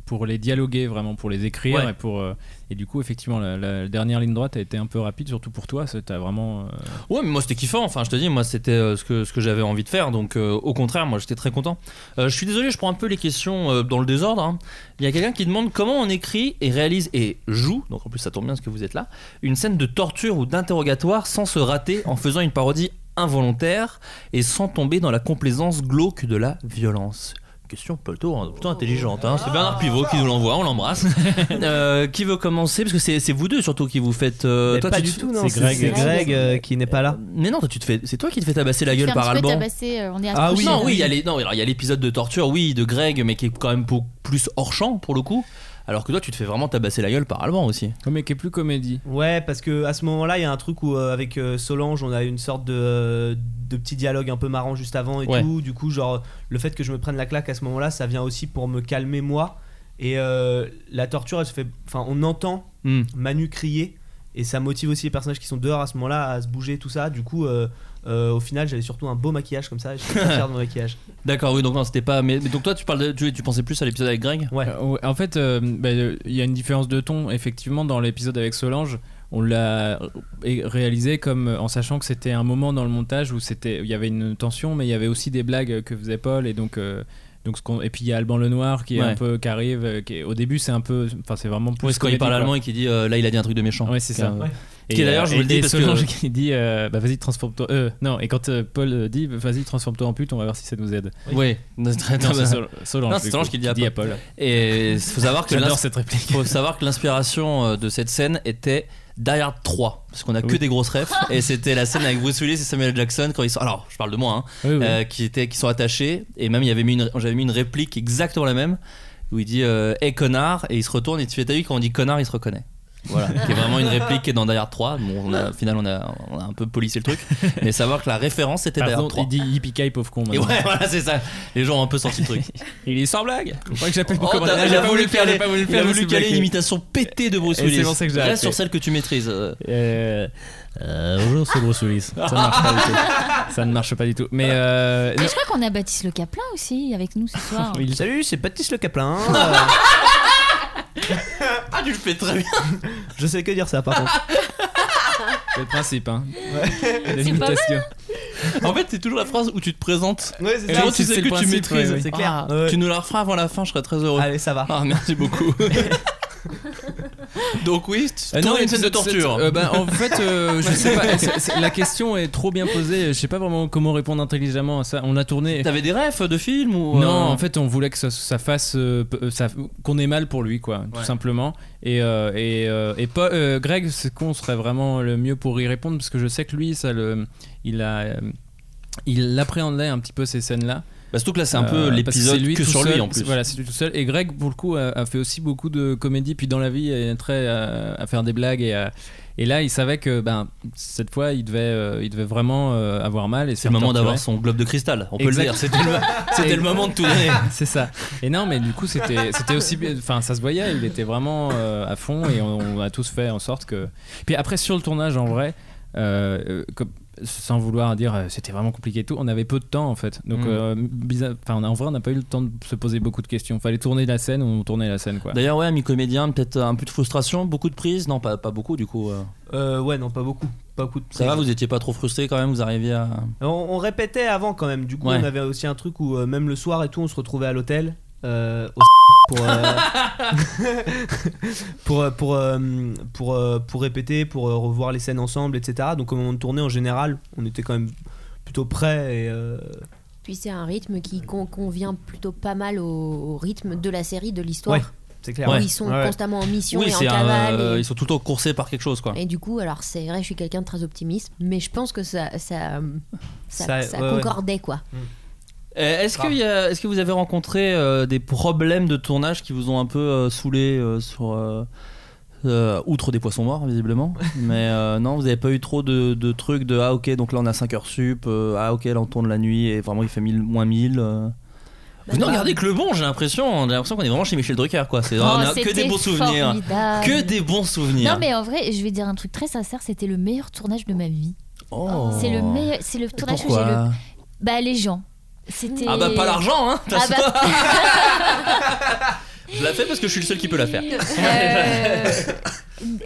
S5: pour les dialoguer vraiment, pour les écrire
S7: Ouais.
S5: et pour euh, et du coup effectivement la, la dernière ligne droite a été un peu rapide, surtout pour toi, ça, t'as vraiment. euh,
S4: Ouais, mais moi c'était kiffant. Enfin, je te dis, moi c'était euh, ce que, ce que j'avais envie de faire. Donc, euh, au contraire, moi j'étais très content. Euh, je suis désolé, je prends un peu les questions euh, dans le désordre. hein. Il y a quelqu'un qui demande comment on écrit et réalise et joue, donc en plus ça tombe bien parce que vous êtes là, une scène de torture ou d'interrogatoire sans se rater en faisant une parodie involontaire et sans tomber dans la complaisance glauque de la violence. Question plutôt, hein, plutôt intelligente. hein. C'est Bernard Pivot qui nous l'envoie, on l'embrasse. Euh, qui veut commencer Parce que c'est c'est vous deux surtout qui vous faites. euh,
S7: Mais
S4: toi,
S7: pas
S4: tu
S7: du
S4: te-
S7: tout, non.
S5: c'est Greg.
S7: C'est Greg euh, qui n'est pas là.
S4: Ah. mais non, toi, tu te fais, c'est toi qui te fais tabasser la
S6: Je
S4: gueule
S6: suis un
S4: par
S6: petit peu
S4: Alban.
S6: tabassée, euh, on est à
S7: Ah
S6: se
S7: oui.
S6: coucher,
S4: non,
S6: là.
S4: oui, il y a les- non, alors, il y a l'épisode de torture, oui, de Greg, mais qui est quand même beaucoup plus hors champ pour le coup. Alors que toi, tu te fais vraiment tabasser la gueule par Alban aussi.
S5: Oh, mais qui est plus comédie.
S7: Ouais, parce que à ce moment-là, il y a un truc où euh, avec euh, Solange, on a une sorte de, euh, de petit dialogue un peu marrant juste avant et
S4: Ouais.
S7: tout. Du coup, genre le fait que je me prenne la claque à ce moment-là, ça vient aussi pour me calmer moi. Et euh, la torture, elle se fait. Enfin, on entend
S4: Hmm.
S7: Manu crier et ça motive aussi les personnages qui sont dehors à ce moment-là à se bouger tout ça. Du coup, euh, euh, au final, j'avais surtout un beau maquillage comme ça. et J'étais très fier de mon maquillage.
S4: D'accord, oui, donc non, c'était pas. Mais, mais donc toi, tu parles, de- tu, tu pensais plus à l'épisode avec Greg.
S7: Ouais.
S5: Euh, ouais, en fait, euh, bah, euh, il y a une différence de ton. Effectivement, dans l'épisode avec Solange, on l'a ré- réalisé comme euh, en sachant que c'était un moment dans le montage où c'était, il y avait une tension, mais il y avait aussi des blagues euh, que faisait Paul et donc. euh, donc ce qu'on- et puis il y a Alban Lenoir qui est
S4: Ouais.
S5: un peu qui arrive euh, qui est- au début c'est un peu enfin c'est vraiment plus
S4: Parce quand il
S5: comédie,
S4: parle
S5: quoi.
S4: allemand et qu'il dit euh, là, il a dit un truc de méchant.
S5: Ouais, c'est
S4: Qu'un-
S5: ça.
S7: Ouais.
S5: Et,
S4: Qui, d'ailleurs, je
S5: euh,
S4: vous le
S5: et-
S4: dis
S5: et
S4: parce
S5: Solange
S4: que-
S5: qui dit euh, bah vas-y transforme-toi euh, non et quand euh, Paul euh, dit vas-y transforme-toi en pute on va voir si ça nous aide
S4: Oui. Non, c'est très-
S5: Non, c'est Sol- Solange,
S4: Non, c'est
S5: du
S4: Solange
S5: coup,
S4: qui le dit à Paul.
S5: Paul
S4: Et faut savoir que
S5: j'adore
S4: l'ins-
S5: cette réplique
S4: faut savoir que l'inspiration euh, de cette scène était Die Hard 3 parce qu'on a que
S5: Oui.
S4: des grosses refs et c'était la scène avec Bruce Willis et Samuel Jackson quand ils sont alors je parle de moi hein,
S5: Oui, oui.
S4: euh, qui, étaient, qui sont attachés. Et même, il y avait mis une, j'avais mis une réplique exactement la même où il dit euh, Hey connard Et il se retourne et tu fais, t'as vu quand on dit connard, il se reconnaît. Voilà, qui est vraiment une réplique qui est dans Die Hard 3. Bon, on a, au final, on a, on a un peu polissé le truc. Mais savoir que la référence était Die
S5: Par
S4: Hard
S5: contre,
S4: 3.
S5: il dit yippee pauvre con
S4: Et
S5: maintenant.
S4: ouais, voilà, c'est ça. Les gens ont un peu senti le truc.
S5: il est sans blague je crois que j'appelle
S4: Oh, t'as- il a voulu caler- Il a voulu caler
S5: limite
S4: l'imitation pétée de Bruce
S5: Et c'est
S4: Willis.
S5: pour ça que j'ai
S4: Reste
S5: arrêté.
S4: sur celle que tu maîtrises. euh.
S5: euh, bonjour c'est Bruce Willis ça ne marche pas du tout ça ne marche pas du tout mais euh,
S6: Mais je crois qu'on a Baptiste Le Caplin aussi avec nous ce soir.
S5: il-
S7: Salut, c'est Baptiste Le Caplin.
S4: Ah, tu le fais très bien.
S7: je sais que dire ça par contre.
S5: c'est le principe hein de
S6: C'est pas
S5: l'imitation
S4: En fait, c'est toujours la phrase où tu te présentes.
S7: Ouais, c'est
S5: Et
S4: Comment
S5: oui,
S4: tu
S5: Ah, c'est
S4: sais
S5: le
S4: que tu
S5: principe,
S4: maîtrises.
S5: ouais, ouais.
S7: C'est clair.
S4: Ah,
S7: Ouais.
S4: Tu nous la referas avant la fin, je serais très heureux.
S7: Allez, ça va.
S4: Ah, merci beaucoup. Donc oui,
S5: Euh,
S4: non, une
S5: c'est-
S4: scène de
S5: c'est-
S4: torture.
S5: euh, bah, en fait, euh, je sais pas. c'est- c'est- la question est trop bien posée. Je sais pas vraiment comment répondre intelligemment à ça. On a tourné.
S4: T'avais des refs de films ou euh,
S5: Non, en fait, on voulait que ça, ça fasse euh, p- euh, ça- qu'on ait mal pour lui, quoi, tout
S4: Ouais.
S5: simplement. Et euh, et, euh, et pas, euh, Greg, c'est qu'on serait vraiment le mieux pour y répondre parce que je sais que lui, ça le, il a, euh, il appréhendait un petit peu ces scènes-là.
S4: Bah, surtout que là, c'est un
S5: Euh,
S4: peu
S5: parce
S4: l'épisode
S5: c'est lui
S4: que
S5: tout
S4: sur
S5: seul,
S4: lui en plus.
S5: c'est- Voilà, c'est lui tout seul. Et Greg, pour le coup, a, a fait aussi beaucoup de comédie, puis dans la vie, est très euh, à faire des blagues. Et, à- et là, il savait que ben, cette fois, il devait, euh, il devait vraiment euh, avoir mal. et
S4: C'est le moment d'avoir son globe de cristal. On peut
S5: Exact.
S4: le dire. C'était le, c'était le moment de tout donner.
S5: C'est ça. Et non, mais du coup, c'était c'était aussi. bien- Enfin, ça se voyait, il était vraiment euh, à fond et on, on a tous fait en sorte que. Puis après, sur le tournage, en vrai, euh, euh, comme- sans vouloir dire euh, c'était vraiment compliqué et tout, on avait peu de temps en fait. Donc,
S4: Mm.
S5: euh, bizarre. Enfin, en vrai, on n'a pas eu le temps de se poser beaucoup de questions. Fallait tourner la scène, on tournait la scène quoi.
S4: D'ailleurs, ouais, ami comédien, peut-être un peu de frustration, beaucoup de prises. Non, pas, pas beaucoup du coup. euh.
S7: Euh, ouais, non, pas beaucoup. Pas beaucoup de
S4: Ça va, vous étiez pas trop frustré quand même, vous arriviez à.
S7: On, on répétait avant quand même. Du coup,
S4: Ouais.
S7: on avait aussi un truc où euh, même le soir et tout, on se retrouvait à l'hôtel. euh, au pour euh, pour euh, pour euh, pour, euh, pour répéter, pour euh, revoir les scènes ensemble, etc. Donc au moment de tourner, en général, on était quand même plutôt prêts. Et, euh,
S8: Puis c'est un rythme qui con- convient plutôt pas mal au, au rythme de la série, de l'histoire.
S7: Ouais, c'est clair.
S8: Où ils sont
S7: Ouais.
S8: constamment en mission
S4: Oui,
S8: et en
S4: c'est un,
S8: cavale.
S4: euh,
S8: et-
S4: ils sont tout le temps coursés par quelque chose quoi.
S8: Et du coup, alors c'est vrai, je suis quelqu'un de très optimiste, mais je pense que ça, ça, ça,
S7: Ça-
S8: ça
S7: ouais, ouais.
S8: concordait quoi.
S4: Euh, Est-ce que, est que vous avez rencontré euh, des problèmes de tournage qui vous ont un peu euh, saoulé euh, sur. euh, euh, outre des poissons morts, visiblement. Mais euh, non, vous n'avez pas eu trop de, de trucs de ah ok, donc là on a 5 heures sup, euh, ah ok, là on tourne la nuit et vraiment il fait 1000 moins 1000. euh. Vous ne
S8: Bah,
S4: regardez que le bon, j'ai l'impression. On a l'impression qu'on est vraiment chez Michel Drucker, quoi. C'est
S6: Oh,
S4: on a que
S6: c'était
S4: des bons souvenirs.
S6: formidable.
S4: Que des bons souvenirs.
S6: Non mais en vrai, je vais dire un truc très sincère, c'était le meilleur tournage de ma vie.
S4: Oh.
S6: C'est le meilleur, c'est le tournage que j'ai le. Ah,
S4: Pourquoi
S6: Bah les gens, c'était. bah,
S4: Ah bah pas l'argent, hein. de toute
S6: Ah
S4: façon.
S6: bah-
S4: Je la fais parce que je suis le seul qui peut la faire.
S6: Euh,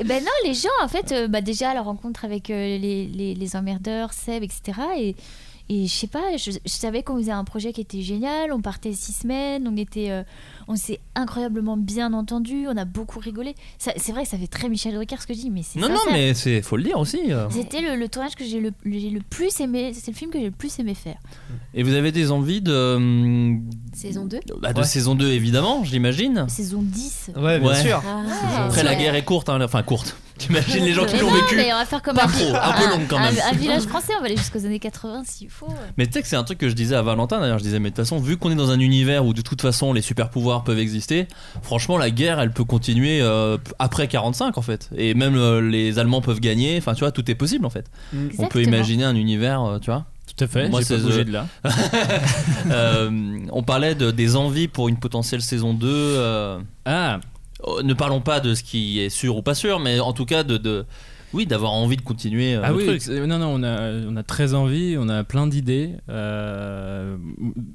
S6: ben non, les gens, en fait, euh, bah déjà, la rencontre avec euh, les, les, les emmerdeurs, Seb, etc. Et, et je sais pas, je, je savais qu'on faisait un projet qui était génial. On partait six semaines, on était, euh, on s'est incroyablement bien entendu, on a beaucoup rigolé. Ça- C'est vrai que ça fait très Michel Ricard ce que je dis, mais c'est
S4: Non, non,
S6: sincère.
S4: mais c'est faut le dire aussi. euh.
S6: C'était le, le tournage que j'ai le, j'ai le plus aimé, c'est le film que j'ai le plus aimé faire.
S4: Et vous avez des envies de euh,
S8: Saison 2
S4: bah, de
S7: Ouais.
S4: saison 2 évidemment, j'imagine.
S6: Saison 10.
S7: Ouais, bien
S4: Ouais.
S7: sûr.
S8: Ah,
S4: Après la
S6: Ouais.
S4: guerre est courte, hein, enfin courte. T'imagines les gens qui
S6: Mais
S4: l'ont
S6: non,
S4: vécu.
S6: mais on va faire comme
S4: pas
S6: un,
S4: trop, un peu
S6: un-
S4: longue quand même.
S6: un- un village français, on va aller jusqu'aux années 80 s'il faut. euh,
S4: Mais tu sais que c'est un truc que je disais à Valentin d'ailleurs, je disais mais de toute façon, vu qu'on est dans un univers où de toute façon les super pouvoirs peuvent exister, franchement la guerre elle peut continuer euh, après 45 en fait. Et même euh, les Allemands peuvent gagner, enfin tu vois, tout est possible en fait. On peut
S6: Exactement.
S4: imaginer un univers, euh, tu vois.
S5: Tout à fait,
S4: Moi,
S5: j'ai
S4: c'est
S5: pas bougé
S4: The-
S5: de là.
S4: Euh, on parlait de, des envies pour une potentielle saison 2. euh,
S5: Ah,
S4: oh, ne parlons pas de ce qui est sûr ou pas sûr, mais en tout cas de, de- oui, d'avoir envie de continuer euh,
S5: ah
S4: le
S5: oui,
S4: truc.
S5: c'est- non, non, on a, on a très envie, on a plein d'idées. Euh,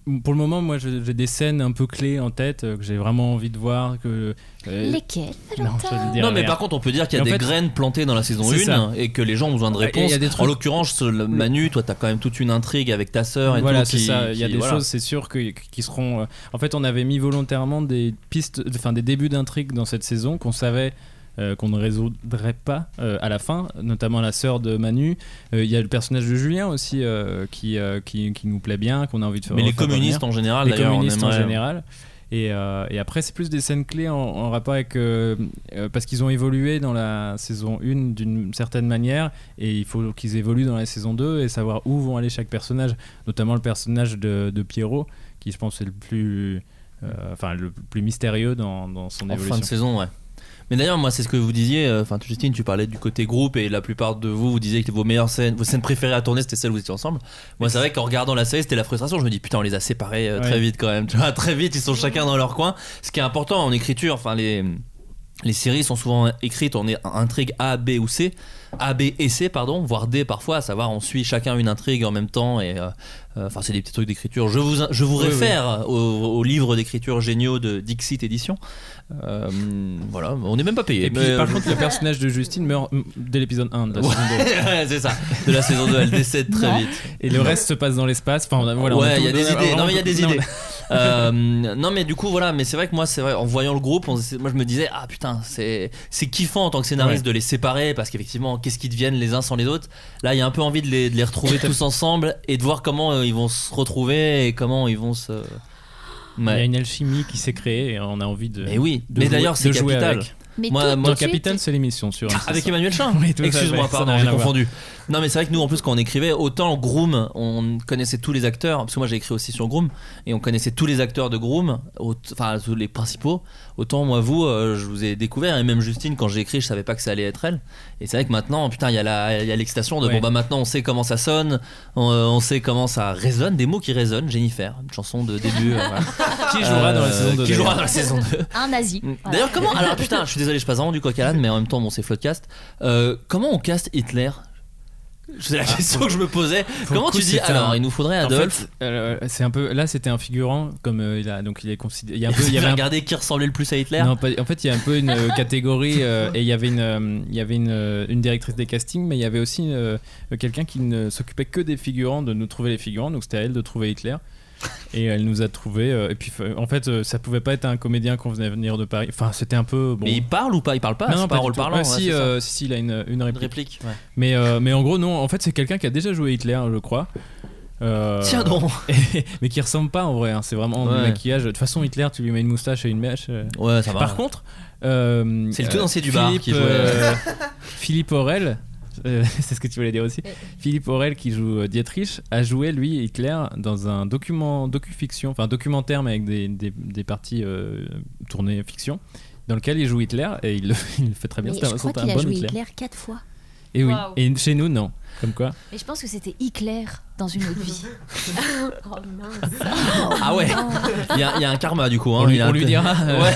S5: m- pour le moment, moi, je- j'ai des scènes un peu clés en tête euh, que j'ai vraiment envie de voir. Que, euh,
S6: Lesquels
S5: non, je vais le
S6: Valentin
S5: dire
S4: Non, mais
S5: derrière.
S4: par contre, on peut dire qu'il y a
S5: Mais en
S4: des
S5: fait-
S4: graines plantées dans la saison
S5: C'est ça.
S4: 1 et que les gens ont besoin de
S5: Et il y a
S4: réponses.
S5: des
S4: En
S5: trucs-
S4: l'occurrence, le- Manu, toi, t'as quand même toute une intrigue avec ta sœur et
S5: voilà,
S4: tout.
S5: c'est
S4: qui-
S5: ça. Il y a
S4: qui-
S5: des
S4: voilà.
S5: choses, c'est sûr, que- qui seront. euh, En fait, on avait mis volontairement des pistes, enfin des débuts d'intrigue dans cette saison qu'on savait. euh, qu'on ne résoudrait pas euh, à la fin, notamment la sœur de Manu. Euh, Il y a le personnage de Julien aussi euh, qui, euh, qui, qui nous plaît bien, qu'on a envie de faire.
S4: Mais les
S5: refaire
S4: communistes
S5: revenir.
S4: en général,
S5: les
S4: d'ailleurs, on
S5: communistes en
S4: aimerait- euh,
S5: général. Et, euh, et après, c'est plus des scènes clés en, en rapport avec. euh, euh, parce qu'ils ont évolué dans la saison 1 d'une certaine manière, et il faut qu'ils évoluent dans la saison 2 et savoir où vont aller chaque personnage, notamment le personnage de, de Pierrot, qui je pense est le plus. euh, Enfin, le plus mystérieux dans, dans son
S4: en
S5: évolution.
S4: fin de saison, ouais. Mais d'ailleurs, moi, c'est ce que vous disiez. euh, Enfin, Justine, tu parlais du côté groupe et la plupart de vous, vous disiez que vos meilleures scènes, vos scènes préférées à tourner, c'était celles où vous étiez ensemble. Moi, c'est vrai qu'en regardant la série, c'était la frustration. Je me dis, putain, on les a séparés euh, très
S5: Ouais.
S4: vite quand même. Tu vois, très vite, ils sont chacun dans leur coin. Ce qui est important en écriture, enfin, les. Les séries sont souvent écrites en intrigue A, B ou C, A, B et C, pardon, voire D parfois, à savoir on suit chacun une intrigue en même temps et euh, euh, enfin c'est des petits trucs d'écriture. Je vous, je vous
S5: Oui,
S4: réfère Aux, aux livres d'écriture géniaux de Dixit Édition. Euh, voilà, on n'est même pas payé.
S5: Et puis,
S4: mais- euh,
S5: par contre, le personnage de Justine meurt mm, dès l'épisode 1 de la saison 2.
S4: Ouais, euh, c'est ça. De la saison 2, elle décède très
S6: Non.
S4: vite.
S5: Et le reste se passe dans l'espace. Enfin, on a- voilà, on
S4: ouais,
S5: tout-
S4: il y a des
S5: on
S4: idées. Non,
S5: vraiment
S4: mais il y a des
S5: tout- non,
S4: idées. Euh, non, mais du coup, voilà. Mais c'est vrai que moi, c'est vrai. En voyant le groupe, on- c'est- moi, je me disais, ah putain, c'est c'est kiffant en tant que scénariste
S5: Ouais.
S4: de les séparer parce qu'effectivement, qu'est-ce qu'ils deviennent les uns sans les autres. Là, il y a un peu envie de les, de les retrouver tous ensemble et de voir comment euh, ils vont se retrouver et comment ils vont se.
S5: Il y a
S4: Ouais.
S5: une alchimie qui s'est créée et on a envie de.
S4: Mais oui.
S5: de
S4: mais
S5: jouer-
S4: d'ailleurs, c'est
S5: de jouer
S4: capital.
S5: avec.
S6: Mais
S4: Moi,
S6: tout-
S4: moi,
S6: tout de suite-
S5: Capitaine, c'est l'émission sur.
S4: Ah, avec Emmanuel Chin
S5: Oui, tout à fait.
S4: Excuse-moi,
S5: Ça
S4: pardon,
S5: n'a
S4: j'ai
S5: rien à voir.
S4: confondu. Non, mais c'est vrai que nous, en plus, quand on écrivait, autant Groom, on connaissait tous les acteurs, parce que moi j'ai écrit aussi sur Groom, et on connaissait tous les acteurs de Groom, aut- enfin tous les principaux, autant moi, vous, euh, je vous ai découvert, et même Justine, quand j'ai écrit, je savais pas que ça allait être elle. Et c'est vrai que maintenant, putain, il y a la- il y a l'excitation de
S5: Ouais.
S4: bon, bah maintenant on sait comment ça sonne, on, euh, on sait comment ça résonne, des mots qui résonnent, Jennifer, une chanson de début. euh, voilà.
S5: Ah, Qui jouera dans la
S4: Euh,
S5: saison 2
S4: Qui jouera dans la saison 2.
S6: Un nazi. Voilà.
S4: D'ailleurs, comment Alors putain, je suis désolé, je passe vraiment du coq à l'âne, mais en même temps, bon, c'est Floodcast. Euh, comment on caste Hitler C'est la question que je me posais.
S5: Ah. le
S4: Comment
S5: coup,
S4: tu dis
S5: c'est
S4: Alors,
S5: un-
S4: il nous faudrait
S5: En
S4: Adolphe.
S5: fait, euh, c'est un peu. Là, c'était un figurant, comme euh, il a. Donc, il est considéré. Il y a un peu.
S4: il
S5: Il y avait un-
S4: regardé qui ressemblait le plus à Hitler.
S5: Non, pas- en fait, il y a un peu une euh, catégorie euh, et il y avait une, euh, il y avait une, euh, une directrice des castings, mais il y avait aussi euh, quelqu'un qui ne s'occupait que des figurants, de nous trouver les figurants. Donc c'était à elle de trouver Hitler. Et elle nous a trouvé. euh, et puis, fa- en fait, euh, ça pouvait pas être un comédien qu'on venait venir de Paris. Enfin, c'était un peu. Bon.
S4: Mais il parle ou pas Il parle pas.
S5: Non,
S4: c'est
S5: non,
S4: pas
S5: pas du
S4: rôle
S5: tout.
S4: parlant.
S5: Ah,
S4: ouais,
S5: si,
S4: c'est ça.
S5: euh, si, si, il a une, une
S4: Une
S5: réplique.
S4: réplique. ouais.
S5: Mais, euh, mais en gros, non. En fait, c'est quelqu'un qui a déjà joué Hitler, je crois. Euh,
S4: Tiens donc.
S5: mais qui ressemble pas en vrai. hein. C'est vraiment
S4: Ouais.
S5: du maquillage. De toute façon, Hitler, tu lui mets une moustache et une mèche. euh,
S4: Ouais, ça va.
S5: par contre, euh,
S4: C'est le
S5: euh,
S4: tenancier du bar
S5: Philippe,
S4: qui jouait.
S5: euh, Philippe Aurel, euh, c'est ce que tu voulais dire aussi. Philippe Aurel, qui joue euh, Dietrich, a joué lui Hitler dans un document, docu-fiction, enfin documentaire mais avec des, des, des parties euh, tournées fiction, dans lequel il joue Hitler et il le, il le fait très bien.
S8: Mais
S5: C'est un-
S8: je crois
S5: c'est
S8: qu'il
S5: un
S8: a
S5: bon
S8: joué
S5: Hitler.
S8: Hitler 4 fois.
S5: Et oui.
S6: Waouh.
S5: Et chez nous, non. Comme quoi
S6: Mais je pense que c'était Hitler dans une autre vie.
S8: Oh mince.
S4: Ah ouais. Il y, a, il y a un karma du coup. hein.
S5: on, lui,
S4: Il a
S5: on
S4: un-
S5: lui dira. euh,
S4: Ouais.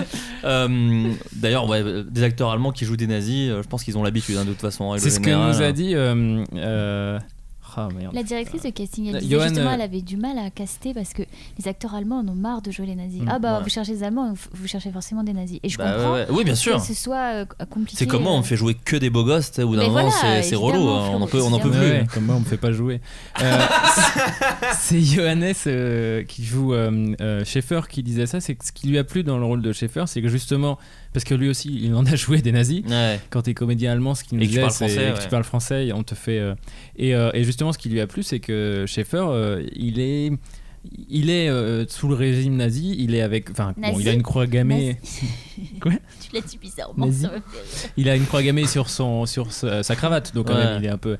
S4: Euh, D'ailleurs, ouais, euh, des acteurs hein, allemands qui jouent des nazis, euh, je pense qu'ils ont l'habitude hein, de toute façon. en règle
S5: C'est ce que
S4: générale.
S5: nous a dit. euh, euh, oh, Ah merde.
S6: La directrice de casting, elle
S5: Euh,
S6: disait
S5: Johan,
S6: justement,
S5: euh,
S6: elle avait du mal à caster parce que les acteurs allemands en ont marre de jouer les nazis.
S4: Mm,
S6: ah bah,
S4: ouais.
S6: vous cherchez des Allemands, vous- vous cherchez forcément des nazis. Et je
S4: Bah,
S6: comprends
S4: ouais, ouais. Oui, bien sûr.
S6: que ce soit euh, compliqué.
S4: C'est comment on fait jouer que des beaux gosses, tu sais, au bout d'un
S6: Mais
S4: moment,
S6: voilà,
S4: c'est- c'est
S6: évidemment,
S4: relou, hein. on en peut, on en peut
S6: Florent,
S4: plus.
S5: Ouais, comme moi, on me fait pas jouer. Euh, c'est c'est Johannes euh, qui joue euh, euh, Schaeffer qui disait ça. C'est que ce qui lui a plu dans le rôle de Schaeffer, c'est que justement, parce que lui aussi, il en a joué des nazis.
S4: Ouais.
S5: Quand t'es comédien allemand, ce qu'il nous
S4: Et que tu
S5: disait,
S4: parles
S5: c'est
S4: français,
S5: que
S4: ouais.
S5: tu parles français, on te fait. euh, et, euh, et justement, ce qui lui a plu, c'est que Schaeffer, euh, il est. Il est euh, sous le régime nazi, il est avec. Enfin, bon,
S6: Nazi
S5: il a une croix gammée. Quoi
S6: Tu l'as dit bizarrement.
S5: Nazi.
S6: ça me fait rire.
S5: Il a une croix gammée sur, son, sur sa, sa cravate, donc quand
S4: Ouais.
S5: même, il est un peu.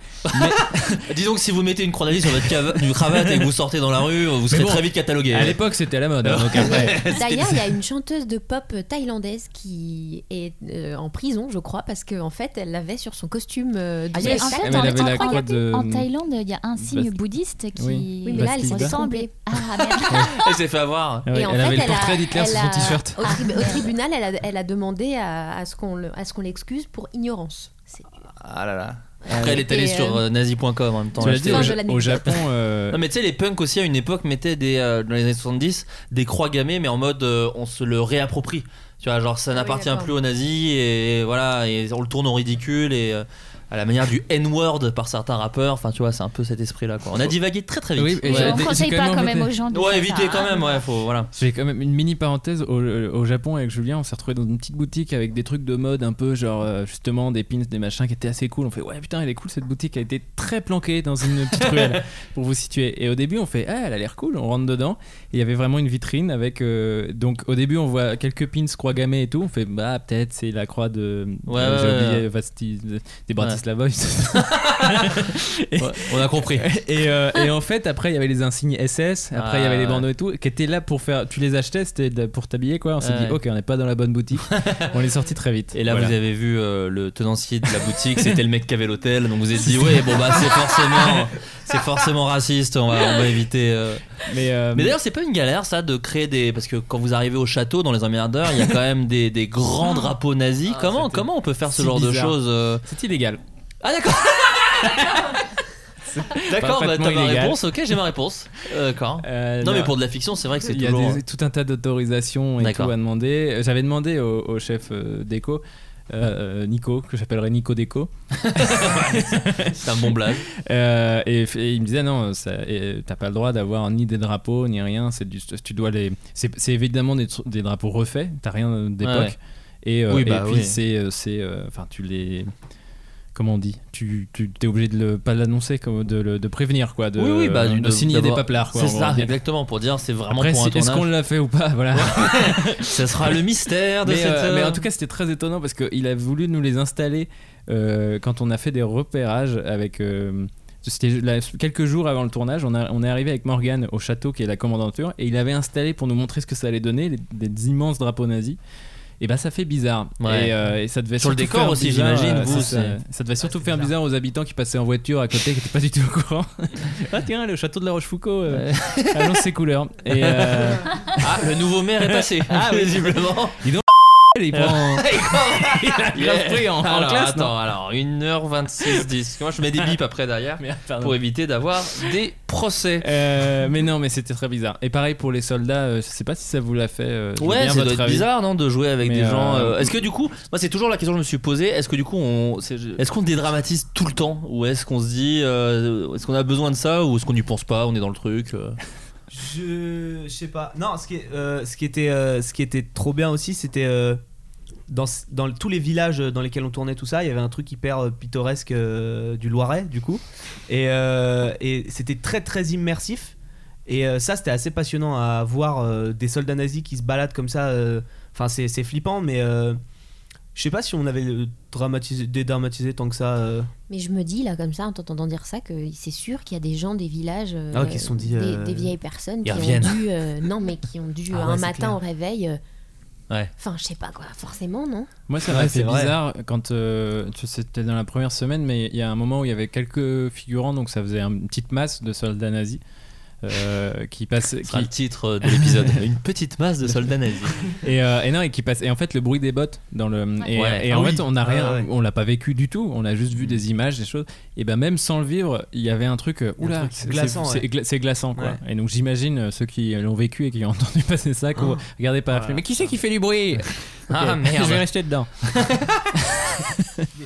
S4: Disons que Bah, si vous mettez une croix d'Ali sur votre cava- du cravate et que vous sortez dans la rue, vous serez
S5: bon,
S4: très vite catalogué.
S5: À l'époque, c'était à la mode, hein, donc après.
S8: D'ailleurs, il y a une chanteuse de pop thaïlandaise qui est euh, en prison, je crois, parce qu'en fait, elle l'avait sur son costume euh, de
S6: Ah, yes.
S8: spectacle.
S6: En fait,
S5: Mais elle
S6: en-
S5: avait la
S6: en-
S5: croix de.
S6: En Thaïlande, il y a un signe
S5: Bast-
S6: bouddhiste qui
S5: Oui.
S8: Oui, mais là, elle s'est
S5: Bastille.
S6: ressemble.
S8: ressemblée.
S6: Ah merde.
S4: Elle s'est fait avoir.
S5: Ah oui,
S8: Et en
S5: elle
S8: fait,
S5: avait le
S8: elle a-
S5: portrait d'Hitler sur
S8: elle
S5: son
S8: a-
S5: t-shirt.
S8: Au, tri- au tribunal, elle a, elle a demandé à, à ce qu'on le- à ce qu'on l'excuse pour ignorance. C'est-
S4: Ah là là. Après, elle est allée
S8: Et,
S4: sur
S8: euh,
S4: euh, nazi.com en même temps.
S5: Tu l'as
S4: acheter
S5: dit, au,
S8: fin
S4: le-
S8: de
S5: Ja-
S8: l'anecdote.
S5: au Japon. euh,
S4: Non mais tu sais les punks aussi à une époque mettaient des euh, dans les années 70 des croix gammées mais en mode euh, on se le réapproprie. Tu vois genre ça
S8: oui,
S4: n'appartient
S8: d'accord.
S4: plus aux nazis et voilà et on le tourne en ridicule et euh, à la manière du N-word par certains rappeurs. Enfin tu vois c'est un peu cet esprit là quoi. On a divagué très très vite.
S5: Oui, et
S6: Je
S5: j'ai-
S6: ne
S5: j'ai
S6: conseille
S5: quand
S6: pas
S5: même
S6: quand même
S5: embêté.
S6: aux gens de
S4: Ouais
S6: faire
S4: évitez
S6: ça,
S4: quand
S6: hein.
S4: même ouais faut voilà.
S5: J'ai quand même une mini parenthèse au, au Japon avec Julien, on s'est retrouvé dans une petite boutique avec des trucs de mode un peu genre euh, justement des pins, des machins qui étaient assez cool. On fait ouais putain elle est cool cette boutique, elle était très planquée dans une petite ruelle pour vous situer. Et au début on fait ah elle a l'air cool, on rentre dedans. Et il y avait vraiment une vitrine avec euh, donc au début on voit quelques pins croix gammées et tout. On fait bah peut-être c'est la croix de
S4: Ouais,
S5: euh, j'ai
S4: ouais,
S5: oublié
S4: ouais.
S5: Vasti- des Bratislava.
S4: Ouais, on a compris.
S5: Et, euh, et en fait, après, il y avait les insignes SS, après, il y
S4: Ah,
S5: avait les
S4: ouais.
S5: bandeaux et tout, qui étaient là pour faire. Tu les achetais, c'était de- pour t'habiller, quoi. On s'est
S4: Ouais.
S5: dit, ok, on n'est pas dans la bonne boutique. on est sorti très vite.
S4: Et là,
S5: Voilà.
S4: vous avez vu euh, le tenancier de la boutique, c'était le mec qui avait l'hôtel. Donc vous êtes dit, ouais, bon bah c'est forcément, c'est forcément raciste. On va, on va éviter. euh.
S5: Mais, euh,
S4: Mais d'ailleurs, c'est pas une galère ça de créer des, parce que quand vous arrivez au château dans les emmerdeurs, il y a quand même des, des grands drapeaux nazis.
S5: Ah,
S4: comment,
S5: c'était
S4: comment on peut faire ce
S5: si
S4: genre de
S5: bizarre.
S4: choses euh
S5: c'est illégal.
S4: Ah d'accord. D'accord, bah, t'as
S5: Parfaitement
S4: ma
S5: illégal.
S4: réponse. Ok, j'ai ma réponse. Euh, D'accord.
S5: Euh,
S4: Non mais pour de la fiction, c'est vrai que c'est
S5: Il y a
S4: toujours.
S5: des- tout un tas d'autorisations et tout
S4: D'accord.
S5: à demander. J'avais demandé au, au chef euh, déco, euh, euh, Nico, que j'appellerais Nico Déco,
S4: C'est un bon blague.
S5: Euh, et, et il me disait non, ça- et euh, t'as pas le droit d'avoir ni des drapeaux ni rien. C'est du, tu dois les. C'est c'est évidemment des, tr- des drapeaux refaits. T'as rien d'époque.
S4: Ouais.
S5: Et, euh,
S4: Oui,
S5: et
S4: bah
S5: puis
S4: oui.
S5: c'est, euh, c'est, euh, enfin tu les. Comment on dit Tu, tu t'es obligé de le pas l'annoncer, comme de, le- de prévenir quoi, de,
S4: oui, oui, bah
S5: de,
S4: de-
S5: signer des
S4: d'avoir-
S5: paplards quoi.
S4: C'est
S5: on va
S4: ça,
S5: dire.
S4: exactement, pour dire c'est vraiment
S5: Après,
S4: pour un
S5: si- est-ce
S4: tournage.
S5: qu'on l'a fait ou pas Voilà.
S4: Ça sera le mystère de
S5: mais,
S4: cette.
S5: euh, mais en tout cas, c'était très étonnant parce qu'il a voulu nous les installer euh, quand on a fait des repérages avec. euh, c'était là- quelques jours avant le tournage, on, a- on est arrivé avec Morgan au château qui est la commandanture et il avait installé pour nous montrer ce que ça allait donner les- des immenses drapeaux nazis. Et bah ça fait bizarre.
S4: Ouais.
S5: Et, euh, et ça devait
S4: Sur le
S5: surtout
S4: décor
S5: faire
S4: aussi,
S5: bizarre,
S4: j'imagine,
S5: euh,
S4: vous,
S5: ça,
S4: c'est-
S5: ça devait surtout
S7: c'est
S5: faire
S7: bizarre.
S5: bizarre aux habitants qui passaient en voiture à côté qui n'étaient pas du tout au courant. ah tiens le château de La Rochefoucauld euh, annonce ses couleurs. Et euh,
S4: Ah, le nouveau maire est passé. Ah, visiblement.
S5: il prend-
S4: il a
S5: grave pris en- en
S4: alors,
S5: classe,
S4: Attends, alors, 1h26, 10. Moi, je mets des bips après derrière
S5: Merde, pardon.
S4: pour éviter d'avoir des procès.
S5: Euh, mais non, mais c'était très bizarre. Et pareil pour les soldats, euh, je sais pas si ça vous l'a fait. euh, je veux
S4: Ouais,
S5: bien
S4: ça doit
S5: votre
S4: être
S5: avis.
S4: bizarre, non, de jouer avec
S5: Mais,
S4: des gens.
S5: euh,
S4: euh, Est-ce que du coup, moi, c'est toujours la question que je me suis posée. Est-ce que du coup, on, c'est- est-ce qu'on dédramatise tout le temps, ou est-ce qu'on se dit, euh, est-ce qu'on a besoin de ça, ou est-ce qu'on n'y pense pas, on est dans le truc. euh
S7: Je je sais pas. Non, ce qui, est- euh, ce qui était, euh, ce qui était trop bien aussi, c'était euh, dans, s- dans le- tous les villages dans lesquels on tournait tout ça, il y avait un truc hyper euh, pittoresque euh, du Loiret, du coup. Et, euh, et c'était très très immersif. Et euh, ça, c'était assez passionnant à voir euh, des soldats nazis qui se baladent comme ça. euh, Enfin, c'est c'est flippant, mais euh, je sais pas si on avait euh, dramatisé, dédramatisé tant que ça. euh.
S8: Mais je me dis, là, comme ça, en t'entendant dire ça, que c'est sûr qu'il y a des gens des villages, euh,
S7: Ah, qui se sont dit,
S8: des,
S7: euh,
S8: des vieilles personnes qui
S4: ils
S8: ont
S4: reviennent.
S8: dû, euh, non, mais qui ont dû
S7: Ah
S8: euh,
S7: ouais,
S8: un
S7: c'est
S8: matin
S7: clair.
S8: au réveil. euh,
S4: Ouais.
S8: Enfin, je sais pas quoi, forcément, non
S5: Moi, ça
S7: Ouais,
S5: m'a
S7: c'est
S5: fait
S7: vrai.
S5: bizarre quand euh, tu- c'était dans la première semaine, mais il y a un moment où il y avait quelques figurants, donc ça faisait une petite masse de soldats nazis. euh, qui passe.
S4: Ce sera
S5: qui-
S4: le titre euh, de l'épisode. Une petite masse de soldats nazis.
S5: et, euh, et non, et qui passe. Et en fait, le bruit des bottes dans le. Et,
S4: Ouais.
S5: et
S7: Ah
S5: en
S7: oui.
S5: fait, on n'a
S7: Ah
S5: rien,
S7: ouais. Mm.
S5: on l'a pas vécu du tout. On a juste vu des images, des choses. Et ben même sans le vivre, il y avait un truc. euh,
S7: Il y a un
S5: Oula,
S7: truc
S5: c'est
S7: glaçant,
S5: c'est- c'est gla- c'est glaçant quoi.
S7: Ouais.
S5: Et donc j'imagine euh, ceux qui l'ont vécu et qui ont entendu passer ça, qu'on regardez pas.
S7: Ah. Ouais.
S5: Mais qui c'est qui fait du bruit
S4: Ah,
S5: Ok,
S4: merde.
S5: Je vais rester dedans.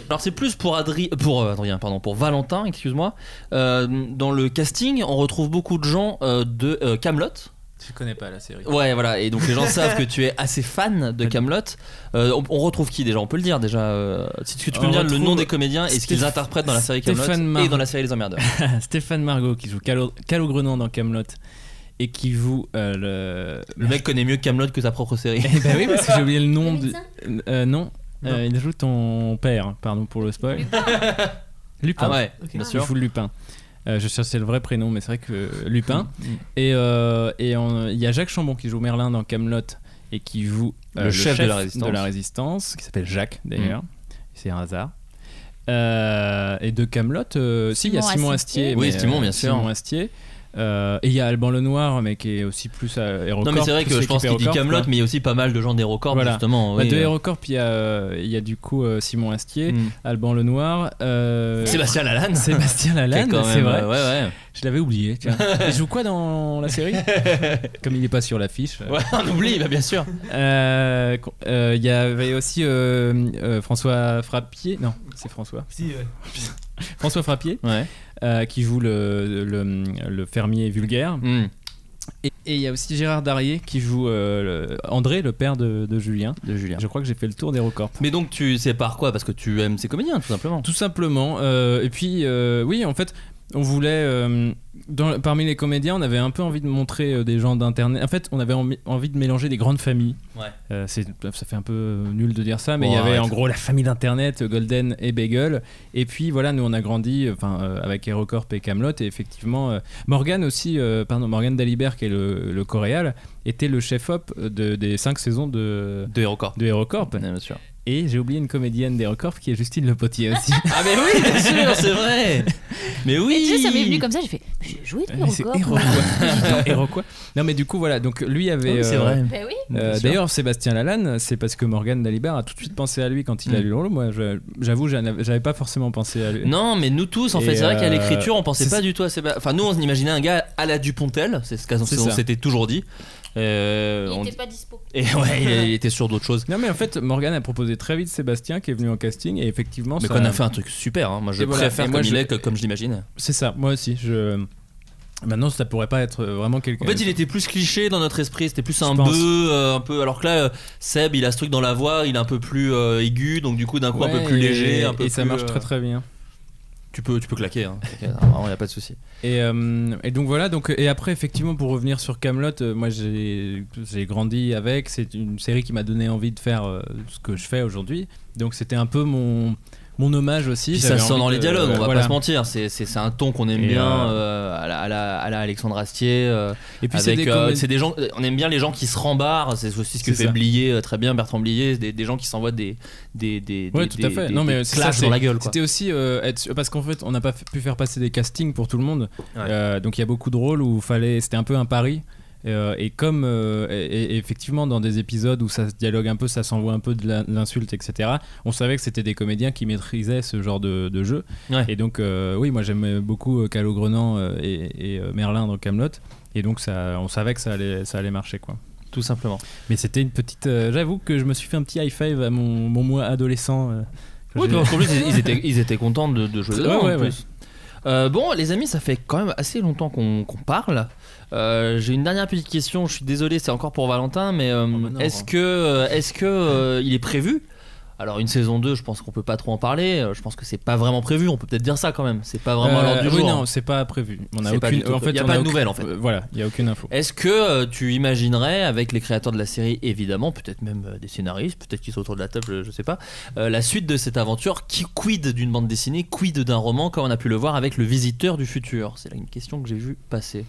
S4: Alors c'est plus pour Adri- pour euh, Adrien, pardon, pour Valentin, excuse-moi. Euh, dans le casting, on retrouve beaucoup de gens euh, de Camelot.
S5: Tu connais pas la série.
S4: ouais, voilà. Et donc les gens savent que tu es assez fan de Camelot. Euh, on, on retrouve qui déjà On peut le dire déjà. euh, si tu tu peux
S5: On
S4: me dire le
S5: retrouve
S4: nom des comédiens et ce qu'ils
S5: Stéph-
S4: interprètent dans la série
S5: Stéphane
S4: Camelot
S5: Marr.
S4: et dans la série Les Emmerdeurs.
S5: Ah, Stéphane Margot qui joue Calo, Calo Grenon dans Camelot et qui joue euh, le.
S4: Le
S7: Ah.
S4: mec connaît mieux Camelot que sa propre série.
S5: Eh ben oui, parce que j'ai oublié le nom.
S8: Le
S5: du-
S8: médecin
S5: Euh, non, Euh, il joue ton père, pardon pour le spoil. Lupin.
S4: Ah ouais,
S7: Ok.
S4: bien
S5: Il
S4: sûr.
S5: joue Lupin. Euh, je cherchais le vrai prénom, mais c'est vrai que Lupin.
S4: Mm.
S5: Et euh, et en- il y a Jacques Chambon qui joue Merlin dans Camelot et qui joue euh,
S4: Le chef de la Résistance. Mm.
S5: Résistance, qui s'appelle Jacques d'ailleurs. C'est un hasard. Euh, et de Camelot, euh, si il y a
S6: Simon
S5: Simon
S6: Astier.
S5: Astier.
S4: Oui,
S5: mais,
S4: Simon,
S5: euh,
S4: bien sûr.
S5: Simon Astier. Euh, et il y a Alban Lenoir, mais qui est aussi plus euh, à Hérocorp.
S4: Non mais c'est vrai
S5: plus
S4: que je pense
S5: équipe
S4: qu'il dit
S5: Hérocorp,
S4: Camelot,
S5: quoi.
S4: mais il y a aussi pas mal de gens d'Hérocorp
S5: Voilà.
S4: justement.
S5: Bah,
S4: oui,
S5: de
S4: euh,
S5: Hérocorp, il y, a, euh, il y a du coup euh, Simon Astier,
S4: hmm.
S5: Alban Lenoir, euh,
S4: Sébastien Lalanne.
S5: Sébastien
S4: Qui est
S5: Lalanne,
S4: quand
S5: c'est
S4: même,
S5: vrai.
S4: euh, Ouais, ouais.
S5: Je l'avais oublié. tiens. Il joue quoi dans la série Comme il n'est pas sur l'affiche.
S4: Ouais, on oublie, bah, bien sûr.
S5: Euh, con- euh, Il y avait aussi euh, euh, François Frappier. Non, c'est François.
S7: Si, ouais.
S5: François Frappier
S4: Ouais.
S5: euh, qui joue le, le, le fermier vulgaire.
S4: Hmm.
S5: Et et il y a aussi Gérard Darrier qui joue euh, le- André, le père de, de Julien.
S4: De Julien.
S5: Je crois que j'ai fait le tour des records.
S4: Mais donc tu sais par quoi Parce que tu aimes ces comédiens, tout simplement.
S5: Tout simplement. euh, et puis, euh, oui, en fait, on voulait. euh, dans- parmi les comédiens, on avait un peu envie de montrer euh, des gens d'internet. En fait, on avait envi- envie de mélanger des grandes familles.
S4: Ouais.
S5: Euh, c'est, ça fait un peu euh, nul de dire ça, mais
S4: Bon,
S5: il y avait
S4: arrête.
S5: en gros la famille d'internet, euh, Golden et Bagel. Et puis, voilà, nous, on a grandi euh, enfin, euh, avec Aerocorp et Camelot. Et effectivement, euh, Morgan aussi, euh, pardon, Morgan Dalibert, qui est le, le coréal, était le chef-op de, des cinq saisons de.
S4: De Hérocorp.
S5: De Hérocorp.
S4: Bien sûr.
S5: Et j'ai oublié une comédienne d'Hérocorp qui est Justine Le Potier aussi.
S4: Ah mais oui, bien sûr, c'est vrai. Mais
S6: Et
S4: oui.
S6: tu sais, ça m'est venu comme ça, j'ai fait, mais j'ai joué dans
S5: Mais c'est
S6: Eurocorp.
S5: héros quoi. Héros quoi. Non mais du coup voilà, donc lui avait...
S4: Oui, c'est
S5: euh,
S4: vrai.
S6: Ben oui.
S5: euh,
S4: Bien sûr.
S5: D'ailleurs, Sébastien Lalanne, c'est parce que Morgan Dalibert a tout de suite pensé à lui quand il a
S4: Mm.
S5: lu Lolo. Moi, je- j'avoue, j'en avais- j'avais pas forcément pensé à lui.
S4: Non, mais nous tous, en
S5: Et
S4: fait, c'est vrai qu'à
S5: euh,
S4: l'écriture, on pensait
S5: c'est-
S4: pas du tout à Sébastien. Enfin, nous, on imaginait un gars à la Dupontel, c'est ce qu'on
S5: C'est
S4: on
S5: ça.
S4: s'était toujours dit. Euh, on-
S8: pas dispo.
S4: Et ouais, il- il était sur d'autres choses.
S5: Non, mais en fait, Morgan a proposé très vite Sébastien qui est venu en casting et effectivement,
S4: Mais
S5: ça-
S4: qu'on a fait un truc super, hein. moi je
S5: Et voilà.
S4: préfère
S5: Et moi,
S4: comme il
S5: je-
S4: est que comme je l'imagine.
S5: c'est ça. Moi aussi, je. Maintenant, ça pourrait pas être vraiment
S4: En
S5: quelqu'un.
S4: fait, il était plus cliché dans notre esprit, c'était plus un
S5: Euh, Je pense.
S4: bœuf, euh, un peu. Alors que là, euh, Seb, il a ce truc dans la voix, il est un peu plus euh, aigu, donc du coup, d'un coup, un peu
S5: Ouais,
S4: plus
S5: et-
S4: léger, un peu
S5: Et ça
S4: plus,
S5: marche
S4: euh,
S5: très très bien.
S4: Tu peux, tu peux claquer, hein. vraiment, y a pas de souci.
S5: Et, euh, et donc voilà, donc, et après effectivement pour revenir sur Camelot, euh, moi j'ai j'ai grandi avec, c'est une série qui m'a donné envie de faire euh, ce que je fais aujourd'hui, donc c'était un peu mon, mon hommage aussi.
S4: Puis ça
S5: J'avais
S4: sent
S5: envie
S4: dans les
S5: de- euh,
S4: dialogues, on va
S5: voilà.
S4: pas se mentir, c'est- c'est c'est un ton qu'on aime
S5: Et,
S4: bien
S5: euh,
S4: euh, à, la, à la- à la Alexandre Astier. euh,
S5: Et puis c'est
S4: avec,
S5: des
S4: euh,
S5: comé-
S4: c'est des gens, on aime bien les gens qui se rembarrent, c'est aussi ce que
S5: C'est
S4: fait
S5: ça.
S4: Blier euh, très bien, Bertrand Blier, des, des gens qui s'envoient des, des, des,
S5: Ouais,
S4: des-
S5: tout à
S4: des-
S5: fait.
S4: des-
S5: non,
S4: des
S5: mais c'est ça,
S4: clashs
S5: c'est-
S4: dans la gueule. quoi.
S5: C'était aussi euh, être sûr- parce qu'en fait, on n'a pas f- pu faire passer des castings pour tout le monde.
S4: Ouais.
S5: Euh, donc il y a beaucoup de rôles où fallait, c'était un peu un pari. Euh, et comme euh, et- et effectivement dans des épisodes où ça se dialogue un peu, ça s'envoie un peu de la- de l'insulte, etc. On savait que c'était des comédiens qui maîtrisaient ce genre de, de jeu.
S4: Ouais.
S5: Et donc euh, oui, moi j'aimais beaucoup euh, Calo Grenan euh, et, et, euh, Merlin dans Camelot. Et donc ça, on savait que ça allait, ça allait marcher quoi.
S4: Tout simplement.
S5: Mais c'était une petite. euh, J'avoue que je me suis fait un petit high five à mon, mon moi adolescent. euh, que
S4: Oui,
S5: j'ai-
S4: parce qu'en plus, ils, ils étaient, ils étaient contents de, de jouer
S5: Ouais,
S4: dedans, en
S5: ouais,
S4: plus.
S5: ouais.
S4: Euh, bon, les amis, ça fait quand même assez longtemps qu'on qu'on parle. Euh, J'ai une dernière petite question. Je suis désolé, c'est encore pour Valentin, mais euh,
S5: bah non.
S4: est-ce que, est-ce que euh, il est prévu Alors une saison 2, je pense qu'on peut pas trop en parler. Euh, Je pense que c'est pas vraiment prévu. On peut peut-être dire ça quand même. C'est pas vraiment à l'ordre
S5: Euh,
S4: du
S5: oui,
S4: jour. hein.
S5: non, c'est pas prévu. On a
S4: C'est pas
S5: aucune.
S4: du tout-
S5: en fait,
S4: il y a
S5: on
S4: pas de
S5: aucune-
S4: nouvelles, en fait.
S5: euh, voilà, il y a aucune info.
S4: Est-ce que euh, tu imaginerais, avec les créateurs de la série, évidemment, peut-être même euh, des scénaristes, peut-être qu'ils sont autour de la table, je, je sais pas, euh, la suite de cette aventure qui quid d'une bande dessinée, quid d'un roman, comme on a pu le voir avec Le Visiteur du Futur C'est là une question que j'ai vue passer.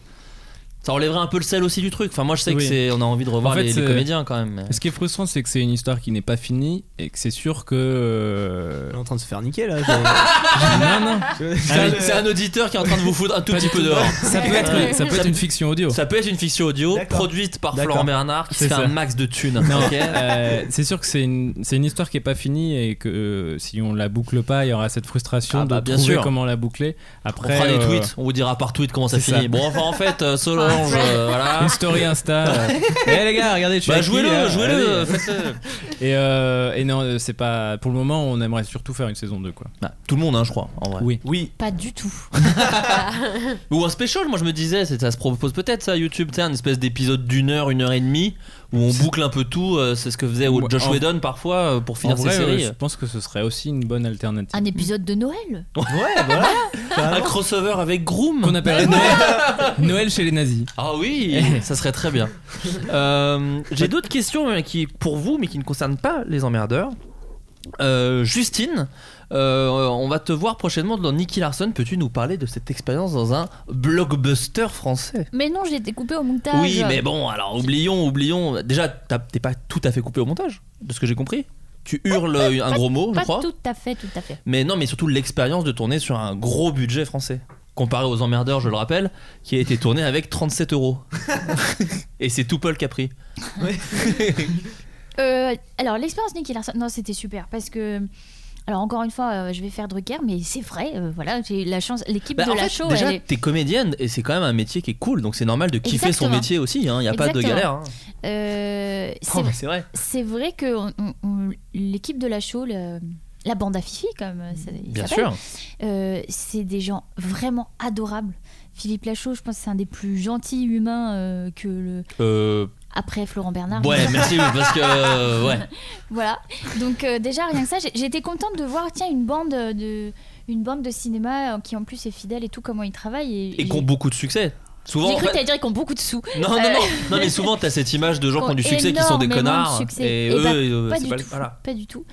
S4: Ça enlèverait un peu le sel aussi du truc. Enfin, moi, je sais que
S5: Oui.
S4: c'est, on a envie de revoir
S5: En fait,
S4: les, les
S5: c'est-
S4: comédiens quand même. mais-
S5: Ce qui est frustrant, c'est que c'est une histoire qui n'est pas finie et que c'est sûr que. euh,
S7: On est en train de se faire niquer là. je-
S5: non, non.
S7: je-
S4: C'est un- C'est un auditeur qui est en train de vous foutre un tout
S5: Pas
S4: petit
S5: du
S4: peu
S5: tout.
S4: dehors.
S5: Ça peut être, ça peut être une fiction audio.
S4: Ça peut être une fiction audio
S7: D'accord.
S4: produite par
S7: D'accord.
S4: Florent Bernard qui se
S5: C'est
S4: fait
S5: ça.
S4: un max de thunes.
S5: Non,
S4: ok
S5: euh, c'est sûr que c'est une, c'est une histoire qui est pas finie et que euh, si on la boucle pas, il y aura cette frustration
S4: Ah bah,
S5: de
S4: bien
S5: trouver
S4: sûr.
S5: comment la boucler.
S4: on
S5: Après,
S4: fera des
S5: euh,
S4: tweets, on vous dira par tweet comment ça
S5: c'est
S4: finit.
S5: ça.
S4: Bon, enfin, en fait, euh, Solange, euh, voilà.
S5: Une story Insta. euh, Eh les gars, regardez, je suis
S4: Bah,
S5: avec lui,
S4: jouez-le,
S5: là.
S4: jouez-le,
S5: Allez.
S4: faites-le.
S5: Et, euh, et non, euh, c'est pas. Pour le moment, on aimerait surtout faire une saison 2, quoi.
S4: Bah, tout le monde, hein, je crois, en vrai.
S5: Oui.
S7: Oui,
S6: Pas du tout.
S4: Ou un special, moi je me disais, c'est- ça se propose peut-être ça, YouTube, tu sais, un espèce d'épisode d'une heure, une heure et demie, où on boucle un peu tout, euh, c'est ce que faisait
S5: Ouais,
S4: Josh
S5: en-
S4: Whedon parfois euh, pour
S5: En
S4: finir ses
S5: vrai, euh,
S4: séries.
S5: je pense que ce serait aussi une bonne alternative.
S6: Un épisode de Noël
S7: ouais, voilà.
S4: un
S7: carrément.
S4: crossover avec Groom
S5: Qu'on appellerait Noël, Noël chez les nazis.
S4: Ah oui, ça serait très bien. Euh, J'ai d'autres questions euh, qui pour vous, mais qui ne concernent pas les emmerdeurs. Euh, Justine, euh, on va te voir prochainement dans Nicky Larson. Peux-tu nous parler de cette expérience dans un blockbuster français
S6: Mais non, j'ai été coupée au montage.
S4: Oui, mais bon, alors oublions, oublions. Déjà, t'as- t'es pas tout à fait coupé au montage, de ce que j'ai compris. Tu hurles euh, un gros mot, je
S6: Pas
S4: crois.
S6: tout à fait, tout à fait.
S4: Mais non, mais surtout l'expérience de tourner sur un gros budget français. Comparé aux emmerdeurs, je le rappelle, qui a été tourné avec 37 euros. Et c'est tout Paul qui a pris.
S6: Euh, alors, l'expérience Nicky Larson, non, c'était super parce que. Alors, encore une fois, euh, je vais faire Drucker, mais c'est vrai, euh, voilà, j'ai eu la chance. L'équipe
S4: Bah,
S6: de
S4: en
S6: la
S4: fait,
S6: show,
S4: déjà,
S6: elle est-
S4: t'es comédienne et c'est quand même un métier qui est cool, donc c'est normal de kiffer son
S6: Exactement.
S4: métier aussi. Il n'y a pas de
S6: Exactement.
S4: galère. hein.
S6: euh, c'est-
S4: Oh, mais c'est vrai.
S6: c'est vrai que on- on- on- l'équipe de la show, le- la bande à Fifi, comme euh, ça, il
S4: Bien
S6: s'appelle,
S4: sûr.
S6: euh, c'est des gens vraiment adorables. Philippe Lachaud, je pense que c'est un des plus gentils humains euh, que le...
S4: Euh,
S6: après Florent Bernard.
S4: ouais, merci parce que euh, ouais.
S6: Voilà. Donc euh, déjà rien que ça, j'ai- j'étais contente de voir tiens une bande euh, de une bande de cinéma euh, qui en plus est fidèle et tout comment ils travaillent et,
S4: Et
S6: j'ai-
S4: qui ont beaucoup de succès. Souvent,
S6: j'ai
S4: en
S6: cru
S4: fait-
S6: que t'allais dire qu'ils ont beaucoup de sous.
S4: non, non,
S6: Euh,
S4: non, non, mais souvent t'as cette image de gens qui ont du
S6: Qui ont
S4: succès qui sont des
S6: énormément de
S4: connards
S6: succès.
S4: et,
S6: Eh
S4: eux,
S6: ben,
S4: euh,
S6: pas,
S4: c'est
S6: du
S4: pas le-
S6: tout,
S4: voilà.
S6: pas du tout.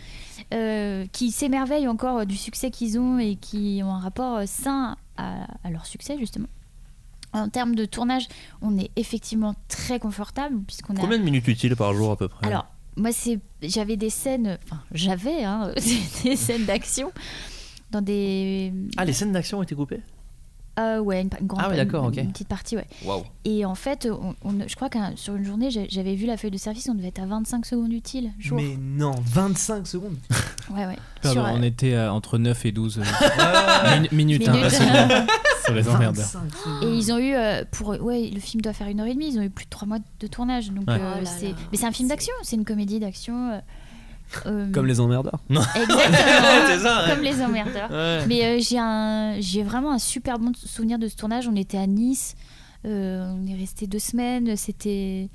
S6: Euh, qui s'émerveillent encore euh, du succès qu'ils ont et qui ont un rapport euh, sain à, à leur succès justement. En termes de tournage, on est effectivement très confortable puisqu'on a.
S4: Combien de minutes utiles par jour à peu près
S6: Alors moi c'est j'avais des scènes, enfin j'avais hein, des scènes d'action dans des
S4: Ah, les scènes d'action ont été coupées
S6: Euh, ouais, une, pa- une grande
S4: Ah ouais,
S6: une-
S4: d'accord, ok.
S6: une petite partie, ouais.
S4: Waouh.
S6: Et en fait, on, on- je crois que sur une journée, j'ai- j'avais vu la feuille de service, on devait être à 25 secondes utiles. Jour.
S7: Mais non, 25 secondes.
S6: Ouais, ouais.
S5: Pardon,
S6: Sur, euh,
S5: on était à entre 9 et 12 euh,
S7: Ouais.
S5: min- minutes hein,
S6: Ah. Minutes.
S5: sur les emmerdeurs.
S7: 25 secondes.
S6: et ils ont eu, euh, pour, ouais, le film doit faire une heure et demie, ils ont eu plus de trois mois de tournage. Donc,
S4: Ouais.
S6: euh,
S8: Oh là
S6: c'est-
S8: là.
S6: mais c'est un film d'action, c'est une comédie d'action. euh, euh,
S7: Comme les emmerdeurs.
S6: Exactement.
S4: C'est ça, ouais.
S6: Ah, Comme les emmerdeurs.
S4: Ouais.
S6: Mais euh, j'ai un, j'ai vraiment un super bon souvenir de ce tournage. On était à Nice, euh, on est resté deux semaines. C'était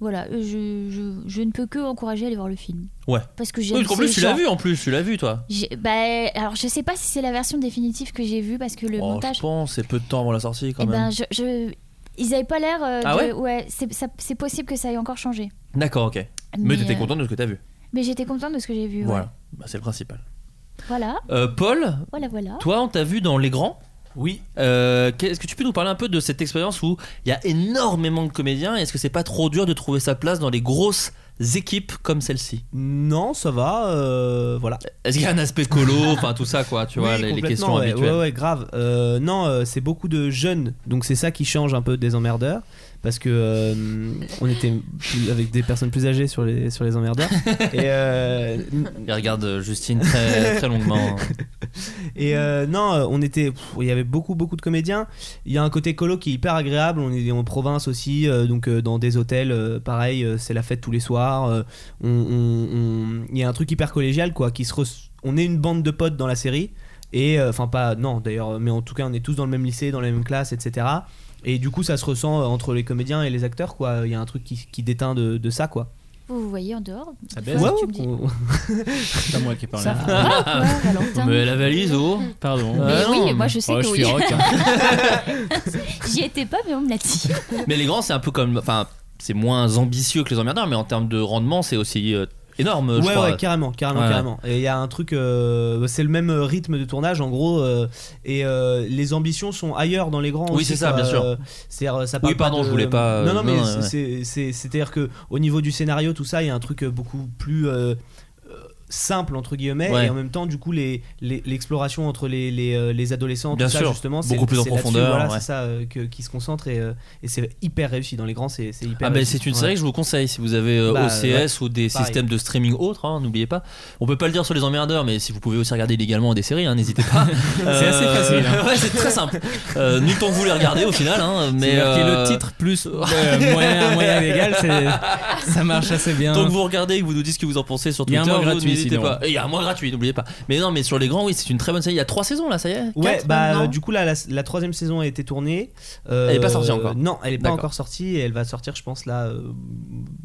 S6: voilà, euh, je, je, je ne peux que encourager à aller voir le film.
S4: Ouais.
S6: Parce que
S4: Oui,
S6: j'aime.
S4: parce qu'en plus,
S6: ces
S4: tu l'as
S6: gens.
S4: vu, en plus, tu l'as vu, toi.
S6: J'ai- bah, alors je sais pas si c'est la version définitive que j'ai vue parce que le
S4: Oh,
S6: montage.
S4: je pense, c'est peu de temps avant la sortie, quand
S6: eh ben,
S4: même.
S6: je, je- ils avaient pas l'air. euh,
S4: Ah
S6: de-
S4: ouais
S6: c'est, ça- c'est possible que ça ait encore changé.
S4: D'accord, ok. Mais t'étais
S6: ben, euh,
S4: contente de ce que t'as vu.
S6: Mais j'étais contente de ce que j'ai vu. ouais.
S4: Voilà, Bah, c'est le principal.
S6: Voilà,
S4: Euh, Paul,
S6: voilà, voilà.
S4: toi, on t'a vu dans Les Grands.
S7: Oui.
S4: Euh, qu'est- Est-ce que tu peux nous parler un peu de cette expérience où il y a énormément de comédiens et Est-ce que c'est pas trop dur de trouver sa place dans les grosses équipes comme celle-ci
S7: Non, ça va. euh, voilà.
S4: Est-ce qu'il y a un aspect colo, enfin tout ça quoi, tu vois,
S7: Oui,
S4: les- les,
S7: complètement,
S4: questions
S7: ouais,
S4: habituelles.
S7: Ouais, ouais, grave. Euh, non, euh, c'est beaucoup de jeunes, donc c'est ça qui change un peu des emmerdeurs. Parce que euh, on était plus- avec des personnes plus âgées sur les, sur les emmerdeurs. Et, euh,
S4: Et regarde euh, Justine très, très longuement.
S7: et euh, non, euh, on était. pff, Il y avait beaucoup, beaucoup de comédiens. Il y a un côté colo qui est hyper agréable. On est en province aussi, euh, donc euh, dans des hôtels, euh, pareil, euh, c'est la fête tous les soirs. euh, on- on- on- Il y a un truc hyper collégial, quoi. Qui se re- On est une bande de potes dans la série. Et euh, enfin, pas. Non, d'ailleurs, mais en tout cas, on est tous dans le même lycée, dans la même classe, etc. Et du coup, ça se ressent euh, entre les comédiens et les acteurs, quoi. Il y a un truc qui, qui déteint de, de ça, quoi.
S6: Vous vous voyez en dehors
S4: Ah
S5: Ça
S6: Enfin,
S4: ben,
S5: baisse
S6: tu
S7: Ouais,
S6: me dis-
S7: qu'on-
S5: C'est pas moi qui parle.
S6: Ça va, quoi, Valentin
S4: Mais la valise, oh
S5: Pardon.
S4: Ouais.
S6: Mais
S4: Ah non,
S6: oui, moi je sais
S5: Oh,
S6: que
S5: je suis
S6: oui.
S5: rock. hein.
S6: J'y étais pas, mais on me l'a dit.
S4: Mais les grands, c'est un peu comme. Enfin, c'est moins ambitieux que les emmerdeurs, mais en termes de rendement, c'est aussi euh, énorme, je
S7: ouais,
S4: crois.
S7: ouais, carrément, carrément,
S4: Ouais.
S7: carrément. Et il y a un truc, euh, c'est le même euh, rythme de tournage en gros, euh, et euh, les ambitions sont ailleurs dans les grands.
S4: Oui,
S7: aussi,
S4: c'est ça,
S7: quoi.
S4: bien sûr.
S7: Euh, C'est-à-dire, euh, ça parle
S4: Oui, pardon,
S7: pas de-
S4: je voulais pas, euh,
S7: Non, non, mais
S4: non,
S7: c'est-
S4: ouais.
S7: c'est- c'est- c'est-à-dire que au niveau du scénario, tout ça, il y a un truc euh, beaucoup plus. euh, euh, simple entre guillemets
S4: Ouais.
S7: et en même temps du coup les les- l'exploration entre les, les, euh, les adolescents
S4: Bien
S7: tout ça,
S4: sûr.
S7: justement c'est-
S4: Beaucoup plus en
S7: c'est là-dessus,
S4: profondeur,
S7: voilà,
S4: ouais.
S7: c'est ça euh, que- qui se concentre et, euh, et c'est hyper réussi dans les grands c'est c'est hyper
S4: Ah ben
S7: réussi.
S4: c'est une
S7: Ouais.
S4: série que je vous conseille si vous avez euh,
S7: Bah,
S4: OCS
S7: ouais.
S4: ou des
S7: Pareil.
S4: systèmes de streaming autres, hein, n'oubliez pas. On peut pas le dire sur les emmerdeurs, mais si vous pouvez aussi regarder légalement des séries, hein, n'hésitez pas. Euh,
S5: C'est assez facile, hein.
S4: ouais, c'est très simple. Euh, nul temps que vous les regardez au final, hein, mais
S5: Mais
S4: euh,
S5: le titre plus euh, moyen, moyen légal, c'est- ça marche assez bien.
S4: Tant que vous regardez et que vous nous dites ce que vous en pensez sur
S5: Il y
S4: Twitter,
S5: a un mois
S4: vous
S5: gratuit,
S4: n'hésitez
S5: sinon.
S4: pas. Et Il y a un mois gratuit, n'oubliez pas. Mais non, mais sur les grands, oui, c'est une très bonne série. Il y a trois saisons là, ça y est.
S7: Ouais,
S8: Quatre
S7: bah
S8: maintenant.
S7: euh, du coup là, la, la troisième saison a été tournée. Euh,
S4: Elle est pas sortie encore.
S7: Non, elle est pas
S4: D'accord.
S7: encore sortie et elle va sortir, je pense là euh,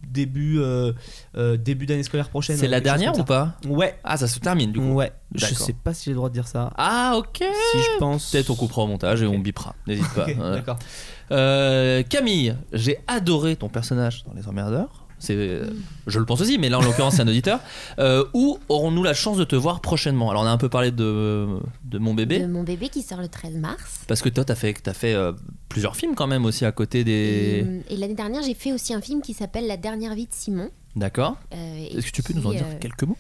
S7: début euh, euh, début d'année scolaire prochaine.
S4: C'est
S7: hein,
S4: la
S7: quelque chose
S4: dernière
S7: comme
S4: ou pas
S7: ça. Ouais,
S4: Ah, ça se termine du coup.
S7: ouais. Je
S4: D'accord.
S7: sais pas si j'ai le droit de dire ça.
S4: Ah ok.
S7: Si je pense.
S4: Peut-être on coupera au montage et on bipera. N'hésite pas.
S7: Ok,
S4: Ouais.
S7: D'accord.
S4: Euh, Camille, j'ai adoré ton personnage dans Les Emmerdeurs. C'est, euh, je le pense aussi, mais là en l'occurrence c'est un auditeur. Euh, où aurons-nous la chance de te voir prochainement Alors on a un peu parlé de, de mon bébé,
S8: De mon bébé qui sort le 13 mars.
S4: parce que toi t'as fait, t'as fait euh, plusieurs films quand même aussi à côté des.
S8: Et,
S7: Mm.
S8: euh, et l'année dernière, j'ai fait aussi un film qui s'appelle La dernière vie de Simon.
S4: D'accord.
S8: Euh, et
S4: Est-ce que tu peux nous en
S8: qui,
S4: dire
S8: euh,
S4: quelques mots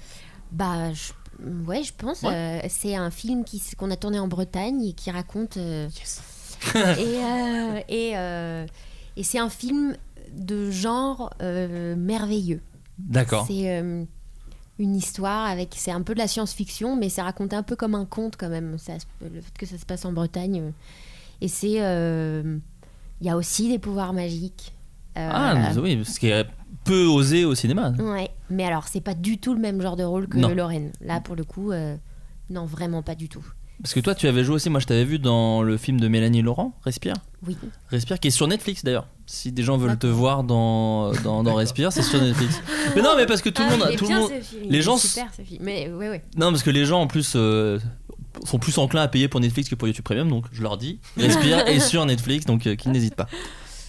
S8: Bah, je- ouais, je pense. euh, c'est un film qui s- qu'on a tourné en Bretagne et qui raconte. euh, et euh, et, euh, et c'est un film de genre euh, merveilleux.
S4: D'accord.
S8: C'est euh, une histoire avec. C'est un peu de la science-fiction, mais c'est raconté un peu comme un conte quand même. Ça, se- le fait que ça se passe en Bretagne. euh, Et c'est. euh, Il y a aussi des pouvoirs magiques. Euh,
S4: Ah oui, ce qui est peu osé au cinéma.
S7: Mm.
S8: Ouais, mais alors c'est pas du tout le même genre de rôle que
S4: Non.
S8: Lorraine. Là pour le coup, euh, non vraiment pas du tout.
S4: Parce que toi tu avais joué aussi, moi je t'avais vu dans le film de Mélanie Laurent, Respire.
S8: Oui.
S4: Respire qui est sur Netflix d'ailleurs. Si des gens veulent te voir dans, dans, dans Respire, c'est sur Netflix. Mais non, mais parce que tout
S8: Ah,
S4: le monde, tout le monde, les gens s-
S8: Super ce film. Mais ouais ouais.
S4: non parce que les gens en plus euh, sont plus enclins à payer pour Netflix que pour YouTube Premium, donc je leur dis Respire est sur Netflix, donc euh, qu'ils n'hésitent pas.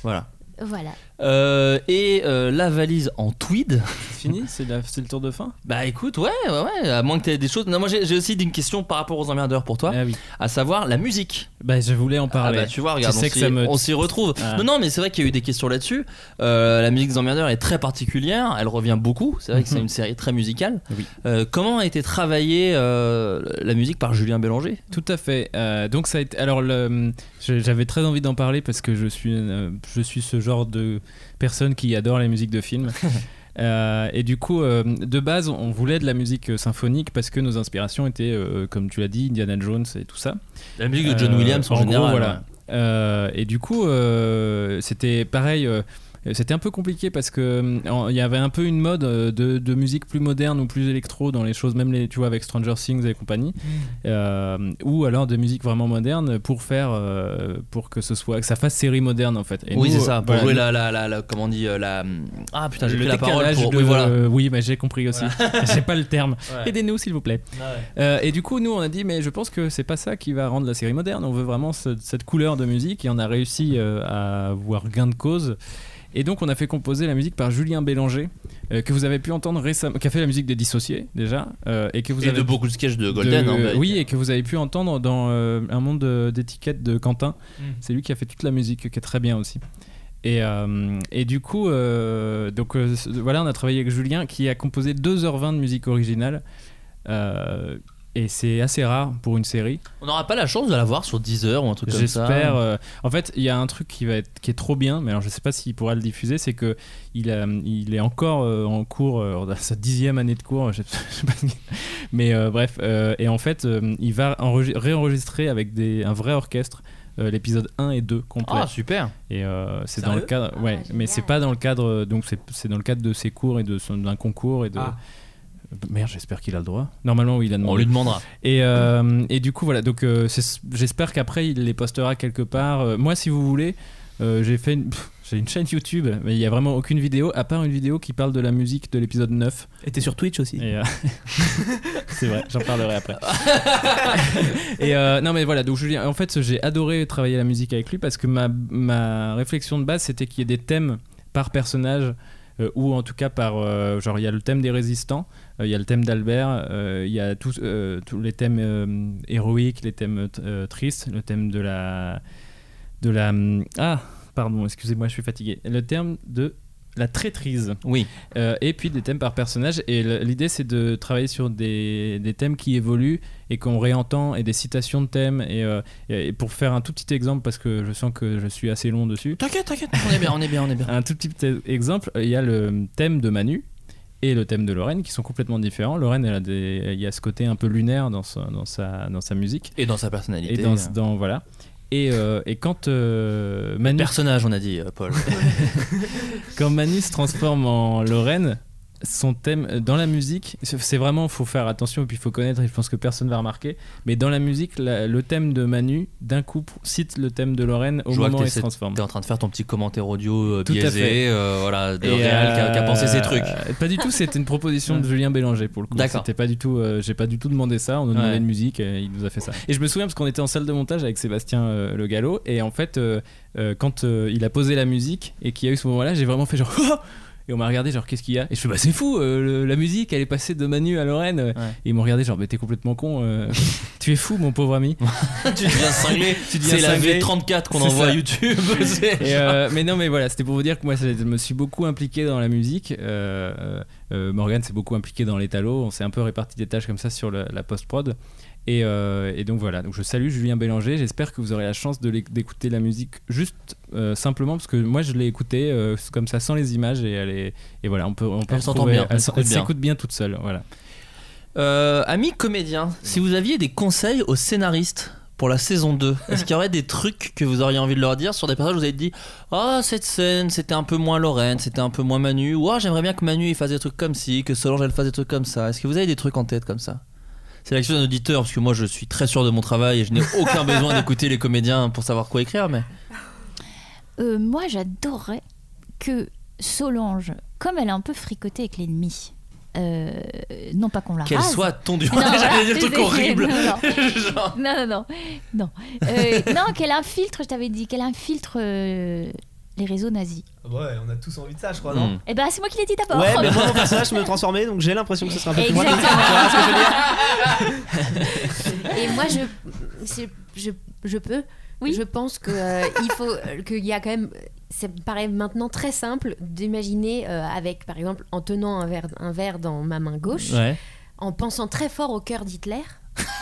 S4: Voilà.
S8: Voilà.
S4: Euh, et euh, la valise en tweed.
S5: fini, c'est le tour de fin.
S4: Bah écoute, ouais, ouais, ouais. À moins que t'aies des choses. Non, moi j'ai j'ai aussi une question par rapport aux emmerdeurs pour toi,
S5: Ah oui.
S4: à savoir la musique.
S5: Bah je voulais en
S4: Ah
S5: parler.
S4: bah tu vois, regarde,
S5: Tu
S4: on
S5: sais que
S4: s'y-
S5: ça me-
S4: on s'y retrouve.
S5: Ah.
S4: Non, non, mais c'est vrai qu'il y a eu des questions là-dessus. Euh, la musique des Emmerdeurs est très particulière, elle revient beaucoup. C'est vrai que c'est une série très musicale.
S5: Oui.
S4: Euh, comment a été travaillée euh, la musique par Julien Bélanger
S5: Tout à fait. Euh, donc ça a été. Alors le- je- j'avais très envie d'en parler parce que je suis euh, je suis ce genre de personne qui adore les musiques de films. Euh, et du coup, euh, de base, on voulait de la musique euh, symphonique parce que nos inspirations étaient, euh, comme tu l'as dit, Indiana Jones et tout ça.
S4: La musique de John Williams en,
S5: gros,
S4: général.
S5: voilà. Euh, et du coup, euh, c'était pareil. euh, c'était un peu compliqué parce que euh, en- il y avait un peu une mode euh, de, de musique plus moderne ou plus électro dans les choses, même les, tu vois, avec Stranger Things et compagnie, Euh, ou alors de musique vraiment moderne pour faire, euh, pour que ce soit, que ça fasse série moderne en fait. Et
S4: oui,
S5: nous,
S4: c'est
S5: euh,
S4: ça, pour
S5: voilà,
S4: jouer
S5: nous-
S4: la, la, la, la- Comment on dit euh, la... Ah putain, j'ai
S5: le
S4: pris la parole
S5: décalage
S4: pour.
S5: de-
S4: Oui, voilà.
S5: euh, oui, mais j'ai compris aussi. j'ai pas le terme.
S4: Ouais.
S5: Aidez-nous s'il vous plaît. Euh, et du coup, nous, on a dit, mais je pense que c'est pas ça qui va rendre la série moderne. On veut vraiment ce- cette couleur de musique et on a réussi euh, à avoir gain de cause. Et donc, on a fait composer la musique par Julien Bélanger, euh, que vous avez pu entendre récemment, qui a fait la musique des Dissociés déjà, euh, et que vous
S4: Et
S5: avez
S4: de beaucoup de sketchs de Golden.
S5: de-
S4: hein, bah,
S5: oui, et que vous avez pu entendre dans euh, un monde de- d'étiquettes de Quentin. C'est lui qui a fait toute la musique, qui est très bien aussi. Et, euh, et du coup, euh, donc euh, ce- voilà, on a travaillé avec Julien qui a composé 2h20 de musique originale. Euh, et c'est assez rare pour une série.
S4: On n'aura pas la chance de la voir sur Deezer ou un truc comme ça.
S5: J'espère. euh, en fait, il y a un truc qui va être qui est trop bien, mais alors je sais pas s'il pourra le diffuser, c'est que il a- il est encore euh, en cours euh, dans sa dixième année de cours. euh, je sais pas- je sais pas. mais euh, bref, euh, et en fait, euh, il va enregi- réenregistrer avec des, un vrai orchestre euh, l'épisode 1 et 2 complet.
S4: Ah, super.
S5: Et euh, c'est
S4: Sérieux
S5: dans le cadre,
S8: Ah,
S5: ouais,
S8: génial.
S5: mais c'est pas dans le cadre, euh, donc c'est c'est dans le cadre de ses cours et de son- d'un concours et de.
S7: Ah.
S5: Merde, j'espère qu'il a le droit. Normalement, oui, il a
S4: On
S5: demandé.
S4: lui demandera.
S5: Et, euh, et du coup, voilà, donc euh, c'est- j'espère qu'après il les postera quelque part. Euh, moi, si vous voulez, euh, j'ai fait une, pff, j'ai une chaîne YouTube, mais il n'y a vraiment aucune vidéo, à part une vidéo qui parle de la musique de l'épisode 9.
S7: Et t'es sur Twitch aussi.
S5: Et, euh, c'est vrai, j'en parlerai après. et euh, non, mais voilà, donc Julien, en fait, j'ai adoré travailler la musique avec lui parce que ma, ma réflexion de base, c'était qu'il y ait des thèmes par personnage. euh, ou en tout cas par euh, genre il y a le thème des résistants, euh, il y a le thème d'Albert, euh, il y a tous euh, tous les thèmes euh, héroïques, les thèmes euh, tristes, le thème de la de la ah pardon excusez-moi je suis fatigué, le thème de la traîtrise.
S4: Oui.
S5: Euh, et puis des thèmes par personnage. Et le- l'idée, c'est de travailler sur des, des thèmes qui évoluent et qu'on réentend et des citations de thèmes. Et, euh, et- et pour faire un tout petit exemple, parce que je sens que je suis assez long dessus,
S4: T'inquiète, t'inquiète. On est bien, on est bien, on est bien.
S5: un tout petit e- exemple, il y a le thème de Manu et le thème de Lorraine qui sont complètement différents. Lorraine, elle a des- il y a ce côté un peu lunaire dans sa- dans sa, dans sa musique.
S4: Et dans sa
S5: Et
S4: personnalité.
S5: dans,
S4: euh,
S5: dans- voilà. Et, euh, et quand euh, Manu
S4: Personnage, on a dit, euh, Paul.
S5: quand Manu se transforme en Lorraine, son thème euh, dans la musique, c'est c'est vraiment, faut faire attention et puis faut connaître. Et je pense que personne va remarquer, mais dans la musique, la- le thème de Manu d'un coup pr- cite le thème de Lorraine au
S4: Je vois
S5: moment
S4: que
S5: où
S4: t'es-
S5: il se transforme.
S4: T'es en train de faire ton petit commentaire audio euh,
S5: Tout à
S4: biaisé,
S5: fait.
S4: euh, voilà, de
S5: Et,
S4: Réal qui a- qui a
S5: euh,
S4: pensé ces trucs.
S5: Pas du tout, c'était une proposition de Julien Bélanger pour le coup.
S4: D'accord.
S5: C'était pas du tout, euh, j'ai pas du tout demandé ça. On nous demandait
S4: Ouais.
S5: une musique, et il nous a fait ça. Et je me souviens parce qu'on était en salle de montage avec Sébastien euh, Le Gallo, et en fait, euh, euh, quand euh, il a posé la musique et qu'il y a eu ce moment-là, j'ai vraiment fait genre. Ah et on m'a regardé genre qu'est-ce qu'il y a Et je fais bah c'est fou, euh, le- la musique elle est passée de Manu à Lorraine. Et ils m'ont regardé genre mais t'es complètement con, euh, tu es fou mon pauvre ami.
S4: tu deviens cinglé.
S5: deviens
S4: C'est la
S5: cinglé.
S4: V34 qu'on
S5: C'est
S4: envoie à
S5: ça.
S4: YouTube. c'est-
S5: Et, euh, mais non, mais voilà, c'était pour vous dire que moi, ça- je me suis beaucoup impliqué dans la musique. Euh, euh, Morgane s'est beaucoup impliqué dans les talos. On s'est un peu réparti des tâches comme ça sur la, la post-prod. Et, euh, et donc voilà, donc je salue Julien Bélanger. J'espère que vous aurez la chance de l'éc- d'écouter la musique juste euh, simplement parce que moi je l'ai écoutée euh, comme ça sans les images et elle est et voilà on peut on peut
S4: Elle s'entend
S5: retrouver-
S4: bien, elle
S5: elle
S4: s'écoute
S5: s'écoute
S4: bien. Ah,
S5: bien. toute seule voilà.
S4: Euh, amis comédiens, si vous aviez des conseils aux scénaristes pour la saison 2, est-ce qu'il y aurait des trucs que vous auriez envie de leur dire sur des personnages où vous avez dit Ah, cette scène, c'était un peu moins Lorraine, c'était un peu moins Manu, ou Ah, j'aimerais bien que Manu il fasse des trucs comme ci, que Solange elle fasse des trucs comme ça. Est-ce que vous avez des trucs en tête comme ça C'est l'action d'un auditeur, parce que moi je suis très sûr de mon travail et je n'ai aucun besoin d'écouter les comédiens pour savoir quoi écrire, mais.
S6: Euh, moi, j'adorerais que Solange, comme elle a un peu fricoté avec l'ennemi, euh, non pas qu'on la
S4: Qu'elle
S6: rase.
S4: soit tondue.
S6: ah, Non, voilà,
S4: J'allais dire le truc
S6: désolée,
S4: horrible.
S6: non, non.
S4: Genre,
S6: Non, non, non. Non, Euh, non qu'elle infiltre, je t'avais dit, qu'elle infiltre euh, les réseaux nazis.
S7: Ah bah Ouais, on a tous envie de ça, je crois, non
S4: hmm.
S6: Eh ben, c'est moi qui l'ai dit d'abord.
S7: Ouais, mais moi mon personnage me transformait donc j'ai l'impression que ce sera un peu plus
S6: Exactement.
S8: Et moi, je, c'est- je, je peux.
S6: Oui.
S8: Je pense que euh, il faut euh, qu'il y a quand même. Ça me paraît maintenant très simple d'imaginer euh, avec, par exemple, en tenant un verre, un verre dans ma main gauche,
S4: Ouais.
S8: en pensant très fort au cœur d'Hitler.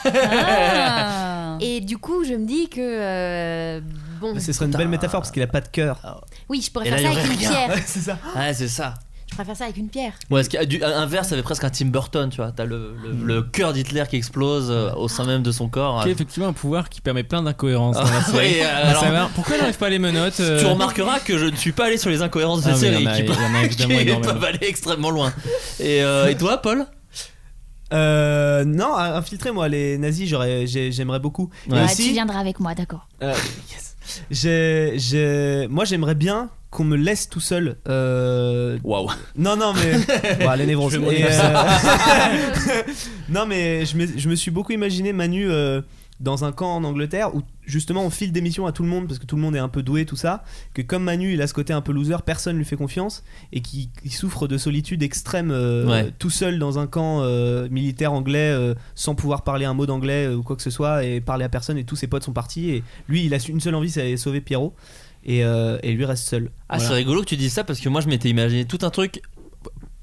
S6: Ah.
S8: Et du coup, je me dis que euh, bon,
S7: Mais ce serait une belle métaphore parce qu'il a pas de cœur.
S8: oui, je pourrais
S4: Et
S8: faire
S4: là,
S8: ça
S4: il y
S8: avec
S4: aurait
S8: une
S4: rien.
S8: pierre.
S7: Ouais, c'est ça.
S4: Ouais, c'est ça.
S8: Je pourrais faire ça avec une pierre.
S4: Ouais, parce qu'il y a du- un verre, ça fait presque un Tim Burton, tu vois. T'as le, le, le
S5: Mm.
S4: cœur d'Hitler qui explose euh, au sein même de son corps.
S5: Qui est effectivement un pouvoir qui permet plein d'incohérences.
S4: Ah,
S5: dans la série.
S4: oui, euh,
S5: À
S4: alors-
S5: savoir, pourquoi elle n'arrive pas à les menottes euh,
S4: Tu remarqueras que je ne suis pas allé sur les incohérences de
S5: Ah,
S4: cette
S5: mais il y en
S4: série, qui,
S5: a- il y en a
S4: qui
S5: évidemment énormément.
S4: peuvent aller extrêmement loin. Et, euh, et toi, Paul
S7: Euh, non, à- infiltrer moi les nazis, j'aurais, j'ai- j'aimerais beaucoup. Et
S6: Ouais,
S7: aussi,
S6: bah, tu viendras avec moi, d'accord.
S7: euh, yes. j'ai, j'ai- moi j'aimerais bien qu'on me laisse tout seul. Euh,
S4: Waouh
S7: Non, non, mais. Bon, les névroses.
S5: Je vais mourir.
S7: Et, euh, non, mais je me, je me suis beaucoup imaginé Manu euh, dans un camp en Angleterre où justement on file des missions à tout le monde parce que tout le monde est un peu doué, tout ça. Que comme Manu, il a ce côté un peu loser, personne lui fait confiance et qui qui souffre de solitude extrême euh,
S4: Ouais.
S7: tout seul dans un camp euh, militaire anglais euh, sans pouvoir parler un mot d'anglais euh, ou quoi que ce soit et parler à personne et tous ses potes sont partis. Et lui, il a une seule envie, c'est aller sauver Pierrot. Et, euh, et lui reste seul.
S4: Ah,
S7: Voilà.
S4: c'est rigolo que tu dises ça parce que moi, je m'étais imaginé tout un truc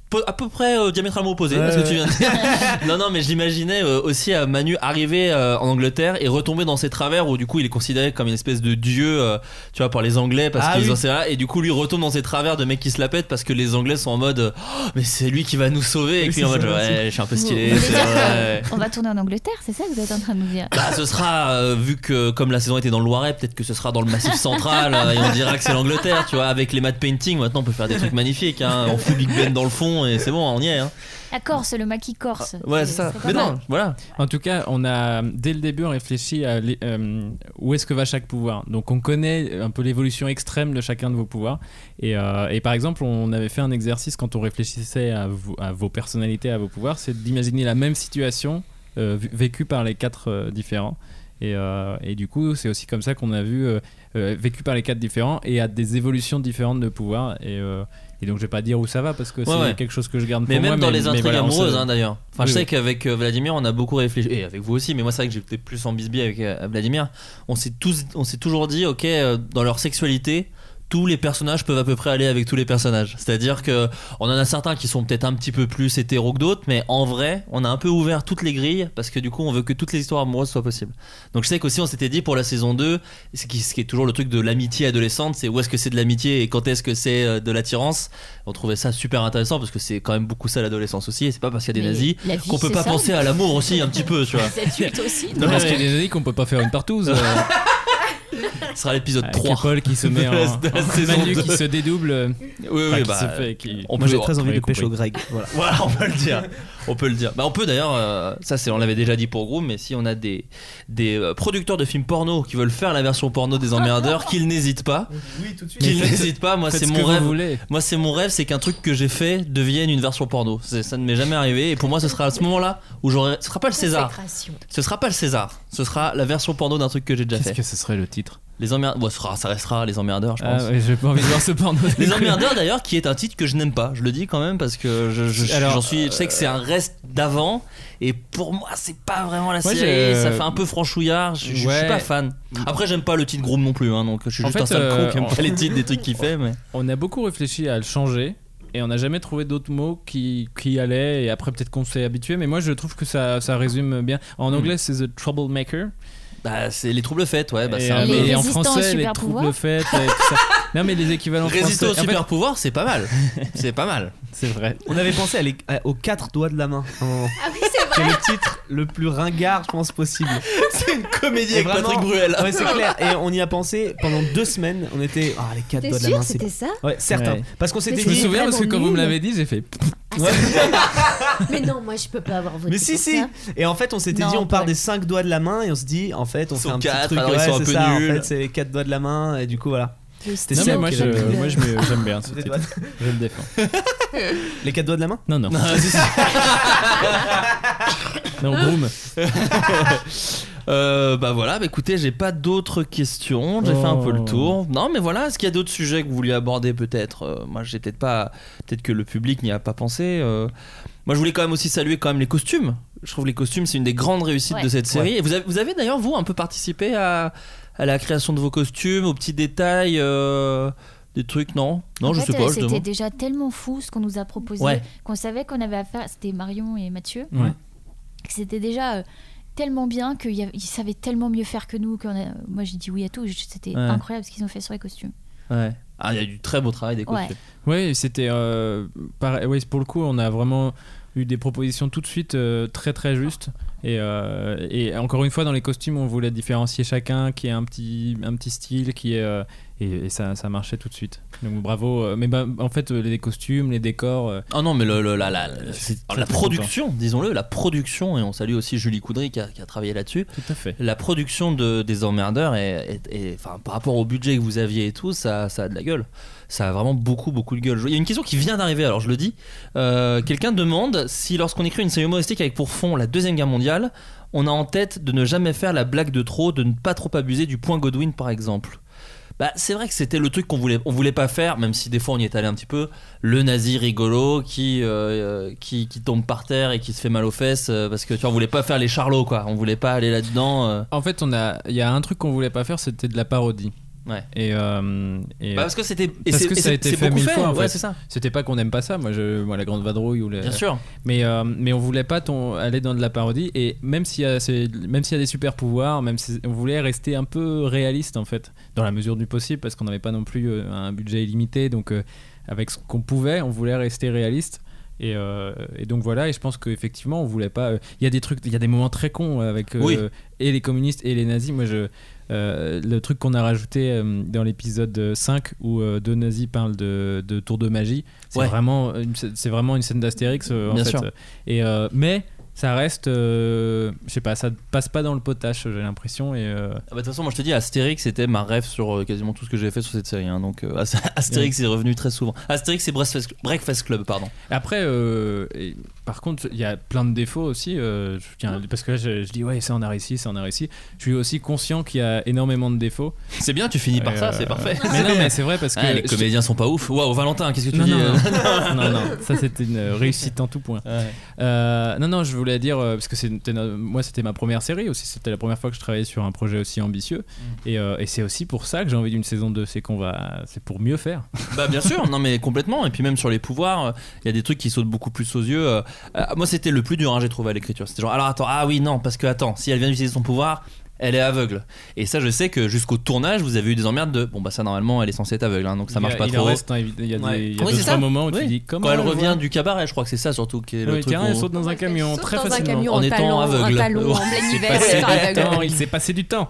S4: po- à peu près euh, diamétralement opposé à ce que tu viens de dire. non, non, mais j'imaginais euh, aussi à Manu arriver euh, en Angleterre et retomber dans ses travers où du coup il est considéré comme une espèce de dieu, euh, tu vois, par les Anglais parce
S7: Ah
S4: qu'ils
S7: oui.
S4: en savent rien. et du coup lui retombe dans ses travers de mec qui se la pète parce que les Anglais sont en mode euh, Oh, mais c'est lui qui va nous sauver et
S7: Oui,
S4: puis en
S7: c'est
S4: mode
S7: ça,
S4: ouais, je suis un peu stylé.
S6: Vous
S4: c'est
S6: voulez dire
S4: vrai.
S6: On va tourner en Angleterre, c'est ça que vous êtes en train de nous dire
S4: Bah, ce sera euh, vu que comme la saison était dans le Loiret, peut-être que ce sera dans le Massif Central euh, et on dira que c'est l'Angleterre, tu vois. Avec les matte painting, maintenant on peut faire des trucs magnifiques. Hein. On fout Big Ben dans le fond et c'est bon, on y est. Hein.
S6: La Corse, le maquis corse.
S4: Ah, Ouais,
S6: C'est-
S4: c'est ça.
S6: c'est pas
S4: Mais
S6: mal.
S4: non, voilà.
S5: En tout cas, on a dès le début réfléchi à les- euh, où est-ce que va chaque pouvoir. Donc on connaît un peu l'évolution extrême de chacun de vos pouvoirs. Et, euh, et par exemple, on avait fait un exercice quand on réfléchissait à, vos- à vos personnalités, à vos pouvoirs, c'est d'imaginer la même situation euh, vu- vécue par les quatre euh, différents. Et, euh, et du coup, c'est aussi comme ça qu'on a vu euh, euh, vécu par les quatre différents et à des évolutions différentes de pouvoirs. Et, euh, Et donc je vais pas dire où ça va parce que c'est
S4: Ouais, ouais.
S5: quelque chose que je garde
S4: Mais
S5: pour
S4: même
S5: moi.
S4: dans les intrigues
S5: voilà, on se-
S4: amoureuses, hein, d'ailleurs. Enfin, je
S5: Oui,
S4: sais
S5: oui.
S4: qu'avec euh, Vladimir, on a beaucoup réfléchi, et avec vous aussi, mais moi, c'est vrai que j'étais plus en bisbille avec euh, Vladimir. On s'est tous, on s'est toujours dit, ok, euh, dans leur sexualité, tous les personnages peuvent à peu près aller avec tous les personnages. C'est-à-dire que on en a certains qui sont peut-être un petit peu plus hétéros que d'autres, mais en vrai, on a un peu ouvert toutes les grilles parce que du coup, on veut que toutes les histoires amoureuses soient possibles. Donc, je sais qu'aussi, on s'était dit pour la saison 2, ce qui, ce qui est toujours le truc de l'amitié adolescente, c'est où est-ce que c'est de l'amitié et quand est-ce que c'est euh, de l'attirance. On trouvait ça super intéressant parce que c'est quand même beaucoup ça l'adolescence aussi, et c'est pas parce qu'il y a des nazis qu'on peut pas penser à l'amour aussi un petit peu, tu vois.
S8: Les adultes aussi.
S5: Non,
S4: Ouais,
S5: parce
S4: ouais.
S5: qu'il y a des années qu'on peut pas faire une partouze. euh,
S4: Ce sera l'épisode
S5: avec
S4: 3.
S5: Paul qui se
S4: De
S5: met en,
S4: la- de la
S5: en
S4: saison
S5: Manu qui
S4: deux.
S5: se dédouble. euh,
S4: Oui, oui,
S5: enfin, qui
S4: bah,
S5: se fait- qui-
S4: on
S7: Moi, j'ai
S4: peut-
S7: très
S5: vous
S7: envie de
S5: avez
S7: pêcher au
S5: compris.
S7: Greg. Voilà.
S4: Voilà, on peut le dire. On peut le dire. Bah, on peut d'ailleurs, euh, ça c'est, on l'avait déjà dit pour Groom, mais si on a des, des euh, producteurs de films porno qui veulent faire la version porno des emmerdeurs, qu'ils n'hésitent pas.
S7: Oui, tout de
S4: Qu'ils
S5: faites-
S4: n'hésitent pas, moi
S5: faites
S4: c'est
S5: ce que
S4: mon
S5: vous
S4: rêve.
S5: voulez.
S4: Moi c'est mon rêve, c'est qu'un truc que j'ai fait devienne une version porno. C'est- ça ne m'est jamais arrivé et pour moi ce sera à ce moment-là où j'aurai. Ce sera pas le César.
S8: Consécration.
S4: Ce sera pas le César. Ce sera la version porno d'un truc que j'ai déjà
S5: Qu'est-ce
S4: fait.
S5: que ce serait le titre
S4: Les emmerdeurs. Bon, ce sera- ça restera les emmerdeurs, je pense.
S5: Ah ouais, j'ai pas envie de voir ce porno.
S4: Les emmerdeurs d'ailleurs qui est un titre que je n'aime pas, je le dis quand même parce que je, je-
S5: Alors, euh,
S4: j'en suis, je sais que c'est un reste d'avant et pour moi c'est pas vraiment la
S5: Moi,
S4: série,
S5: j'ai-
S4: ça fait un peu franchouillard, je, je- je suis
S5: Ouais.
S4: pas fan. Après j'aime pas le titre Groom non plus, hein, donc je suis
S5: En
S4: juste
S5: fait,
S4: un sale
S5: euh,
S4: con qui aime
S5: en-
S4: pas les titres des trucs qu'il fait mais...
S5: On a beaucoup réfléchi à le changer et on n'a jamais trouvé d'autres mots qui, qui allaient. Et après, peut-être qu'on s'est habitué, mais moi je trouve que ça, ça résume bien. En anglais, c'est The Troublemaker.
S4: Bah c'est les troubles faits, ouais, bah
S5: et,
S4: c'est un
S5: euh,
S6: Les
S5: et
S4: peu...
S5: en
S6: résistants aux
S5: français, les
S6: super
S5: troubles
S6: pouvoirs.
S5: faites et tout ça. Non, mais les équivalents
S4: Résister au
S5: français. En fait,
S4: super pouvoir c'est pas mal, c'est pas mal.
S5: c'est vrai.
S7: On avait pensé à les- à- aux quatre doigts de la main. en-
S8: Ah oui, c'est
S7: C'est le titre le plus ringard, je pense, possible.
S4: C'est une comédie
S7: Et
S4: avec
S7: vraiment-
S4: Patrick Bruel.
S7: Ouais, c'est clair. Et on y a pensé pendant deux semaines. On était. Ah, les quatre doigts
S8: T'es
S7: de la main,
S8: sûr
S7: c'est.
S8: c'était ça
S7: Ouais, certain.
S5: Ouais.
S7: Parce qu'on s'était
S8: Mais
S5: Je me
S8: c'est
S7: dit.
S5: souviens
S8: vraiment
S5: parce que quand vous me
S8: nul.
S5: l'avez dit, j'ai fait.
S8: Ah, ça- Mais non, moi je peux pas avoir voté
S7: Mais si,
S8: pour
S7: si
S8: ça.
S7: Et en fait, on s'était
S6: Non,
S7: dit, on part
S6: ouais.
S7: des cinq doigts de la main et on se dit, en fait, on
S4: Ils
S7: fait
S4: sont
S7: un
S4: quatre,
S7: petit truc.
S4: alors ils
S7: ouais,
S4: sont un
S7: c'est
S4: peu
S7: ça, en
S4: nuls.
S7: fait, c'est les quatre doigts de la main et du coup, voilà. C'était
S5: Non, mais
S7: ça
S5: moi
S7: qui
S5: je-
S7: avait
S5: moi,
S7: le-
S5: je me- j'aime bien ce
S7: Vous êtes
S5: titre. Je me défends.
S7: Les quatre doigts de la main
S5: Non, non. Non, Groom.
S4: Euh, bah voilà, bah écoutez, j'ai pas d'autres questions, j'ai fait un peu le tour. Non, mais voilà, est-ce qu'il y a d'autres sujets que vous vouliez aborder peut-être Euh, Moi, j'ai peut-être pas, peut-être que le public n'y a pas pensé. euh. Moi, je voulais quand même aussi saluer quand même les costumes. Je trouve les costumes, c'est une des grandes réussites
S6: Ouais.
S4: de cette série. Et vous avez, vous avez d'ailleurs vous un peu participé à, à la création de vos costumes, aux petits détails, euh, des trucs, non Non,
S6: En
S4: je
S6: fait,
S4: sais pas.
S6: euh,
S4: Je
S6: C'était
S4: demande.
S6: déjà tellement fou ce qu'on nous a proposé
S4: Ouais.
S6: qu'on savait qu'on avait affaire. C'était Marion et Mathieu.
S5: Ouais.
S6: Que C'était déjà euh, tellement bien qu'ils y a- ils savaient tellement mieux faire que nous. qu'on a- Moi, j'ai dit oui à tout. Je- C'était
S4: Ouais.
S6: incroyable ce qu'ils ont fait sur les costumes.
S4: Ouais. Ah, il y a du très beau travail des
S6: Ouais.
S4: costumes.
S5: Oui, c'était. euh, pareil- ouais, pour le coup, on a vraiment eu des propositions tout de suite euh, très très justes. Et, euh, et encore une fois, dans les costumes, on voulait différencier chacun, qui ait un petit, un petit style, qui est. euh, et, et ça, ça marchait tout de suite. Donc bravo. euh, Mais bah, en fait, euh, les costumes, les décors. euh,
S4: Ah non, mais le, le- la, la, la-
S5: Je suis
S4: c'est-
S5: très,
S4: la
S5: très
S4: production, disons-le, la production, et on salue aussi Julie Coudry qui a, qui a travaillé là-dessus.
S5: tout à fait.
S4: La production de, des emmerdeurs, est, est- est- enfin, par rapport au budget que vous aviez et tout, ça, ça a de la gueule. Ça a vraiment beaucoup, beaucoup de gueule. Je- Il y a une question qui vient d'arriver, alors je le dis. Euh, Quelqu'un demande si, lorsqu'on écrit une série humoristique avec pour fond la Deuxième Guerre mondiale, on a en tête de ne jamais faire la blague de trop, de ne pas trop abuser du point Godwin, par exemple. Bah, c'est vrai que c'était le truc qu'on voulait, on voulait pas faire, même si des fois on y est allé un petit peu. Le nazi rigolo qui, euh, qui, qui tombe par terre et qui se fait mal aux fesses euh, parce que tu vois, on voulait pas faire les charlots quoi, on voulait pas aller là-dedans. euh.
S5: En fait, on a. Il y a un truc qu'on voulait pas faire, c'était de la parodie.
S4: Ouais.
S5: Et, euh, et,
S4: Bah, parce que c'était. et
S5: Parce
S4: c'est-
S5: que
S4: et
S5: ça a
S4: c'est-
S5: été
S4: c'est
S5: fait
S4: beaucoup
S5: mille fois, en
S4: Ouais,
S5: fait.
S4: c'est ça.
S5: c'était pas qu'on aime pas ça. Moi, je, moi, la grande vadrouille ou les.
S4: Bien sûr. Ah,
S5: Mais, euh, mais on voulait pas ton- aller dans de la parodie et même s'il y, a ces- même s'il y a des super pouvoirs, même si on voulait rester un peu réaliste en fait, dans la mesure du possible parce qu'on n'avait pas non plus euh, un budget illimité, donc euh, avec ce qu'on pouvait, on voulait rester réaliste. Et, euh, et donc voilà, et je pense qu'effectivement, on voulait pas. euh, Il y a des trucs, il y a des moments très cons avec euh,
S4: Oui.
S5: et les communistes et les nazis. Moi, je, euh, le truc qu'on a rajouté euh, dans l'épisode 5 où euh, deux nazis parlent de, de tour de magie, c'est
S4: Ouais.
S5: vraiment, une- c'est vraiment une scène d'Astérix. euh, en
S4: Bien
S5: fait.
S4: sûr.
S5: Et, euh, mais ça reste, euh, je sais pas, ça passe pas dans le potache, j'ai l'impression. Et euh,
S4: Ah bah, De toute façon, moi je te dis, Astérix c'était ma rêve sur euh, quasiment tout ce que j'ai fait sur cette série. hein. donc euh, As- Astérix est revenu très souvent. Astérix et Breakfast Breakfast Club, pardon.
S5: après, euh, et par contre, il y a plein de défauts aussi. euh, je tiens à- parce que là, je, je dis ouais, ça en a réussi, ça en a réussi. Je suis aussi conscient qu'il y a énormément de défauts.
S4: C'est bien, tu finis par
S5: Et,
S4: ça,
S5: euh,
S4: c'est parfait.
S5: Mais non, mais c'est vrai parce que
S4: Ah, les
S5: je-
S4: comédiens sont pas ouf. Waouh, Valentin, qu'est-ce que tu
S5: Non,
S4: dis
S5: non,
S4: euh
S5: non, non, non, ça c'était une réussite en tout point.
S4: Ouais.
S5: Euh, non, non, je voulais dire, euh, parce que c'était, no- moi c'était ma première série aussi, c'était la première fois que je travaillais sur un projet aussi ambitieux, et, euh, et c'est aussi pour ça que j'ai envie d'une saison 2, c'est qu'on va, c'est pour mieux faire.
S4: Bah bien sûr, non mais complètement. Et puis même sur les pouvoirs, euh, il y a des trucs qui sautent beaucoup plus aux yeux. euh. Euh, moi c'était le plus dur, hein, j'ai trouvé à l'écriture. C'était genre alors attends, ah oui non, parce que attends, si elle vient d'utiliser son pouvoir, elle est aveugle. Et ça je sais que jusqu'au tournage, vous avez eu des emmerdes de bon bah ça normalement elle est censée être aveugle, hein, donc ça
S5: Il y
S4: marche
S5: a-
S4: pas
S5: il en
S4: trop.
S5: reste, hein, évi- il y a, des,
S7: Ouais.
S5: il y a
S4: Oui,
S5: deux,
S4: c'est
S5: trois
S4: ça.
S5: moments où tu
S4: Oui.
S5: dis comment
S4: Quand elle
S5: le
S4: revient
S5: voilà.
S4: du cabaret, je crois que c'est ça surtout qui est le
S5: Oui,
S4: truc.
S5: tiens, elle
S4: où-
S5: saute dans un camion très
S8: dans un
S5: facilement.
S8: camion
S4: En
S8: en,
S4: étant
S8: talon,
S4: aveugle.
S8: En talon, en
S4: Ouais.
S8: plein
S4: C'est
S8: hiver,
S4: passé
S8: c'est
S4: du
S8: aveugle.
S5: Attends, il s'est passé du temps.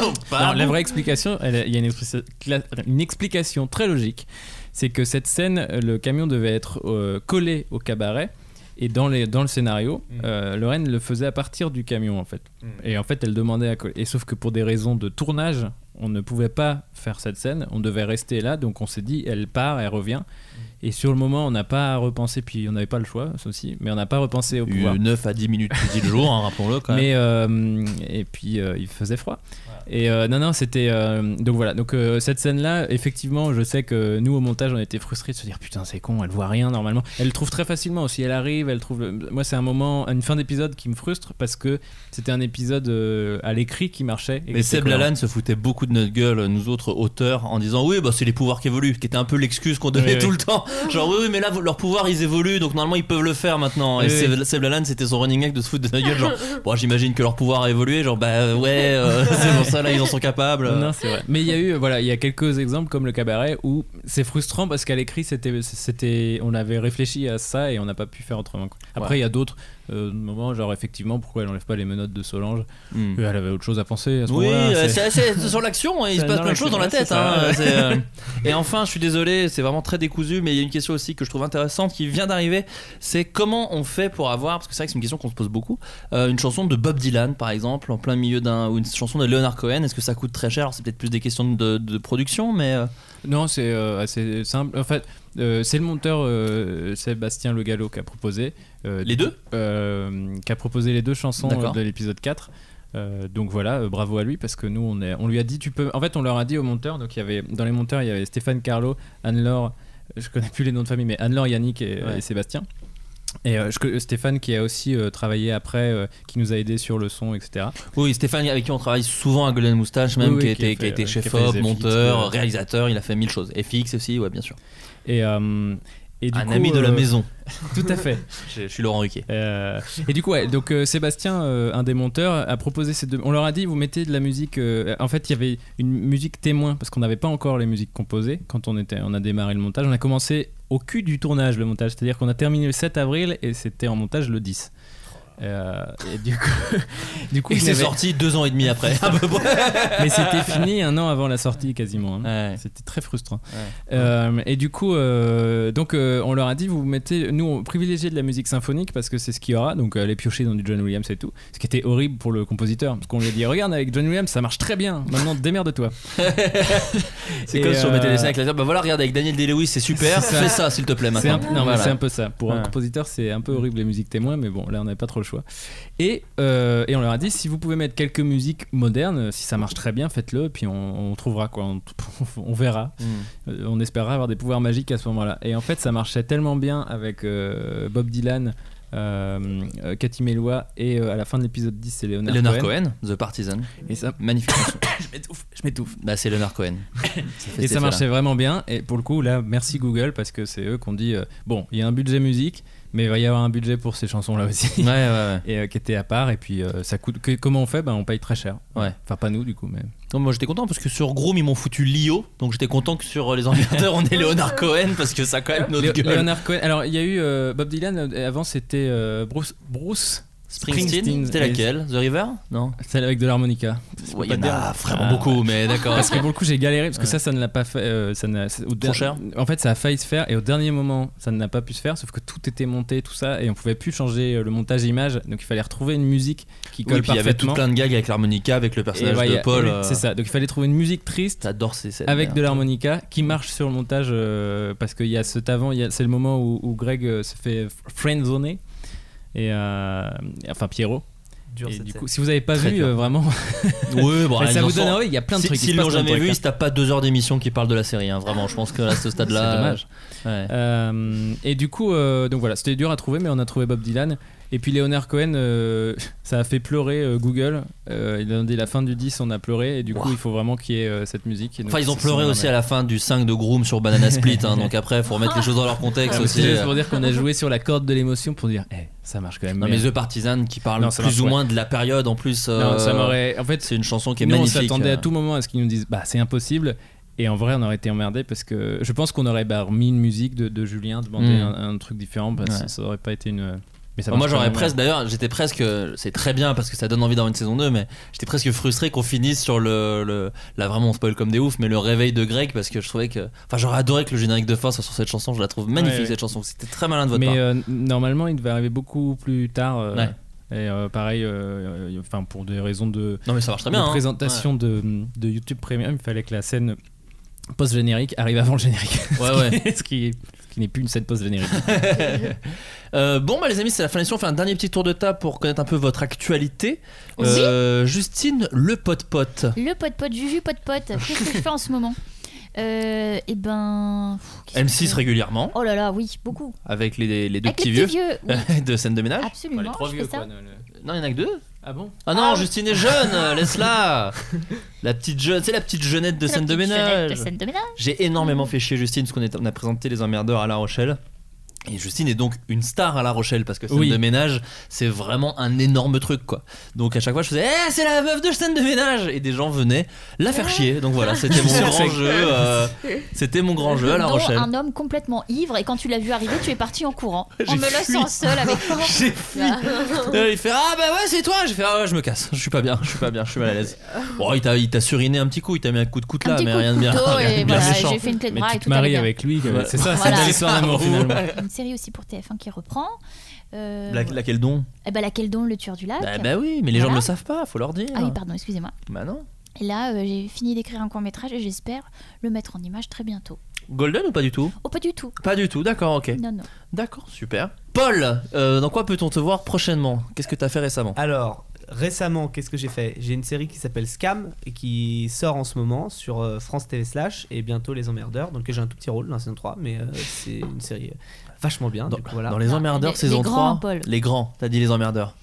S5: Non, la vraie explication, elle- il y a une, expli- cla- une explication très logique. C'est que cette scène, euh, le camion devait être euh, collé au cabaret. Et dans, les, dans le scénario,
S7: Mm.
S5: euh, Lorraine le faisait à partir du camion, en fait.
S7: Mm.
S5: Et en fait, elle demandait à coller. Et sauf que pour des raisons de tournage, on ne pouvait pas faire cette scène. On devait rester là. Donc on s'est dit, elle part, elle revient.
S7: Mm.
S5: Et sur le moment, on n'a pas repensé. Puis on n'avait pas le choix, ça aussi. Mais on n'a pas repensé au
S4: Eu
S5: pouvoir.
S4: 9 à 10 minutes, tu dis le jour, hein, rappelons-le quand même.
S5: Mais euh, et puis euh, il faisait froid. Et euh, non non c'était euh, donc voilà donc euh, cette scène là effectivement je sais que nous au montage on était frustrés de se dire putain c'est con elle voit rien normalement elle le trouve très facilement aussi elle arrive elle trouve le- moi c'est un moment une fin d'épisode qui me frustre parce que c'était un épisode euh, à l'écrit qui marchait. et
S4: Mais
S5: qui était
S4: Seb
S5: cohérent.
S4: Lalanne se foutait beaucoup de notre gueule, nous autres auteurs, en disant oui, bah c'est les pouvoirs qui évoluent, qui était un peu l'excuse qu'on donnait
S5: Oui,
S4: tout
S5: oui.
S4: le temps. Genre oui, oui, mais là vous- leurs pouvoirs ils évoluent, donc normalement ils peuvent le faire maintenant. Et
S5: Oui,
S4: Seb, Seb Lalanne c'était son running gag de se foutre de notre gueule, genre bon j'imagine que leur pouvoir a évolué, genre bah euh, ouais, euh, c'est pour ça là ils en sont capables.
S5: Non, non, c'est vrai. Mais il y a eu, voilà, il y a quelques exemples comme le cabaret où c'est frustrant parce qu'à l'écrit, c'était, c'était, on avait réfléchi à ça et on n'a pas pu faire autrement. quoi. Après, il y a d'autres euh, moments, genre effectivement, pourquoi elle n'enlève pas les menottes de Solange
S4: Hmm.
S5: Elle avait autre chose à penser à ce
S4: Oui,
S5: moment-là.
S4: euh,
S5: c'est-
S4: c'est assez sur l'action, hein, il
S5: C'est
S4: se passe
S5: dans
S4: plein de choses dans la
S5: l'action,
S4: tête.
S5: ouais,
S4: hein,
S5: c'est ça.
S4: c'est, euh, Et enfin, je suis désolé, c'est vraiment très décousu, mais il y a une question aussi que je trouve intéressante qui vient d'arriver, c'est comment on fait pour avoir, parce que c'est vrai que c'est une question qu'on se pose beaucoup, euh, une chanson de Bob Dylan par exemple, en plein milieu d'un, ou une chanson de Leonard Cohen, est-ce que ça coûte très cher Alors c'est peut-être plus des questions de, de production, mais... euh,
S5: Non, c'est euh, assez simple. En fait, euh, c'est le monteur euh, Sébastien Le Gallo qui a proposé. euh,
S4: Les deux
S5: euh, Qui a proposé les deux chansons
S4: D'accord.
S5: euh, de l'épisode 4. Euh, donc voilà, euh, bravo à lui parce que nous on, est, on lui a dit tu peux. En fait, on leur a dit aux monteurs. Donc il y avait dans les monteurs il y avait Stéphane Carlo, Anne-Laure. Je connais plus les noms de famille, mais Anne-Laure, Yannick et,
S4: Ouais.
S5: et Sébastien. Et euh, je co- Stéphane qui a aussi euh, travaillé après, euh, qui nous a aidé sur le son, etc.
S4: Oui, Stéphane avec qui on travaille souvent à Golden Moustache, même,
S5: Oui,
S4: qui, a
S5: oui, qui a
S4: été, qui a
S5: fait,
S4: été
S5: euh, qui a fait
S4: chef-op,
S5: les FX,
S4: monteur,
S5: euh,
S4: réalisateur, il a fait mille choses. FX aussi, ouais, bien sûr.
S5: Et, euh, et du
S4: Un
S5: coup,
S4: ami de la
S5: euh,
S4: maison,
S5: Tout à fait.
S4: je, je suis Laurent Ruquier.
S5: Euh, et du coup, ouais, donc euh, Sébastien, euh, un des monteurs, a proposé ces deux. On leur a dit, vous mettez de la musique. euh, en fait, il y avait une musique témoin parce qu'on n'avait pas encore les musiques composées quand on était, on a démarré le montage. On a commencé au cul du tournage le montage, c'est-à-dire qu'on a terminé le 7 avril et c'était en montage le 10. Euh, et du coup, du coup,
S4: Et
S5: il
S4: c'est
S5: avait-
S4: sorti deux ans et demi après. Ah, bah, à peu près.
S5: mais c'était fini un an avant la sortie quasiment. hein.
S4: Ouais.
S5: C'était très frustrant.
S4: Ouais.
S5: Euh, et du coup, euh, donc euh, on leur a dit, vous mettez, nous on privilégiait de la musique symphonique parce que c'est ce qu'il y aura. Donc euh, aller piocher dans du John Williams et tout, ce qui était horrible pour le compositeur, parce qu'on lui a dit, regarde avec John Williams, ça marche très bien. Maintenant, démerde-toi.
S4: C'est
S5: Et,
S4: comme sur mes
S5: euh,
S4: télésiens avec la dire, bah voilà, regarde avec Daniel Day-Lewis, c'est super,
S5: C'est ça.
S4: fais ça s'il te plaît
S5: C'est
S4: maintenant.
S5: un, peu- non, mais
S4: Voilà.
S5: c'est un peu ça. Pour un
S4: Ouais.
S5: compositeur, c'est un peu horrible les musiques témoins, mais bon, là, on n'avait pas trop le choix. Et, euh, et on leur a dit si vous pouvez mettre quelques musiques modernes, si ça marche très bien, faites-le, puis on, on trouvera quoi, on, on verra.
S4: Mm.
S5: Euh, On espérera avoir des pouvoirs magiques à ce moment-là. Et en fait, ça marchait tellement bien avec euh, Bob Dylan. euh, euh, Cathy Mellois et euh, à la fin de l'épisode 10 c'est Leonard,
S4: Leonard
S5: Cohen.
S4: Cohen, The Partisan.
S5: et ça
S4: Magnifique chanson.
S5: je m'étouffe je m'étouffe
S4: Bah, c'est Leonard Cohen. Ça fait cet
S5: et
S4: effet-là.
S5: ça marchait vraiment bien et pour le coup là merci Google parce que c'est eux qu'on dit euh, bon il y a un budget musique mais il va y avoir un budget pour ces chansons là aussi
S4: Ouais, ouais, ouais.
S5: et euh, qui était à part et puis euh, ça coûte que- comment on fait ben on paye très cher
S4: Ouais.
S5: enfin pas nous du coup mais
S4: Non, moi j'étais content parce que sur Groom ils m'ont foutu Lio, donc j'étais content que sur euh, Les Envahisseurs on ait Leonard Cohen parce que ça a quand même notre
S5: Lé-
S4: gueule.
S5: Leonard Cohen alors il y a eu euh, Bob Dylan euh, avant c'était euh, Bruce Bruce
S4: Springsteen,
S5: Springsteen,
S4: c'était
S5: oui.
S4: laquelle The River Non
S5: Celle avec de l'harmonica.
S4: Ouais, Il y en a vraiment
S5: Ah,
S4: beaucoup, mais d'accord.
S5: Parce que pour le coup, j'ai galéré parce que
S4: Ouais.
S5: ça, ça ne l'a pas fait. euh, ça n'a- c'est- au der-
S4: cher
S5: En fait, ça a failli se faire et au dernier moment, ça n'a pas pu se faire. Sauf que tout était monté, tout ça, et on pouvait plus changer euh, le montage image. Donc il fallait retrouver une musique qui
S4: Oui,
S5: colle
S4: puis il y avait tout
S5: parfaitement.
S4: plein de gags avec l'harmonica, avec le personnage
S5: Et ouais, il y
S4: de
S5: a-
S4: Paul.
S5: oui,
S4: euh,
S5: C'est ça. Donc il fallait trouver une musique triste
S4: T'adores ces scènes.
S5: avec
S4: merde.
S5: de l'harmonica qui marche sur le montage euh, parce qu'il y a cet avant, il y a- c'est le moment où, où Greg euh, se fait friendzoner. Et euh, enfin Pierrot.
S7: Dur,
S5: Et
S7: cette
S5: du
S7: scène.
S5: coup, si vous avez pas
S4: Très
S5: vu
S4: dur.
S5: euh, vraiment,
S4: Ouais, bah, bon,
S5: ça
S4: ils en
S5: vous
S4: sont-
S5: donne envie. Il y a plein de
S4: Si-
S5: trucs. il se
S4: S'ils l'ont
S5: passe plein de
S4: jamais
S5: trucs,
S4: vu,
S5: hein.
S4: ils se tapent pas deux heures d'émission qui parlent de la série. hein, Vraiment, je pense que à ce stade-là.
S5: C'est dommage.
S4: euh, ouais.
S5: Euh, et du coup, euh, donc voilà, c'était dur à trouver, mais on a trouvé Bob Dylan. Et puis Leonard Cohen, euh, ça a fait pleurer euh, Google. Euh, il a dit la fin du 10, on a pleuré. Et du coup,
S4: Ouah.
S5: il faut vraiment qu'il y ait euh, cette musique. Et donc,
S4: Enfin, ils ont
S5: c'est-
S4: pleuré
S5: c'est-
S4: aussi à la fin du 5 de Groom sur Banana Split. hein, donc après, faut remettre les choses dans leur contexte
S5: Ouais, Ah, mais
S4: aussi.
S5: C'est juste pour dire qu'on a joué sur la corde de l'émotion pour dire, eh, ça marche quand même.
S4: Non,
S5: bien.
S4: mais The Partisan qui parle
S5: Non, ça
S4: plus
S5: marche,
S4: ou
S5: ouais.
S4: moins de la période en plus.
S5: Non, ça
S4: euh,
S5: m'aurait. En fait,
S4: C'est une chanson qui est
S5: nous, on
S4: magnifique.
S5: s'attendait à
S4: euh.
S5: tout moment à ce qu'ils nous disent, bah, c'est impossible. Et en vrai, on aurait été emmerdé parce que je pense qu'on aurait bah, remis une musique de, de Julien, demandé
S4: Mm.
S5: un, un truc différent parce
S4: Ouais. Bah,
S5: que ça aurait pas été une. Mais ça
S4: Moi
S5: marche quand
S4: j'aurais
S5: même.
S4: presque, d'ailleurs j'étais presque, c'est très bien parce que ça donne envie d'avoir une saison 2, mais j'étais presque frustré qu'on finisse sur le, le- Là vraiment on spoil comme des oufs, mais le réveil de Greg parce que je trouvais que. Enfin j'aurais adoré que le générique de fin soit sur cette chanson, je la trouve magnifique
S5: Ouais, ouais.
S4: cette chanson, c'était très malin de votre part.
S5: Mais euh, normalement, il devait arriver beaucoup plus tard. euh,
S4: Ouais.
S5: Et euh, pareil, euh, euh, enfin pour des raisons de,
S4: Non mais ça marche très
S5: de
S4: bien. hein.
S5: présentation de, de YouTube Premium, il fallait que la scène post générique arrive avant le générique,
S4: Ouais, ouais. ouais.
S5: ce qui, ce qui n'est plus une scène post générique.
S4: Euh, bon bah les amis, c'est la fin de l'émission, on fait un dernier petit tour de table pour connaître un peu votre actualité.
S6: Oui.
S4: Euh, Justine, le pote-pote.
S6: Le pot-pot, Juju pot-pot, qu'est-ce que je fais en ce moment euh, Eh ben. pff, qu'est-ce que je
S4: M6
S6: fais
S4: régulièrement,
S6: Oh là là, oui, beaucoup.
S4: avec les, les deux
S6: Avec
S4: petits
S6: les
S4: vieux
S6: oui,
S4: de scène de ménage.
S6: absolument. je fais ça.
S4: Non, il y en a que deux.
S5: Ah bon
S4: Ah non,
S6: Ah.
S4: Justine est jeune, laisse-la. La petite jeune, c'est la petite jeunette de
S6: La
S4: scène de
S6: petite sonnette
S4: ménage.
S6: De scène de ménage.
S4: J'ai énormément fait chier Justine parce qu'on est- on a présenté les emmerdeurs à La Rochelle. Et Justine est donc une star à La Rochelle parce que scène
S5: Oui.
S4: de ménage, c'est vraiment un énorme truc quoi. Donc à chaque fois, je faisais Eh, c'est la meuf de scène de ménage Et des gens venaient la faire chier. Donc voilà, c'était mon
S5: sûr,
S4: grand
S5: c'est-
S4: jeu. euh, c'était mon grand jeu à La
S6: Dont
S4: Rochelle.
S6: un homme complètement ivre et quand tu l'as vu arriver, tu es parti en courant.
S4: J'ai
S6: On me
S4: fui.
S6: laissant seul avec moi.
S4: J'ai fui. Euh, il fait ah bah ouais c'est toi. J'ai fait ah ouais je me casse. Je suis pas bien. Je suis pas bien. Je suis mal à l'aise. Bon il t'a il t'a suriné un petit coup. Il t'a mis un coup de coutelas
S6: Un petit
S4: mais
S6: coup
S4: rien
S6: de
S4: de bien.
S6: couteau
S4: rien de
S6: et
S4: bien
S6: voilà,
S4: méchant.
S6: j'ai fait une clé de
S5: Mais
S6: bras et
S5: tu
S6: tout
S5: te
S6: allait
S5: maries
S6: bien.
S5: avec lui,
S4: Ouais.
S5: c'est ça,
S6: Voilà.
S5: c'est une belle histoire d'amour
S4: Ouais.
S5: finalement.
S6: Une série aussi pour TF1 qui reprend. Euh,
S4: La- laquelle don
S6: Eh ben, laquelle dont le tueur du lac.
S4: bah, bah oui hein. mais les gens ne
S6: Voilà.
S4: le savent pas. Faut leur dire.
S6: ah oui, pardon, excusez-moi.
S4: Bah non.
S6: Et là, euh, j'ai fini d'écrire un court métrage et j'espère le mettre en image très bientôt.
S4: Golden ou pas du tout
S6: Oh, pas du tout.
S4: Pas du tout. D'accord ok.
S6: Non, non.
S4: D'accord super. Paul euh, dans quoi peut-on te voir prochainement Qu'est-ce que t'as fait récemment
S7: Alors, récemment, qu'est-ce que j'ai fait J'ai une série qui s'appelle Scam et qui sort en ce moment sur euh, France TV Slash et bientôt Les Emmerdeurs. Donc j'ai un tout petit rôle dans la saison 3, mais euh, c'est une série euh, vachement bien.
S4: dans,
S7: du coup, voilà.
S4: dans les emmerdeurs
S6: Les-
S4: saison
S6: les grands,
S4: 3
S6: Paul.
S4: Les grands. T'as dit les emmerdeurs.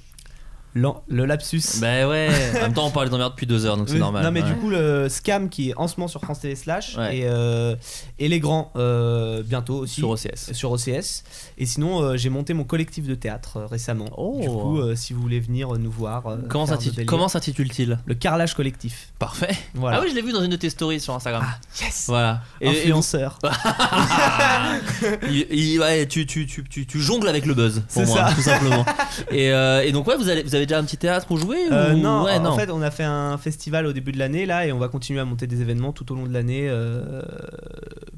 S7: L'en- Le lapsus.
S4: Bah ouais. en même temps on parle des emmerdes depuis deux heures donc c'est
S7: Oui,
S4: normal.
S7: Non mais
S4: Ouais.
S7: du coup le scam qui est en ce moment sur France TV Slash
S4: Ouais.
S7: et, euh, et les grands euh, bientôt aussi
S4: sur OCS.
S7: sur OCS. Et sinon, euh, j'ai monté mon collectif de théâtre euh, récemment.
S4: Oh.
S7: Du coup, euh, si vous voulez venir euh, nous voir, euh,
S4: Comment
S7: faire
S4: s'intitule-
S7: nos délires.
S4: comment s'intitule-t-il
S7: Le carrelage collectif.
S4: Parfait.
S7: Voilà. Ah,
S4: Ah oui, je l'ai vu dans une de tes stories sur Instagram.
S7: yes
S4: Voilà.
S7: Influenceur.
S4: ah. il- il- ouais, tu, tu, tu, tu, tu jongles avec le buzz, pour
S7: C'est
S4: moi,
S7: ça.
S4: tout simplement. et, euh, et donc, ouais, vous, allez, vous avez déjà un petit théâtre où jouer ou-
S7: Euh, non,
S4: ouais,
S7: en fait, on a fait un festival au début de l'année là, et on va continuer à monter des événements tout au long de l'année euh,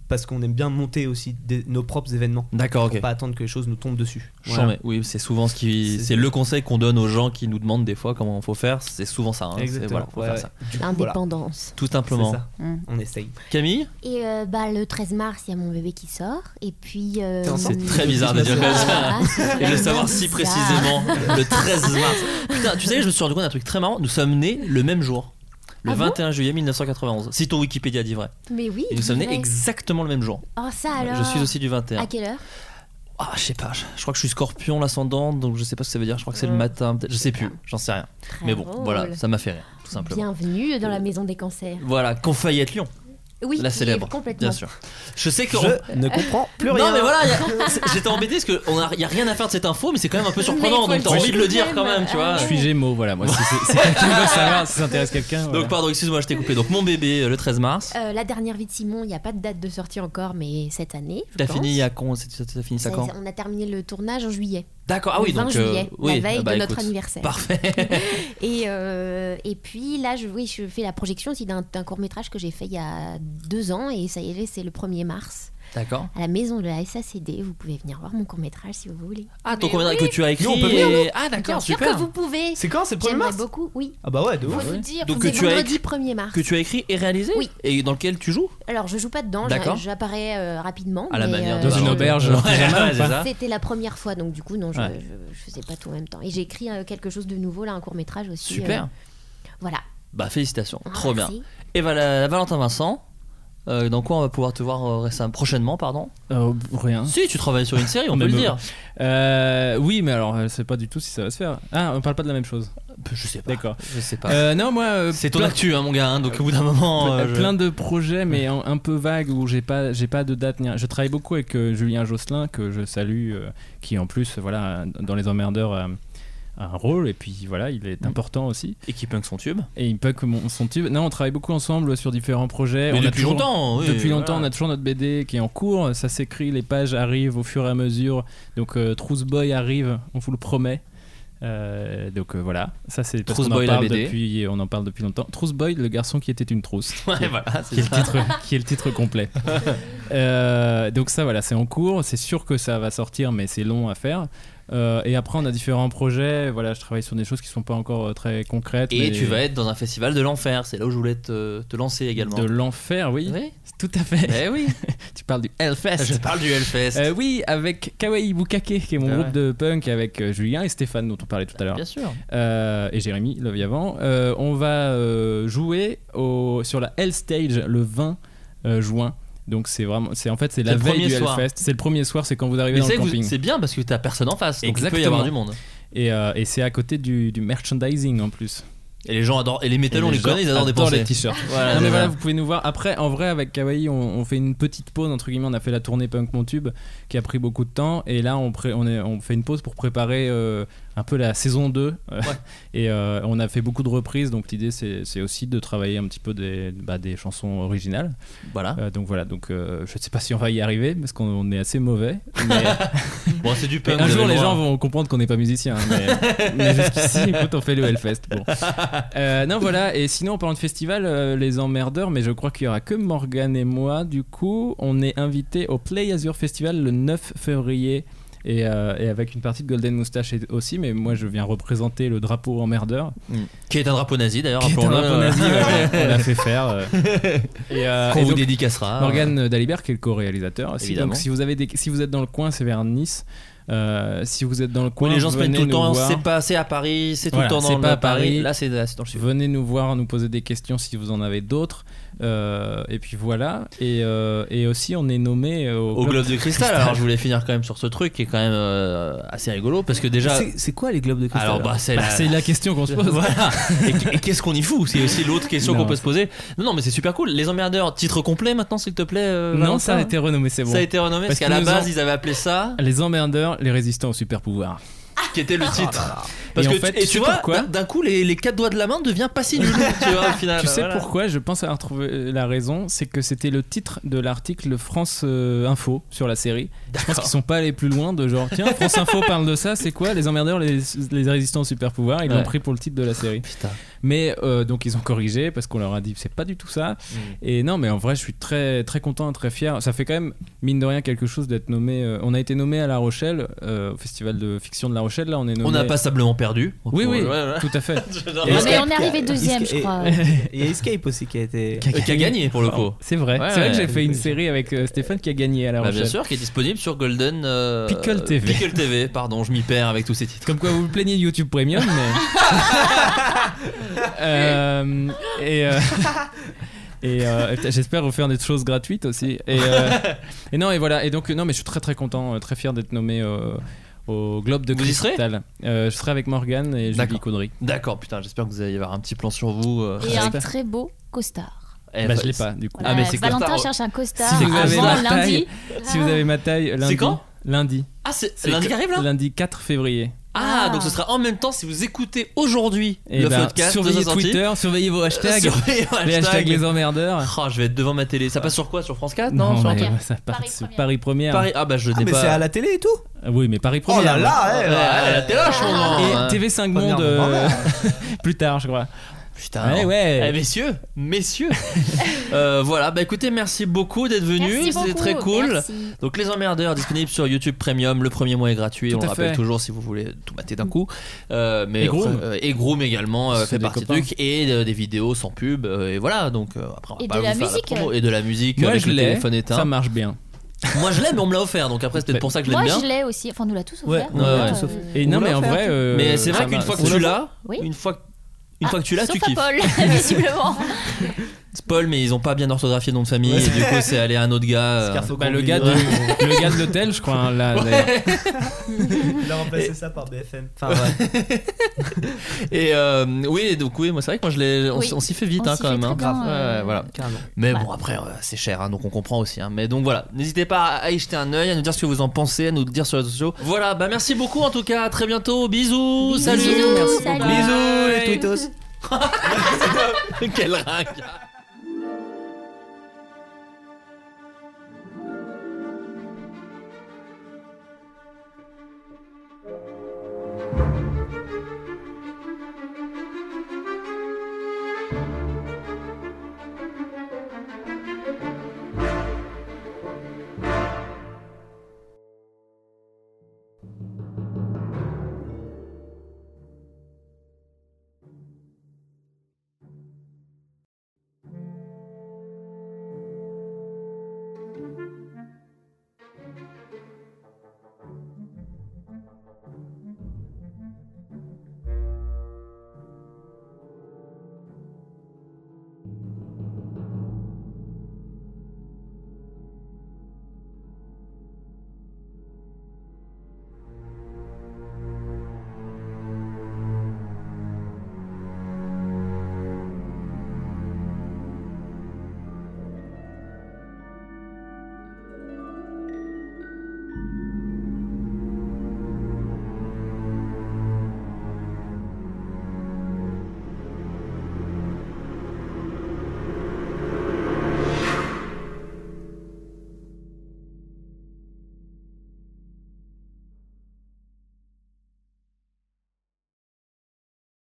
S7: parce qu'on aime bien monter aussi des- nos propres événements,
S4: D'accord, ok.
S7: pas attendre que les choses nous tombent dessus.
S4: Chant, mais Oui, c'est souvent ce qui.
S7: C'est-
S4: C'est le conseil qu'on donne aux gens qui nous demandent des fois comment faut faire. C'est souvent ça. hein. C'est-
S7: Exactement.
S4: Voilà, faut
S7: Ouais,
S4: faire
S7: ouais.
S4: ça.
S7: Du coup, voilà.
S8: Indépendance.
S4: Tout
S7: C'est
S4: simplement.
S7: ça.
S8: Mm.
S7: On essaye.
S4: Camille
S8: Et euh, bah, le 13 mars, il y a mon bébé qui sort. Et puis. euh,
S7: T'es enceinte
S4: C'est très bizarre de dire comme ça.
S8: Ah, c'est
S4: Et de le
S8: vraiment
S4: savoir si
S8: bizarre.
S4: précisément le 13 mars. Putain, tu sais, je me suis rendu compte d'un truc très marrant. Nous sommes nés le même jour. Le
S8: Ah bon
S4: 21 juillet 1991. Si ton Wikipédia dit vrai.
S8: Mais oui.
S4: Et nous sommes nés
S8: ouais.
S4: exactement le même jour.
S8: Oh, ça alors.
S4: Je suis aussi du 21.
S8: À quelle heure
S4: Ah, je sais pas. Je, je crois que je suis scorpion, l'ascendant, donc je sais pas ce que ça veut dire. Je crois que c'est le matin. peut-être. Je sais plus. J'en sais rien.
S8: Très
S4: Mais bon,
S8: Ah, drôle.
S4: voilà, ça m'a fait rire, tout simplement.
S8: Bienvenue dans la maison des cancers.
S4: Voilà, qu'on faille être Lyon,
S8: Oui,
S4: la
S8: il est
S4: célèbre.
S8: Complètement.
S4: Bien sûr. Je sais que.
S7: Je ne comprends plus rien.
S4: Non mais voilà, y a- c'est- j'étais embêté parce qu'il n'y a rien à faire de cette info, mais c'est quand même un peu surprenant, donc
S8: Mais il faut
S4: t'as
S8: le
S4: envie de le
S8: dire
S4: dire quand même, tu vois.
S5: Je suis Gémeaux, voilà. Moi, si c'est- si quelqu'un veut savoir, si ça intéresse quelqu'un. voilà.
S4: Donc pardon, excuse-moi, je t'ai coupé. Donc mon bébé, euh, le 13 mars.
S8: Euh, la dernière vie de Simon, il n'y a pas de date de sortie encore, mais cette année. je
S4: T'as
S8: pense.
S4: fini il y a con, c'est- t'as fini ça
S8: Ça-
S4: quand
S8: On a terminé le tournage en juillet.
S4: D'accord, ah
S8: le
S4: oui,
S8: 20
S4: donc. euh,
S8: juillet,
S4: oui,
S8: la veille
S4: ah bah
S8: de notre
S4: écoute,
S8: anniversaire.
S4: Parfait.
S8: Et, euh, et puis là, je, oui, je fais la projection aussi d'un court métrage que j'ai fait il y a deux ans et ça y est, c'est le 1er mars
S4: D'accord.
S8: à la maison de la SACD. Vous pouvez venir voir mon court métrage si vous voulez.
S4: Ah, ton comédien que tu as écrit.
S7: Nous, on peut
S4: et-
S7: venir,
S4: Ah,
S8: Bien
S4: d'accord,
S8: sûr
S4: super.
S8: que vous pouvez.
S7: C'est quand C'est le 1er
S8: J'aimerais
S7: mars
S8: beaucoup, oui.
S7: Ah bah ouais, de
S8: Faut
S7: ouf.
S8: vous dire,
S4: Donc
S8: c'est
S4: que tu as
S8: vendredi 1er mars.
S4: Que tu as écrit et réalisé
S8: Oui.
S4: Et dans lequel tu joues
S8: Alors, je joue pas dedans,
S4: D'accord.
S8: j'a- j'apparais euh, rapidement.
S4: À la
S8: mais,
S4: manière
S8: euh,
S4: de-
S5: Dans une
S8: je-
S5: auberge,
S4: Ouais,
S5: en pyjama,
S4: ouais, c'est
S5: ou pas
S4: ça.
S8: C'était la première fois, donc du coup, non, je,
S5: Ouais.
S8: je- je faisais pas tout en même temps. Et j'ai écrit euh, quelque chose de nouveau, là, un court métrage aussi.
S4: Super.
S8: euh, voilà.
S4: Bah, félicitations. Trop bien.
S8: Merci.
S4: Et bah, la- la Valentin Vincent. euh, dans quoi on va pouvoir te voir euh, récemment, prochainement, pardon
S5: Euh, rien.
S4: Si, tu travailles sur une série, on peut
S5: Même
S4: le
S5: eux.
S4: dire.
S5: Euh, oui, mais alors, je sais pas du tout si ça va se faire. Ah, on parle pas de la même chose.
S4: Je sais pas.
S5: D'accord.
S4: Je sais Eh ben, pas.
S5: Euh, non, moi. euh,
S4: C'est ton
S5: plein-
S4: actu, hein, mon gars, hein, donc au bout d'un moment.
S5: Ple-
S4: euh, je-
S5: plein de projets mais en- un peu vagues où j'ai pas j'ai pas de date ni rien. je travaille beaucoup avec euh, Julien Josselin que je salue euh, qui en plus voilà dans les emmerdeurs euh, a un rôle et puis voilà il
S4: Mm.
S5: est important aussi
S4: Et qui punk son tube.
S5: et il peut que mon son tube non on travaille beaucoup ensemble sur différents projets
S4: Mais
S5: on a
S4: depuis
S5: toujours-
S4: longtemps. oui,
S5: depuis longtemps, on
S4: voilà.
S5: a toujours notre BD qui est en cours. Ça s'écrit, les pages arrivent au fur et à mesure. Donc, euh, Trousse Boy arrive, on vous le promet. Euh, donc euh, voilà, ça c'est parce
S4: Trousse
S5: qu'on en
S4: Boy, la
S5: parle
S4: BD.
S5: depuis, on en parle depuis longtemps. Trousse Boy, le garçon qui était une trousse,
S4: Ouais, voilà, c'est
S5: qui est le
S4: ça.
S5: titre, qui est le titre complet. Euh, donc ça voilà, c'est en cours. C'est sûr que ça va sortir, mais c'est long à faire. Euh, et après, on a différents projets. Voilà, je travaille sur des choses qui sont pas encore euh, très concrètes.
S4: Et
S5: mais-
S4: tu vas être dans un festival de l'enfer. C'est là où je voulais te, te lancer également.
S5: de l'enfer, oui,
S4: Oui.
S5: tout à fait.
S4: Eh oui.
S5: Tu parles du Hellfest.
S4: Je parle du Hellfest.
S5: Euh, oui, avec Kawaii Bukake, qui est mon
S4: Ah ouais.
S5: groupe de punk, avec euh, Julien et Stéphane, dont on parlait tout à l'heure,
S4: Bien sûr.
S5: euh, et Jérémy Loviavant. Euh, on va euh, jouer au- sur la Hell Stage le 20 euh, juin. Donc c'est vraiment, c'est en fait c'est la
S4: le
S5: veille
S4: premier
S5: du
S4: soir.
S5: Hellfest. C'est le premier soir, c'est quand vous arrivez
S4: Mais
S5: dans le
S4: c'est, que vous-
S5: camping.
S4: c'est bien parce que t'as personne en face. Donc il peut y
S5: Exactement.
S4: avoir du monde.
S5: Et, euh, et c'est à côté du, du merchandising en plus.
S4: Et les gens adorent. Et les métallos,
S5: Et
S4: on les
S5: gens
S4: connaît, ils adorent dépenser.
S5: les t-shirts.
S4: Voilà,
S5: Non,
S4: c'est
S5: mais voilà,
S4: ça.
S5: vous pouvez nous voir. Après, en vrai, avec Kawaii, on, on fait une petite pause, entre guillemets, on a fait la tournée Punk Mon Tube, qui a pris beaucoup de temps, et là, on, pré- on, est- on fait une pause pour préparer euh, un peu la saison 2, euh, et euh, on a fait beaucoup de reprises, donc l'idée, c'est c'est aussi de travailler un petit peu des, bah, des chansons originales.
S4: Voilà.
S5: Euh, donc voilà, donc euh, je ne sais pas si on va y arriver, parce qu'on on est assez mauvais, mais...
S4: Bon, c'est du
S5: Mais
S4: punk.
S5: un
S4: vous
S5: jour,
S4: avez
S5: les
S4: le
S5: gens
S4: droit. hein.
S5: vont comprendre qu'on n'est pas musicien. hein, Mais, mais jusqu'ici, écoute, on fait le Hellfest. Bon. Euh, non, voilà. Et sinon, en parlant de festival, euh, les emmerdeurs, mais je crois qu'il y aura que Morgan et moi. Du coup, on est invité au Play Azure Festival le 9 février. Et, euh, et avec une partie de Golden Moustache et- aussi, mais moi je viens représenter le drapeau emmerdeur.
S4: Qui est un drapeau nazi d'ailleurs.
S5: Qui est un
S4: rappelons-le.
S5: drapeau nazi, ouais, on l'a fait faire. euh. Et, euh,
S4: Qu'on
S5: et
S4: vous
S5: donc,
S4: dédicacera.
S5: Morgan Dalibert qui est le co-réalisateur. aussi.
S4: Ah Évidemment.
S5: donc si vous avez des, si vous êtes dans le coin, c'est vers Nice. Euh, si vous êtes dans le
S4: Où
S5: coin,
S4: les gens se
S5: venez
S4: mettent tout le
S5: nous
S4: temps.
S5: voir.
S4: C'est pas assez à Paris. C'est tout
S5: Voilà,
S4: le temps
S5: c'est
S4: dans le
S5: pas à
S4: Paris.
S5: Paris.
S4: Là, c'est c'est dans le sud.
S5: Venez nous voir, nous poser des questions si vous en avez d'autres. Euh, et puis voilà. Et, euh, et aussi, on est nommé euh, au,
S4: Au
S5: Globe-
S4: globe de cristal. Alors, je voulais finir quand même sur ce truc qui est quand même euh, assez rigolo parce que déjà.
S7: C'est- C'est quoi les globes de cristal
S4: Alors, bah, c'est
S5: Bah,
S4: la-
S5: c'est la question qu'on se pose.
S4: Voilà. Et, qu- et qu'est-ce qu'on y fout C'est aussi l'autre question qu'on
S5: Non.
S4: peut se poser. Non, non, mais c'est super cool. Les emmerdeurs, titre complet maintenant, s'il te plaît. euh,
S5: Non,
S4: Valentin
S5: ça a été renommé, c'est bon.
S4: Ça a été renommé parce
S5: Parce
S4: qu'à
S5: qu'ils
S4: la
S5: nous
S4: base,
S5: ont-
S4: ils avaient appelé ça,
S5: Les emmerdeurs, les résistants au super pouvoir.
S4: qui était
S6: Oh
S4: le titre. Parce
S5: Et
S4: que
S5: en fait,
S4: tu- et
S5: tu
S4: tu
S5: sais
S4: vois,
S5: pourquoi
S4: d'un- d'un coup, les, les quatre doigts de la main devient pas si nul. tu vois, au final.
S5: tu
S4: Ah
S5: sais
S4: bah Voilà.
S5: pourquoi Je pense avoir trouvé euh, la raison. C'est que c'était le titre de l'article France euh, Info sur la série. Je pense
S4: D'accord.
S5: qu'ils sont pas allés plus loin de genre tiens France Info parle de ça. C'est quoi les emmerdeurs, les, les résistants au super pouvoir Ils
S4: Ouais.
S5: l'ont pris pour le titre de la série.
S4: Putain.
S5: Mais euh, donc ils ont corrigé parce qu'on leur a dit c'est pas du tout ça.
S4: Mm.
S5: Et non, mais en vrai, je suis très très content, très fier. Ça fait quand même mine de rien quelque chose d'être nommé. euh, on a été nommé à La Rochelle euh, au festival de fiction de La Rochelle. Là, on est nommé.
S4: On a passablement perdu.
S5: Oui, oui,
S4: Ouais, ouais.
S5: tout à fait.
S4: Non,
S5: Et-
S4: mais-
S6: Mais Ah bah, on est arrivé deuxième, je
S7: Et-
S6: crois.
S7: Et Escape aussi qui a été.
S4: Qui a gagné pour le coup.
S5: C'est vrai.
S4: Ouais,
S5: c'est vrai que
S4: ouais.
S5: j'ai fait une série avec euh, Stéphane qui a gagné à La
S4: Bah,
S5: Rochelle.
S4: bien sûr, qui est disponible sur Golden euh,
S5: Pickle TV.
S4: Pickle TV, pardon, je m'y perds avec tous ces titres.
S5: Comme quoi, vous vous plaignez de YouTube Premium, mais. Euh, et. euh, Et euh, putain, j'espère refaire des choses gratuites aussi. Et, euh, et non, et voilà. Et donc, non, mais je suis très très content, euh, très fier d'être nommé euh, au Globe de
S4: Vous y
S5: Cristal. Euh, je serai avec Morgane et Julie
S4: D'accord.
S5: Caudry.
S4: D'accord, putain, j'espère que vous allez avoir un petit plan sur vous. euh,
S6: Et un
S4: j'espère.
S6: très beau costard.
S4: Eh,
S5: bah,
S4: bah,
S5: je l'ai pas, du coup.
S4: Ah, mais c'est
S6: Valentin
S4: costard.
S6: cherche un costard
S5: Si vous avez
S6: avant
S5: la
S6: lundi.
S5: taille, si vous avez ma taille, lundi.
S4: quand
S5: Lundi.
S4: Ah, c'est lundi qui arrive là
S5: Lundi 4 février.
S4: Ah, Ah,
S6: Ah.
S4: donc ce sera en même temps si vous écoutez aujourd'hui
S5: Et
S4: le
S5: ben,
S4: podcast.
S5: surveillez
S4: 260.
S5: Twitter, surveillez vos hashtags,
S4: Surveillez
S5: les hashtags
S4: hashtag.
S5: les emmerdeurs.
S4: Oh, je vais être devant ma télé. Ça passe sur quoi Sur France 4 Non, sur
S5: mais
S4: Antenne
S5: ça part
S6: Paris
S5: sur
S6: Première.
S5: Paris Première.
S4: Paris. Ah bah je
S7: Ah,
S4: n'ai
S7: mais
S4: pas.
S7: c'est à la télé et tout
S5: Ah Oui, mais Paris Première.
S7: Oh là là
S4: Ouais,
S7: ouais,
S4: ouais,
S7: ouais.
S4: la télé lâche, mon
S7: Ah.
S4: nom,
S5: Et
S4: hein.
S5: TV5
S7: Première,
S5: Monde euh, plus tard, je crois.
S4: Putain.
S5: Ouais,
S4: Eh,
S5: ouais.
S4: messieurs, messieurs. Euh, voilà, bah écoutez, merci beaucoup d'être venus,
S6: Merci
S4: c'était
S6: beaucoup,
S4: très cool.
S8: Merci.
S4: Donc les emmerdeurs disponibles sur YouTube Premium, le premier mois est gratuit,
S5: Tout
S4: on
S5: à
S4: le rappelle
S5: fait.
S4: toujours si vous voulez tout mater d'un coup. Euh, mais
S5: Et Groom.
S4: euh, et Groom également euh,
S5: Ce sont
S4: fait
S5: des
S4: partie du
S5: copains.
S4: truc et euh, des vidéos sans pub euh, et voilà donc euh, après on va
S6: Et
S4: pas
S6: de
S4: vous
S6: la
S4: faire
S6: musique.
S4: promo. et de la musique
S5: Moi,
S4: avec
S5: je
S4: le
S5: l'ai.
S4: téléphone éteint.
S5: Ça marche bien.
S4: Moi je l'aime, on me l'a offert donc après c'est peut-être pour ça que je l'aime
S6: Moi,
S4: bien.
S6: je l'ai aussi. Enfin, nous l'a tous
S7: Ouais,
S6: offert.
S7: on
S4: Ouais,
S7: l'a
S4: ouais.
S7: tous offert.
S5: Et
S7: On
S5: non,
S7: l'a
S5: mais en
S7: offert,
S5: vrai. euh,
S4: mais c'est
S5: ça
S4: vrai qu'une
S5: marche.
S4: fois que
S5: On
S4: tu
S5: l'a-
S4: l'as,
S6: Oui.
S4: une fois que une
S6: Ah,
S4: fois que tu l'as, tu
S6: sauf à
S4: kiffes.
S6: Paul, visiblement.
S4: C'est Paul, mais ils ont pas bien orthographié le nom de famille,
S7: Ouais.
S4: et du coup, c'est allé à un autre gars. euh,
S7: Scarfo
S5: Bah, le
S7: Combini,
S5: gars de
S7: ouais.
S5: le gars de l'hôtel, je crois. hein, là, d'ailleurs.
S7: Il a remplacé ça par BFM. Enfin, ouais.
S4: Et euh, oui, donc oui, moi c'est vrai que moi je l'ai, on,
S6: Oui.
S4: s- on s'y fait vite
S6: On
S4: hein,
S6: s'y
S4: quand
S6: fait
S4: même. hein.
S6: très bien,
S4: Grave.
S6: euh,
S4: Ouais, voilà.
S7: Carrément.
S4: Mais
S6: Voilà.
S4: bon après euh, c'est cher, hein, donc on comprend aussi. hein. Mais donc voilà, n'hésitez pas à y jeter un œil, à nous dire ce que vous en pensez, à nous le dire sur les réseaux sociaux. Voilà, bah merci beaucoup en tout cas, à très bientôt, bisous,
S6: Bisous,
S4: salut,
S6: Bisous, merci salut. beaucoup.
S7: Bisous les
S4: Bye.
S7: tweetos
S4: Quel ringard.